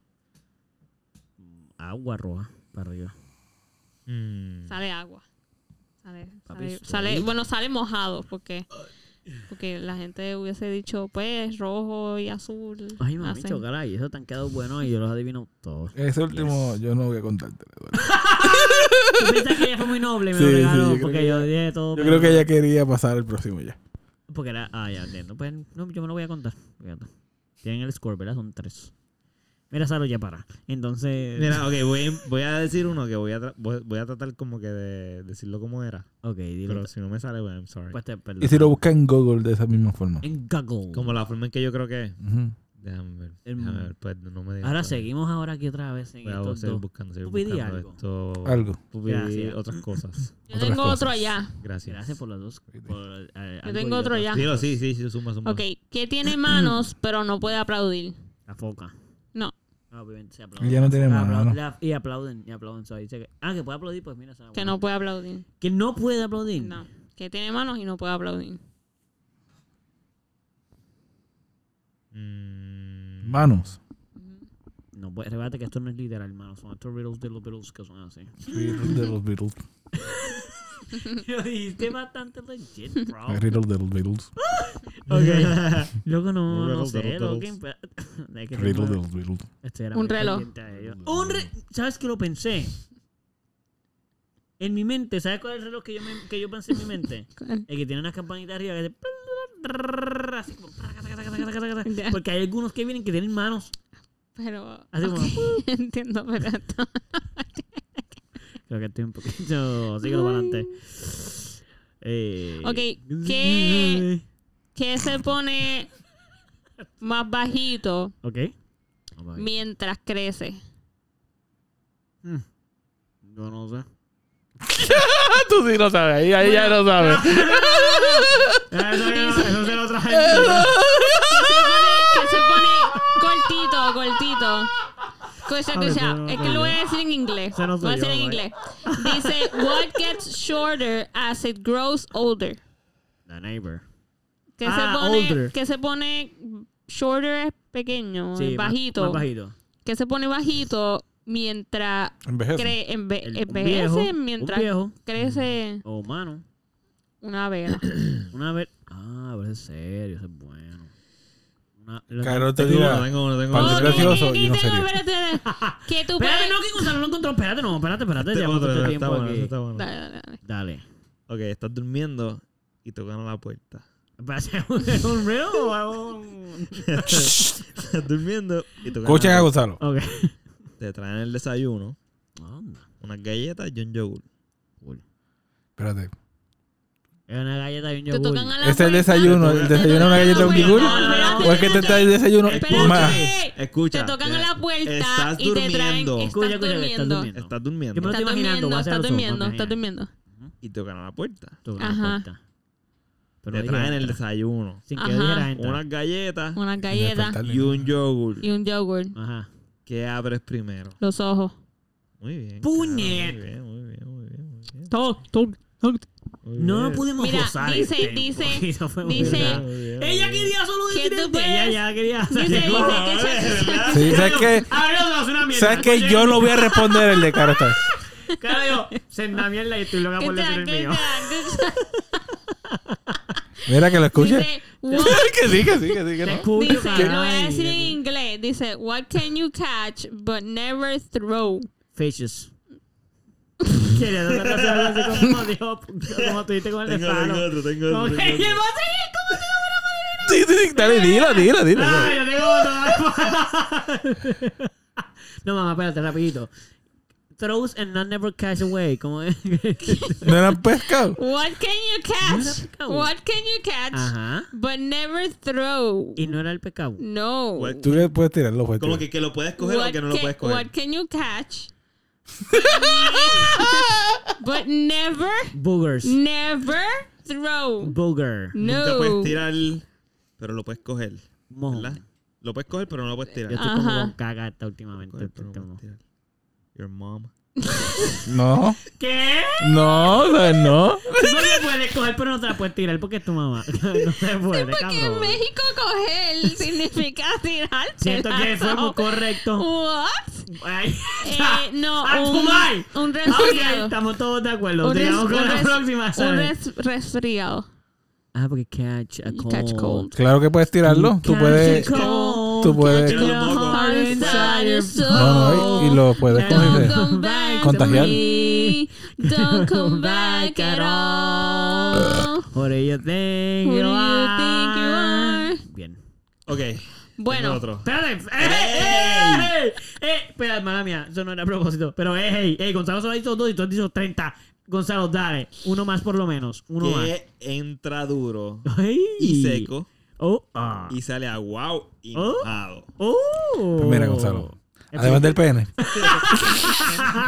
S1: Agua roja para arriba.
S4: Mm.
S3: Sale agua. Sale,
S1: Papi,
S3: sale-
S1: estoy-
S3: sale- bueno, sale mojado porque, porque la gente hubiese dicho, pues, rojo y azul.
S1: Ay, mami,
S3: hacen-
S1: chocaray. Eso te han quedado buenos y yo los adivino todos.
S2: Ese último yo no voy a contarte.
S1: Tú piensas que ella fue muy noble, me
S2: Sí,
S1: lo
S2: sí,
S1: regaló.
S2: yo creo
S1: porque
S2: que-
S1: yo dije todo.
S2: Yo
S1: pero-
S2: creo que ella quería pasar el próximo ya.
S1: Porque era. Ah, ya entiendo. Pues no, yo me lo voy a contar. Fíjate. Tienen el score, ¿verdad? Son tres. Mira, Saro ya para. Entonces.
S4: Mira, ok, voy, voy a decir uno que voy a, tra- voy, voy a tratar como que de decirlo como era.
S1: Ok, dilo.
S4: Pero si no me sale, bueno, I'm sorry.
S1: Pues te perdón.
S2: Y si lo busca en Google de esa misma forma.
S1: En Google.
S4: Como la forma en que yo creo que es.
S2: Ujú.
S4: Déjame ver.
S1: El-
S4: Déjame ver. Pues no me digas
S1: Ahora
S4: todavía.
S1: seguimos ahora aquí otra vez en
S4: Voy a
S1: estos
S4: seguir
S1: dos.
S4: buscando, seguir
S1: Tú pedí
S4: buscando
S1: algo.
S4: esto.
S2: Algo.
S4: Tú pedí
S1: Gracias.
S4: otras cosas.
S3: Yo
S2: Otras
S3: tengo otro
S2: cosas.
S3: allá.
S4: Gracias.
S1: Gracias por las dos. por, eh,
S3: Yo
S1: algo
S3: tengo
S1: y
S3: otro
S1: otra.
S3: ya.
S4: Dilo, sí, sí, sí, suma, suma.
S3: Ok, ¿qué tiene manos pero no puede aplaudir?
S1: La foca.
S3: No.
S1: No, obviamente se aplauden.
S2: Ella no tiene
S1: Ah,
S2: mano.
S1: apla- la- y aplauden, y aplauden. so, ahí se- ah, que puede aplaudir, pues mira. esa es
S3: Que
S1: buena.
S3: no puede aplaudir.
S1: Que no puede aplaudir.
S3: No. Que tiene manos y no puede aplaudir.
S4: Mm,
S2: Manos.
S1: No, pues rebate que esto no es literal, hermano. Son estos riddles de los Beatles que son así.
S2: Riddle de los Beatles.
S1: Lo dijiste bastante legit, bro.
S2: Riddle de los Beatles.
S1: ok. Loco, no, no
S4: Riddles de
S1: sé,
S4: los
S1: loco.
S4: Beatles.
S1: Es que
S2: Riddle de
S1: tengo-
S2: los Beatles.
S1: Este era
S3: Un
S1: muy
S3: reloj.
S1: pendiente a ello. Un re- ¿Sabes qué lo pensé? En mi mente, ¿sabes cuál es el reloj que yo, me- que yo pensé en mi mente? El que tiene unas campanitas arriba que hace... así como taca, taca, taca, taca, taca, taca.
S3: Ya.
S1: Porque hay algunos que vienen que tienen manos.
S3: Pero.
S1: Así como-
S3: ok, entiendo, pero esto-
S1: Creo que estoy un poquito... Síguelo para adelante. Eh...
S3: Ok, ¿qué- ¿Qué se pone más bajito
S1: Ok.
S4: Oh
S1: Vamos ahí.
S3: mientras crece?
S1: Yo no sé.
S2: Tú sí lo sabes. Ahí, ahí ya lo sabes.
S1: Ah, Eso, se lo traje.
S3: que se pone cortito, cortito. Cosa que
S1: Ay,
S3: sea,
S1: no,
S3: es
S1: no,
S3: que lo
S1: no.
S3: voy a decir en inglés.
S1: Se
S3: Lo
S1: nos
S3: voy a decir en
S1: oyó,
S3: inglés. Dice, what gets shorter as it grows older.
S1: The neighbor.
S3: Que
S1: Ah,
S3: se pone,
S1: older.
S3: que se pone shorter es pequeño,
S1: Sí,
S3: es
S1: más-
S3: bajito.
S1: Más bajito.
S3: Que se pone bajito mientras
S2: Envejece.
S3: cre- enve-
S1: El- un
S3: Eh, envejece,
S1: viejo, un
S3: mientras
S1: viejo.
S3: crece
S1: O humano.
S3: una vela.
S1: Una vez. Ah, pero es serio, eso es bueno. Una, lo-
S2: Claro, te
S4: Tengo
S2: digo.
S4: uno, tengo uno, tengo
S2: Cuando
S4: uno.
S2: era
S4: Tengo
S2: gracioso y no
S3: tengo,
S2: serio.
S3: espérate, espérate. Que tú
S1: Espérate,
S3: puedes...
S1: no, que Gonzalo no encontró. Espérate, no, espérate, espérate.
S4: otro,
S1: Llevamos mucho
S4: está
S1: tiempo
S4: bueno,
S1: aquí.
S4: está bueno.
S3: Dale, dale, dale.
S1: Dale.
S4: Ok, estás durmiendo y tocan a la puerta.
S1: ¿Parece un, es un reel o es un.?
S4: estás durmiendo y tocan
S2: Escuchen a
S4: a la
S2: Gonzalo.
S1: Ok.
S4: puerta. Te traen el desayuno,
S1: Anda.
S4: unas galletas y un yogur.
S1: cool.
S2: Espérate.
S1: Es una galleta y un
S3: Te
S1: yogur.
S3: tocan a la
S2: Este ¿Es el
S3: puerta.
S2: desayuno? ¿El desayuno una galleta un yogur?
S3: Espérate,
S2: ¿O es que te está el desayuno
S3: Espérate.
S2: más?
S3: Te
S4: Escucha.
S3: tocan a la puerta
S4: Estás
S3: y te traen...
S4: durmiendo.
S3: Estás
S1: Escucha, escucha, que estás
S3: durmiendo.
S1: durmiendo.
S4: Estás
S1: ¿Qué pasa?
S4: durmiendo
S3: Estás
S1: Estoy imaginando,
S3: durmiendo,
S1: voy a hacer el
S3: estás
S1: zoom,
S3: durmiendo,
S1: vamos a
S3: estás durmiendo.
S4: y tocan a la puerta.
S1: Tocan la
S3: Ajá.
S1: puerta. Pero
S4: Te
S1: no
S4: traen el
S1: dijeron,
S4: desayuno,
S1: Sin que
S3: Ajá.
S1: dijera entra.
S4: unas galletas
S3: Una galleta
S4: y un yogur.
S3: y un yogur.
S1: Ajá.
S4: ¿Qué abres primero?
S3: Los ojos.
S4: Muy bien.
S1: ¡Puñet!
S4: Caro, Muy bien, muy bien, muy bien, muy bien.
S3: Todo, todo, todo.
S4: Muy
S1: No
S4: bien.
S1: pudimos
S3: Mira,
S1: gozar el
S3: dice-
S1: tiempo.
S3: dice-
S1: Eso fue muy
S3: dice-
S1: verdad.
S4: Muy bien, muy
S1: Ella
S4: bien.
S1: quería solo
S3: ¿Qué
S1: decir
S3: tú
S1: esto.
S3: puedes?
S1: Ella ya quería.
S3: Dice, dice que se-
S2: Sí, ¿sabes qué?
S1: Ah,
S2: ¿Sabes qué? Yo lo voy a responder el de cara esta vez.
S1: Cara, yo, senda mierda y estoy loca
S3: ¿Qué
S1: por
S3: te da?
S1: decir el
S3: ¿Qué
S1: mío.
S3: te da?
S2: Mira que lo escuche.
S3: Dice, what-
S2: que sí, que sí, que sí, que
S1: Te
S2: no.
S1: escucho,
S3: dice,
S1: caray.
S3: lo voy a decir en inglés. Dice, what can you catch but never throw?
S1: Fishes. Quería una relación así como, dijo, como tú dijiste con el de Fallon.
S4: otro, tengo
S1: Como que,
S4: tengo
S1: "Y el
S4: otro".
S1: bote,
S2: Sí, sí, sí, dale, dilo, dilo, dilo.
S1: ¡Ah, yo tengo otro! No, mamá, espérate, rapidito. Throws and not never catch away. Como es.
S2: No eran pescados.
S3: What can you catch?
S1: pescado.
S3: What can you catch?
S1: Ajá.
S3: But never throw.
S1: Y no era el pescado.
S3: No.
S4: What-
S2: Tú le puedes tirarlo, puedes
S4: Como
S2: tirar.
S4: que, que lo puedes coger o que no lo
S3: can-
S4: puedes coger.
S3: What can you catch? but never,
S1: Boogers.
S3: Mm. never throw.
S1: Booger.
S3: No.
S4: Nunca puedes tirar, pero lo puedes coger.
S1: Mojo.
S4: ¿Verdad? Lo puedes coger, pero no lo puedes tirar. Ah,
S1: Yo estoy como
S3: Ajá.
S1: con caga hasta últimamente.
S4: Coger, pero no
S1: porque
S4: puedes
S1: no.
S4: tirar. Your mom.
S2: No,
S1: ¿Qué?
S2: no, o sea, no.
S1: No la puedes coger, pero no te la puedes tirar porque es tu mamá. No se puede,
S3: Porque en
S1: cabrón.
S3: México coger significa tirarte.
S1: Siento que fue muy correcto.
S3: What?
S1: Ay,
S3: Eh, no,
S1: ¡Ah, fumar!
S3: un, un
S1: Ok,
S3: resfriado.
S1: estamos todos de acuerdo.
S3: Un, res-
S1: Sigamos con
S3: un
S1: la
S3: res-
S1: próxima.
S3: un
S1: ¿sabes?
S3: res- resfriado.
S1: Ah, porque catch a
S3: You
S1: cold.
S3: catch cold.
S2: Claro que puedes tirarlo. Tú
S1: Catch
S2: puedes.
S1: a cold.
S2: tú puedes-
S1: Catch your heart inside your
S2: No, no, y- y lo puedes
S1: Don't
S2: coger.
S3: Don't
S2: de-
S3: come back
S2: Contagiar.
S3: to me. Don't come back at all.
S1: What do you think
S3: Who
S1: you
S3: do you think you
S1: are?
S3: are?
S1: Bien.
S4: Ok. Tengo
S3: Bueno,
S4: otro.
S1: Espérate. eh, ¡Ey! ¡Ey! ¡Ey! Espera, eh. mala mía. Eso no era a propósito. Pero, ey, ey, ey, Gonzalo solo ha dicho dos y tú has dicho 30. Gonzalo, dale. Uno más por lo menos. Uno
S4: que entra duro
S1: más. ¡Ay!
S4: y seco
S1: Oh, ah.
S4: y sale a wow y
S1: Oh.
S4: mojado.
S1: Oh.
S2: Pues Mira, Gonzalo. Además del pene.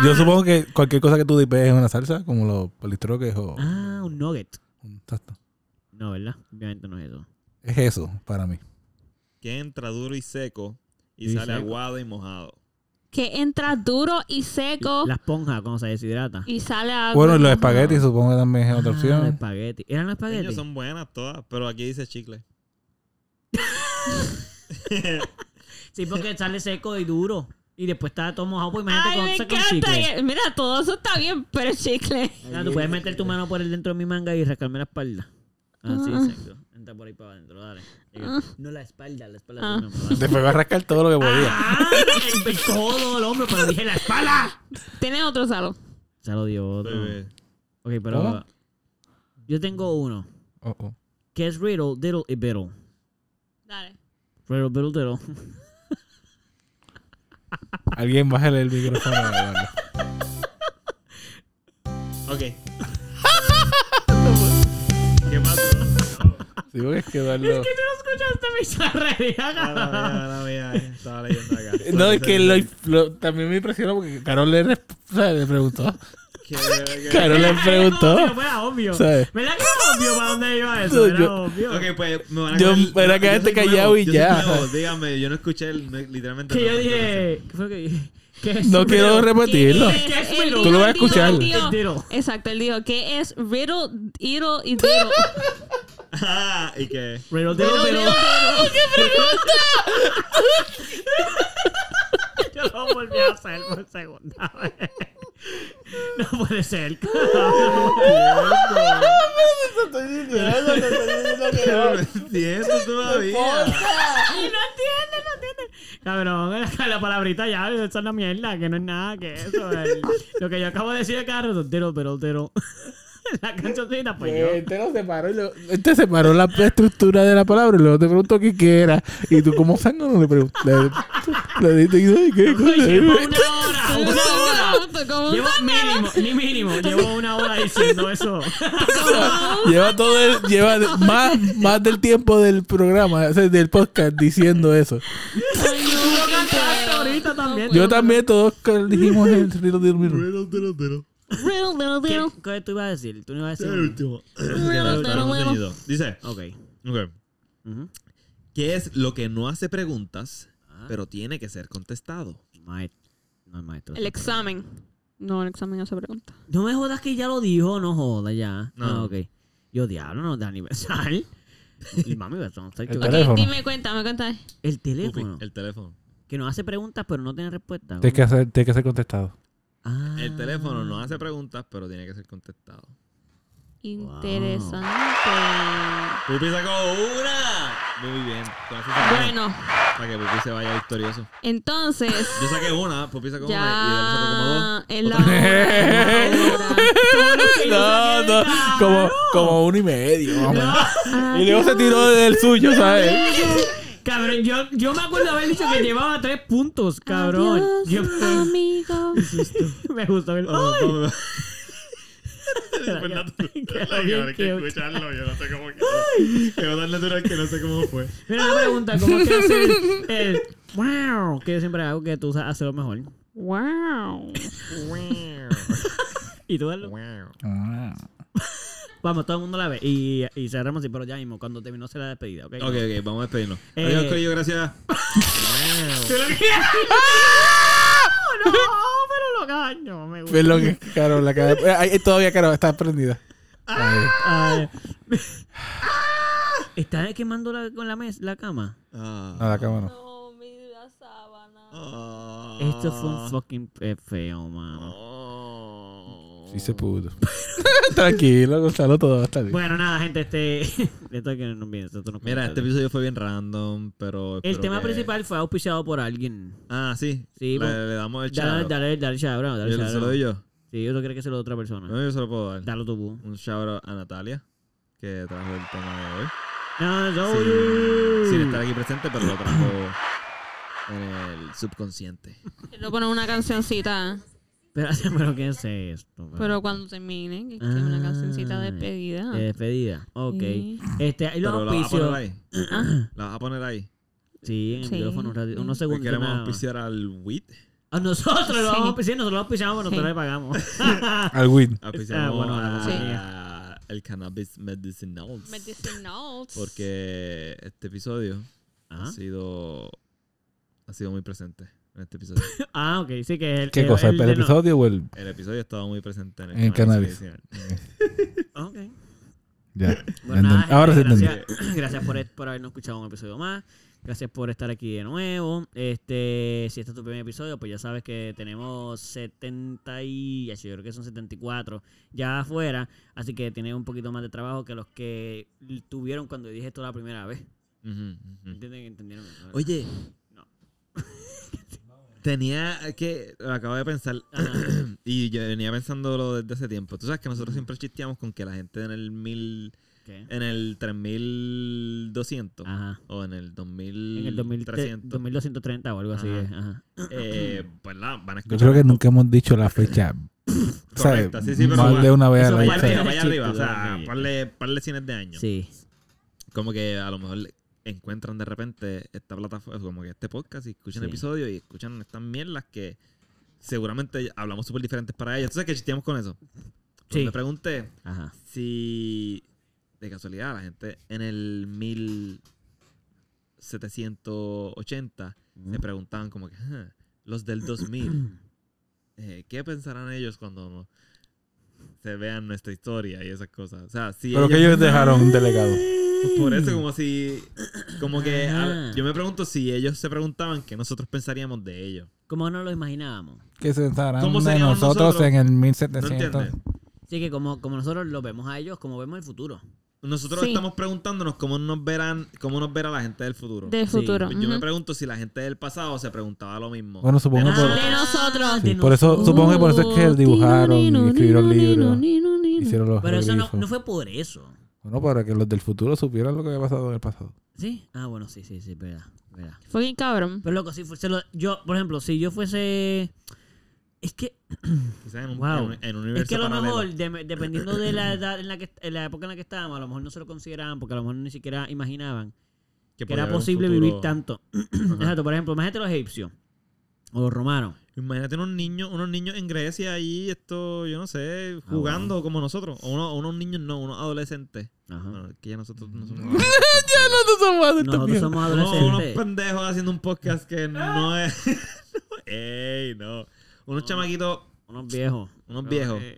S2: Yo supongo que cualquier cosa que tú dipees es una salsa, como los politroques o.
S1: Ah, un nugget.
S2: Exacto.
S1: No, ¿verdad? Obviamente no es eso.
S2: Es eso para mí.
S4: Que entra duro y seco y,
S1: Y
S4: sale
S1: seco.
S4: aguado y mojado.
S3: que entra duro y seco
S1: La esponja cuando se deshidrata.
S3: y sale agua.
S2: Bueno, y los
S3: mojada.
S2: espaguetis supongo que también es otra
S1: Ah, los
S2: opción.
S1: espaguetis. ¿Eran los
S4: Ellos
S1: espaguetis?
S4: son buenas todas, pero aquí dice chicle.
S1: Sí, porque sale seco y duro. Y después está todo mojado. Pues imagínate
S3: Ay,
S1: cuando
S3: me
S1: se con
S3: encanta.
S1: chicle.
S3: Y- Mira, todo eso está bien, pero chicle.
S1: Claro, tú puedes meter tu mano por el dentro de mi manga y rascarme la espalda. Así,
S3: Ah.
S1: exacto. Entra por ahí para adentro, dale. Digo, No la espalda, la espalda
S3: Ah.
S1: de mi mamá.
S2: Te fue a rascar todo lo que podía.
S1: ¡Ah! El, el codo, el hombro, pero dije la espalda.
S3: Tienes otro salo.
S1: Se lo dio otro.
S4: Bebé.
S1: Ok, pero
S2: ¿Cómo?
S1: yo tengo uno.
S2: Oh, oh.
S1: Que es riddle, diddle y biddle.
S3: Dale.
S1: Riddle, biddle, diddle.
S2: Alguien bájale el micrófono. a Eduardo.
S4: Ok. ¿Qué pasó?
S2: Digo que es que Eduardo-
S1: ¿Tú no escuchaste mi charrería?
S4: Ahora, ahora, ahora, Estaba leyendo acá.
S2: No, es que lo- lo- también me impresionó porque Carol le, resp- o sea, le preguntó.
S4: Que- que-
S2: Carol le preguntó.
S1: Era obvio.
S2: ¿Sabes?
S1: ¿Verdad que era obvio para dónde iba eso? Era
S2: Yo-
S1: obvio.
S4: Ok, pues me van a
S2: Yo-
S4: coger-
S2: era
S4: yo
S2: quedarte
S4: soy nuevo,
S2: callado y
S4: yo soy
S2: ya.
S4: nuevo, Dígame, yo no escuché el, no- literalmente.
S1: Que
S4: no-
S1: yo dije. ¿Qué fue que dije? Que es
S2: No quiero
S1: riddle,
S2: repetirlo.
S3: ¿Qué es-
S1: Tú
S3: él
S1: lo
S3: dijo,
S2: vas a
S3: él dijo,
S2: escuchar.
S3: él
S1: es
S3: dijo.
S1: diddle.
S3: Exacto, él dijo que es riddle, diddle y diddle.
S4: Ah, y que.
S1: Riddle, diddle, diddle. Yo lo volví a hacer por segunda vez. No puede ser.
S4: No entiendo todavía.
S1: Y no entiende, no entiende. Cabrón, la, la palabrita ya, esa es una mierda, que no es nada que eso. el- lo que yo acabo de decir de cada rato, pero, pero, pero. La cancioncita, pues yo.
S2: Este lo separó y lo- este separó la estructura de la palabra y luego te preguntó qué, qué era. Y tú como sango no le preguntaste. Le diste y "Ay, qué cosa".
S1: Llevo una hora, una hora.
S3: Como un
S1: Llevo mínimo, ni mínimo, llevo una hora diciendo eso.
S2: Lleva todo el, lleva de- más, más del tiempo del programa, o sea, del podcast diciendo eso.
S1: Lo cantaste ahorita también.
S2: Yo también todos dijimos el riddle, riddle, riddle.
S3: Riddle, diddle,
S1: ¿Qué,
S3: diddle.
S1: qué tú ibas a decir? Tú no ibas a decir.
S4: Dice,
S1: Ok.
S4: ok,
S1: Ujú.
S4: ¿qué es lo que no hace preguntas, pero tiene que ser contestado?
S1: Maest- Ah. No, el maestro.
S3: El examen. No, el examen no se pregunta.
S1: No me jodas que ya lo dijo, no jodas ya.
S4: No.
S1: Ah, ok. Yo diablo, no, de aniversario. Y mami, eso no está
S2: El
S1: aquí.
S2: teléfono.
S3: Ok, dime, cuéntame, cuéntame.
S1: El
S4: Upi,
S1: teléfono.
S4: El teléfono.
S1: Que nos hace preguntas, pero no tiene respuesta.
S2: Tienes que, hacer, tienes que ser contestado.
S1: Ah.
S4: El teléfono no hace preguntas, pero tiene que ser contestado.
S3: Interesante.
S4: Pupi sacó una. Muy bien. Con eso sacamos
S3: Bueno,
S4: Para que Pupi se vaya victorioso.
S3: entonces.
S4: Yo saqué una, Pupi sacó una
S3: Ya en
S4: y él
S3: la
S4: sacó como dos.
S3: hora.
S2: No, no, como, como uno y medio. más o menos. Y luego se tiró del suyo, ¿sabes?
S1: Cabrón, yo, yo me acuerdo haber dicho que llevaba tres puntos, cabrón.
S3: Adiós,
S1: Yo-
S3: amigo.
S1: me gustó el. ¡Ay!
S4: Oh, oh, oh. Fernando,
S1: Qué
S4: la
S1: bien,
S4: que habrá que
S1: qué-
S4: escucharlo, yo no sé cómo quedó. Quedó tan natural que no sé cómo fue.
S1: Mira la pregunta, ¿cómo es que hace el, el wow? Que yo siempre hago que tú haces lo mejor.
S3: Wow.
S1: Y tú hazlo.
S2: Ah.
S1: Vamos, todo el mundo la ve. Y, y cerramos así, pero ya mismo, cuando terminó será la despedida, ¿ok?
S4: Ok, ok, vamos a despedirnos.
S1: Eh.
S4: Adiós, Corillo, gracias.
S1: ¡Ah! No, pero lo caño, me gusta.
S2: ¿Ves lo que Carol la cara? eh, ay, todavía Carol está prendida. Ay.
S1: Ah, ¿Estás quemando la, con la, mes, la cama?
S2: No,
S4: Ah.
S2: la cámara no.
S3: No, mira la sábana.
S4: Ah.
S1: Esto fue un fucking eh, feo, mano.
S4: Oh.
S2: Sí se pudo. Tranquilo, Gonzalo, todo va a estar bien.
S1: Bueno, nada, gente, este. esto que no viene, esto no
S4: Mira, este episodio fue bien random, pero.
S1: El
S4: espero
S1: tema
S4: que-
S1: principal fue auspiciado por alguien.
S4: Ah, sí.
S1: Sí, pues.
S4: le, le damos el
S1: Dale,
S4: shout
S1: dale, dale, shout out, dale,
S4: Yo
S1: shout
S4: se lo
S1: out.
S4: doy Eh. yo.
S1: Sí, yo no creo que sea la otra persona.
S4: No, yo se lo puedo dar.
S1: Dalo tú. bu.
S4: Un shout out a Natalia, que trajo el tema de hoy.
S1: No, no,
S4: Sin,
S1: you.
S4: sin estar aquí presente, pero lo trajo en el subconsciente.
S3: Quiero poner una cancioncita.
S1: Espérate, pero ¿qué es esto?
S3: Pero cuando termine, que es una
S1: Ah,
S3: cancioncita de despedida.
S1: De despedida. Ok.
S3: Ah. Sí.
S1: Este, hay los
S4: Pero la vas a poner
S1: auspicios.
S4: ahí.
S1: Ah.
S4: La vas a poner ahí.
S1: Sí, en el
S3: Sí.
S1: micrófono un ratito, unos
S4: Hoy
S1: segundos.
S4: queremos
S1: nada más.
S4: auspiciar al WIT.
S1: A nosotros lo vamos a
S3: Sí.
S1: auspiciar, nosotros lo auspiciamos, nosotros
S3: Sí.
S1: le pagamos.
S2: Al win.
S4: Auspiciamos
S1: Ah, bueno, a la
S4: a-
S1: compañía.
S4: al Cannabis Medicinals.
S3: Medicinals.
S4: Porque este episodio ha
S1: Ajá.
S4: sido. Ha sido muy presente en este episodio.
S1: Ah, ok, sí que el.
S2: ¿Qué
S1: el-
S2: cosa? ¿El,
S1: de no-
S2: episodio o el.?
S4: El episodio estaba muy presente en el,
S2: En
S4: cannabis
S2: cannabis.
S4: medicinal.
S1: Ok.
S2: Ya.
S1: Bueno, nada, gente,
S2: Ahora se entendió.
S1: gracias, gracias por, por habernos escuchado un episodio más. Gracias por estar aquí de nuevo. Este, si este es tu primer episodio, pues ya sabes que tenemos 70 y ya, yo creo que son 74 ya afuera, así que tienes un poquito más de trabajo que los que tuvieron cuando dije esto la primera vez.
S4: Ujú, ujú.
S1: ¿Entienden? ¿Entendieron?
S4: Mm. Oye.
S1: No.
S4: Tenía que. lo Acabo de pensar.
S1: Ajá.
S4: y yo venía pensándolo desde hace tiempo. Tú sabes que nosotros siempre chisteamos con que la gente en el mil.
S1: ¿Qué?
S4: En el 3200.
S1: Ajá.
S4: O en el
S1: Ah. En el 2000
S4: 2300.
S1: 2230 o algo así.
S4: Ajá.
S1: es, Ajá.
S4: eh, pues la van a
S2: Yo
S4: escuchar.
S2: creo que nunca hemos dicho la fecha. ¿sabes?
S4: Correcta, sí, sí, pero
S2: Más
S4: bueno,
S2: de una vez a
S1: eso
S2: la
S1: es
S4: Vaya
S2: vez.
S1: parte
S4: arriba,
S1: del chiste,
S2: ¿sabes?
S4: vaya arriba. O
S1: ¿verdad?
S4: sea, parle, parle cines de años.
S1: Sí.
S4: Como que a lo mejor encuentran de repente esta plataforma, como que este podcast, y escuchan
S1: Sí.
S4: episodios y escuchan estas mierdas que seguramente hablamos súper diferentes para ellas. Entonces, que chisteamos con eso. Pues
S1: Sí.
S4: Me pregunté
S1: Ajá.
S4: si de casualidad la gente en el 1780
S1: Ujú.
S4: se preguntaban como que "Ah, los del 2000 eh, qué pensarán ellos cuando no- se vean nuestra historia y esas cosas o sea si
S2: Pero que
S4: ellos-
S2: ellos dejaron un delegado.
S4: por eso como si como que a-
S1: Mm. Ajá.
S4: yo me pregunto si ellos se preguntaban qué nosotros pensaríamos de ellos
S1: Como no lo imaginábamos.
S2: ¿Qué se pensarán
S4: ¿Cómo
S2: de
S4: seríamos
S2: nosotros,
S4: nosotros?
S2: en el
S4: no
S2: 1700?
S4: entiendes
S1: Así que como, como nosotros lo vemos a ellos, como vemos el futuro.
S4: nosotros
S3: Sí.
S4: estamos preguntándonos cómo nos verán cómo nos verá la gente del futuro
S3: Del
S1: Sí,
S3: futuro.
S4: Pues Yo me
S3: ujú.
S4: pregunto si la gente del pasado se preguntaba lo mismo.
S2: bueno, supongo
S1: Ah,
S2: por,
S3: De nosotros.
S2: sí,
S1: de
S2: por eso,
S1: nosotros.
S2: supongo que por eso es que dibujaron y
S3: Nino,
S2: escribieron
S3: nino, nino,
S2: libros.
S3: nino, nino.
S2: Hicieron los
S1: Pero eso no,
S2: jeroglíficos.
S1: no fue por eso.
S2: Bueno, para que los del futuro supieran lo que había pasado en el pasado.
S1: ¿Sí? Ah, bueno, sí, sí, sí, verdad. verdad.
S3: Fucking cabrón.
S1: Pero loco, si fuese lo- yo, por ejemplo, si yo fuese... Es que,
S4: Quizás en un,
S1: Wow.
S4: en un- en un universo
S1: es que a lo
S4: paralelo.
S1: mejor, de- dependiendo de la edad en la que en la época en la que estábamos, a lo mejor no se lo consideraban, porque a lo mejor ni siquiera imaginaban que
S4: podía
S1: era
S4: haber un
S1: posible
S4: futuro-
S1: vivir tanto. Exacto, por ejemplo, imagínate los egipcios o los romanos.
S4: Imagínate unos niños, unos niños en Grecia ahí, esto, yo no
S1: Ah,
S4: sé, jugando como nosotros. O uno- o unos niños no, unos adolescentes.
S1: Ajá.
S4: No, es que ya nosotros no somos.
S1: Nosotros somos
S4: Unos- unos
S1: adolescentes.
S4: pendejos haciendo un podcast que no
S1: Ah.
S4: es. Ey, no. Unos chamaquitos,
S1: Unos viejos.
S4: unos
S1: No,
S4: viejos,
S1: eh,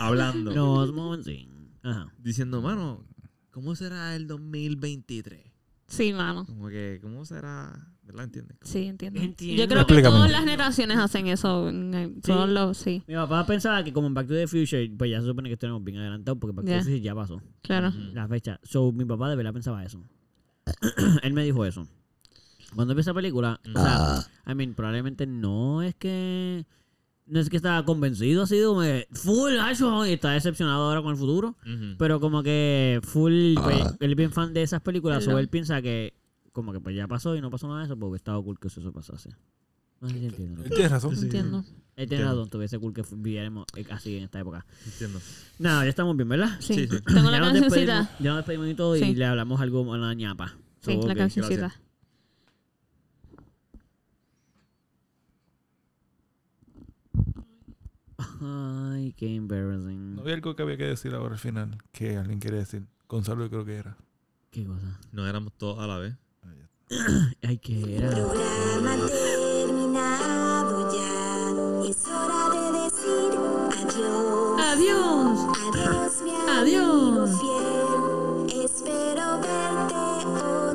S4: hablando.
S1: No, somos jovencín. Ajá.
S4: Diciendo, mano, ¿cómo será el 2023?
S3: Sí, mano.
S4: Como que, ¿cómo será? ¿Verdad? ¿Entiendes?
S3: Sí, entiendo.
S1: Entiendo.
S3: Yo crcreo que
S2: Explícame.
S3: todas las generaciones hacen eso. en el- Todos los, sí,
S1: Mi papá pensaba que como en Back to the Future, pues ya se supone que estábamos bien adelantados porque Back to
S3: Ya.
S1: the Future ya pasó
S3: claro.
S4: Ujú.
S1: la fecha. So, mi papá de verdad pensaba eso. Él me dijo eso. Cuando vi esa película, o sea, I mean, probablemente no es que... No es que estaba convencido, ha sido me- full acho, y está decepcionado ahora con el futuro.
S4: Ujú.
S1: Pero como que full, pues, él es bien fan de esas películas, o
S3: Perdón.
S1: él piensa que como que pues ya pasó y no pasó nada de eso, porque estaba cool que eso eso pasase. No sé si entiendo.
S2: Tienes razón.
S3: Entiendo.
S1: Él tiene
S4: Entiendo.
S1: razón, tuviese cool que viviéramos eh, así en esta época.
S4: Entiendo.
S1: Nada, ya estamos bien, ¿verdad?
S3: Sí.
S4: Sí, sí.
S3: Tengo
S1: ya
S3: la
S1: nos despedimos,
S3: cancioncita.
S1: ya nos despedimos y todo y
S3: Sí.
S1: le hablamos algo a la ñapa.
S3: Sí,
S1: So,
S3: la
S1: ok.
S3: cancioncita.
S1: Ay, qué embarrassing.
S2: No había algo que había que decir ahora al final que alguien quería decir. Gonzalo, yo creo que era.
S1: Qué cosa.
S4: No éramos todos a la vez.
S1: Ay, qué era.
S5: Programa terminado ya. Es hora de decir adiós.
S3: Adiós.
S5: Adiós, mi amigo
S3: Adiós.
S5: fiel. Espero verte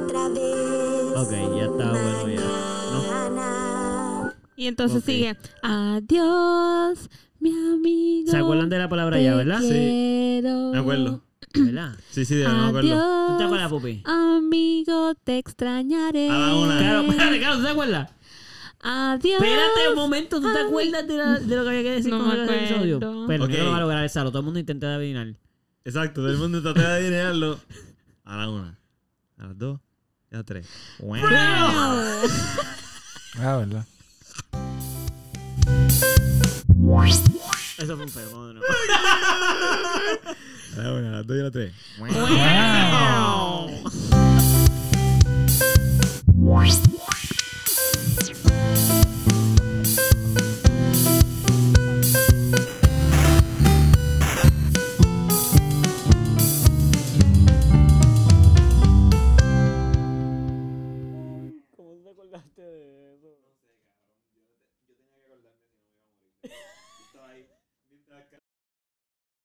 S5: otra vez.
S1: Ok, ya está bueno ya. No.
S5: Mañana.
S3: Y entonces
S1: Ok.
S3: sigue. Adiós, mi amigo.
S1: ¿Se acuerdan de la palabra ya,
S3: te
S1: verdad?
S3: quiero.
S4: Me acuerdo.
S1: ¿Verdad?
S4: Sí, sí, de verdad me acuerdo.
S1: ¿Tú te
S3: Adiós.
S1: acuerdas, Pupi?
S3: Amigo, te extrañaré.
S4: A la una.
S1: Ah, Claro, espérate, claro, ¿tú te acuerdas?
S3: Adiós.
S1: Espérate un momento, ¿tú te
S3: Ah, Ay.
S1: acuerdas de, la- de lo que había que decir
S3: No
S1: con
S3: me
S1: el episodio?
S3: acuerdo.
S1: Pero
S4: Ok.
S1: no lo va a lograr el Saro, todo el mundo intenta adivinar.
S4: Exacto, todo el mundo traté de adivinarlo. A la una, a las dos y a las tres. Bueno.
S2: Ah, ¿verdad?
S1: Eso fue un pedo, ¿no?
S4: A la una, a las dos y a las tres. Bueno.
S1: ¿Cómo te acordaste de eso?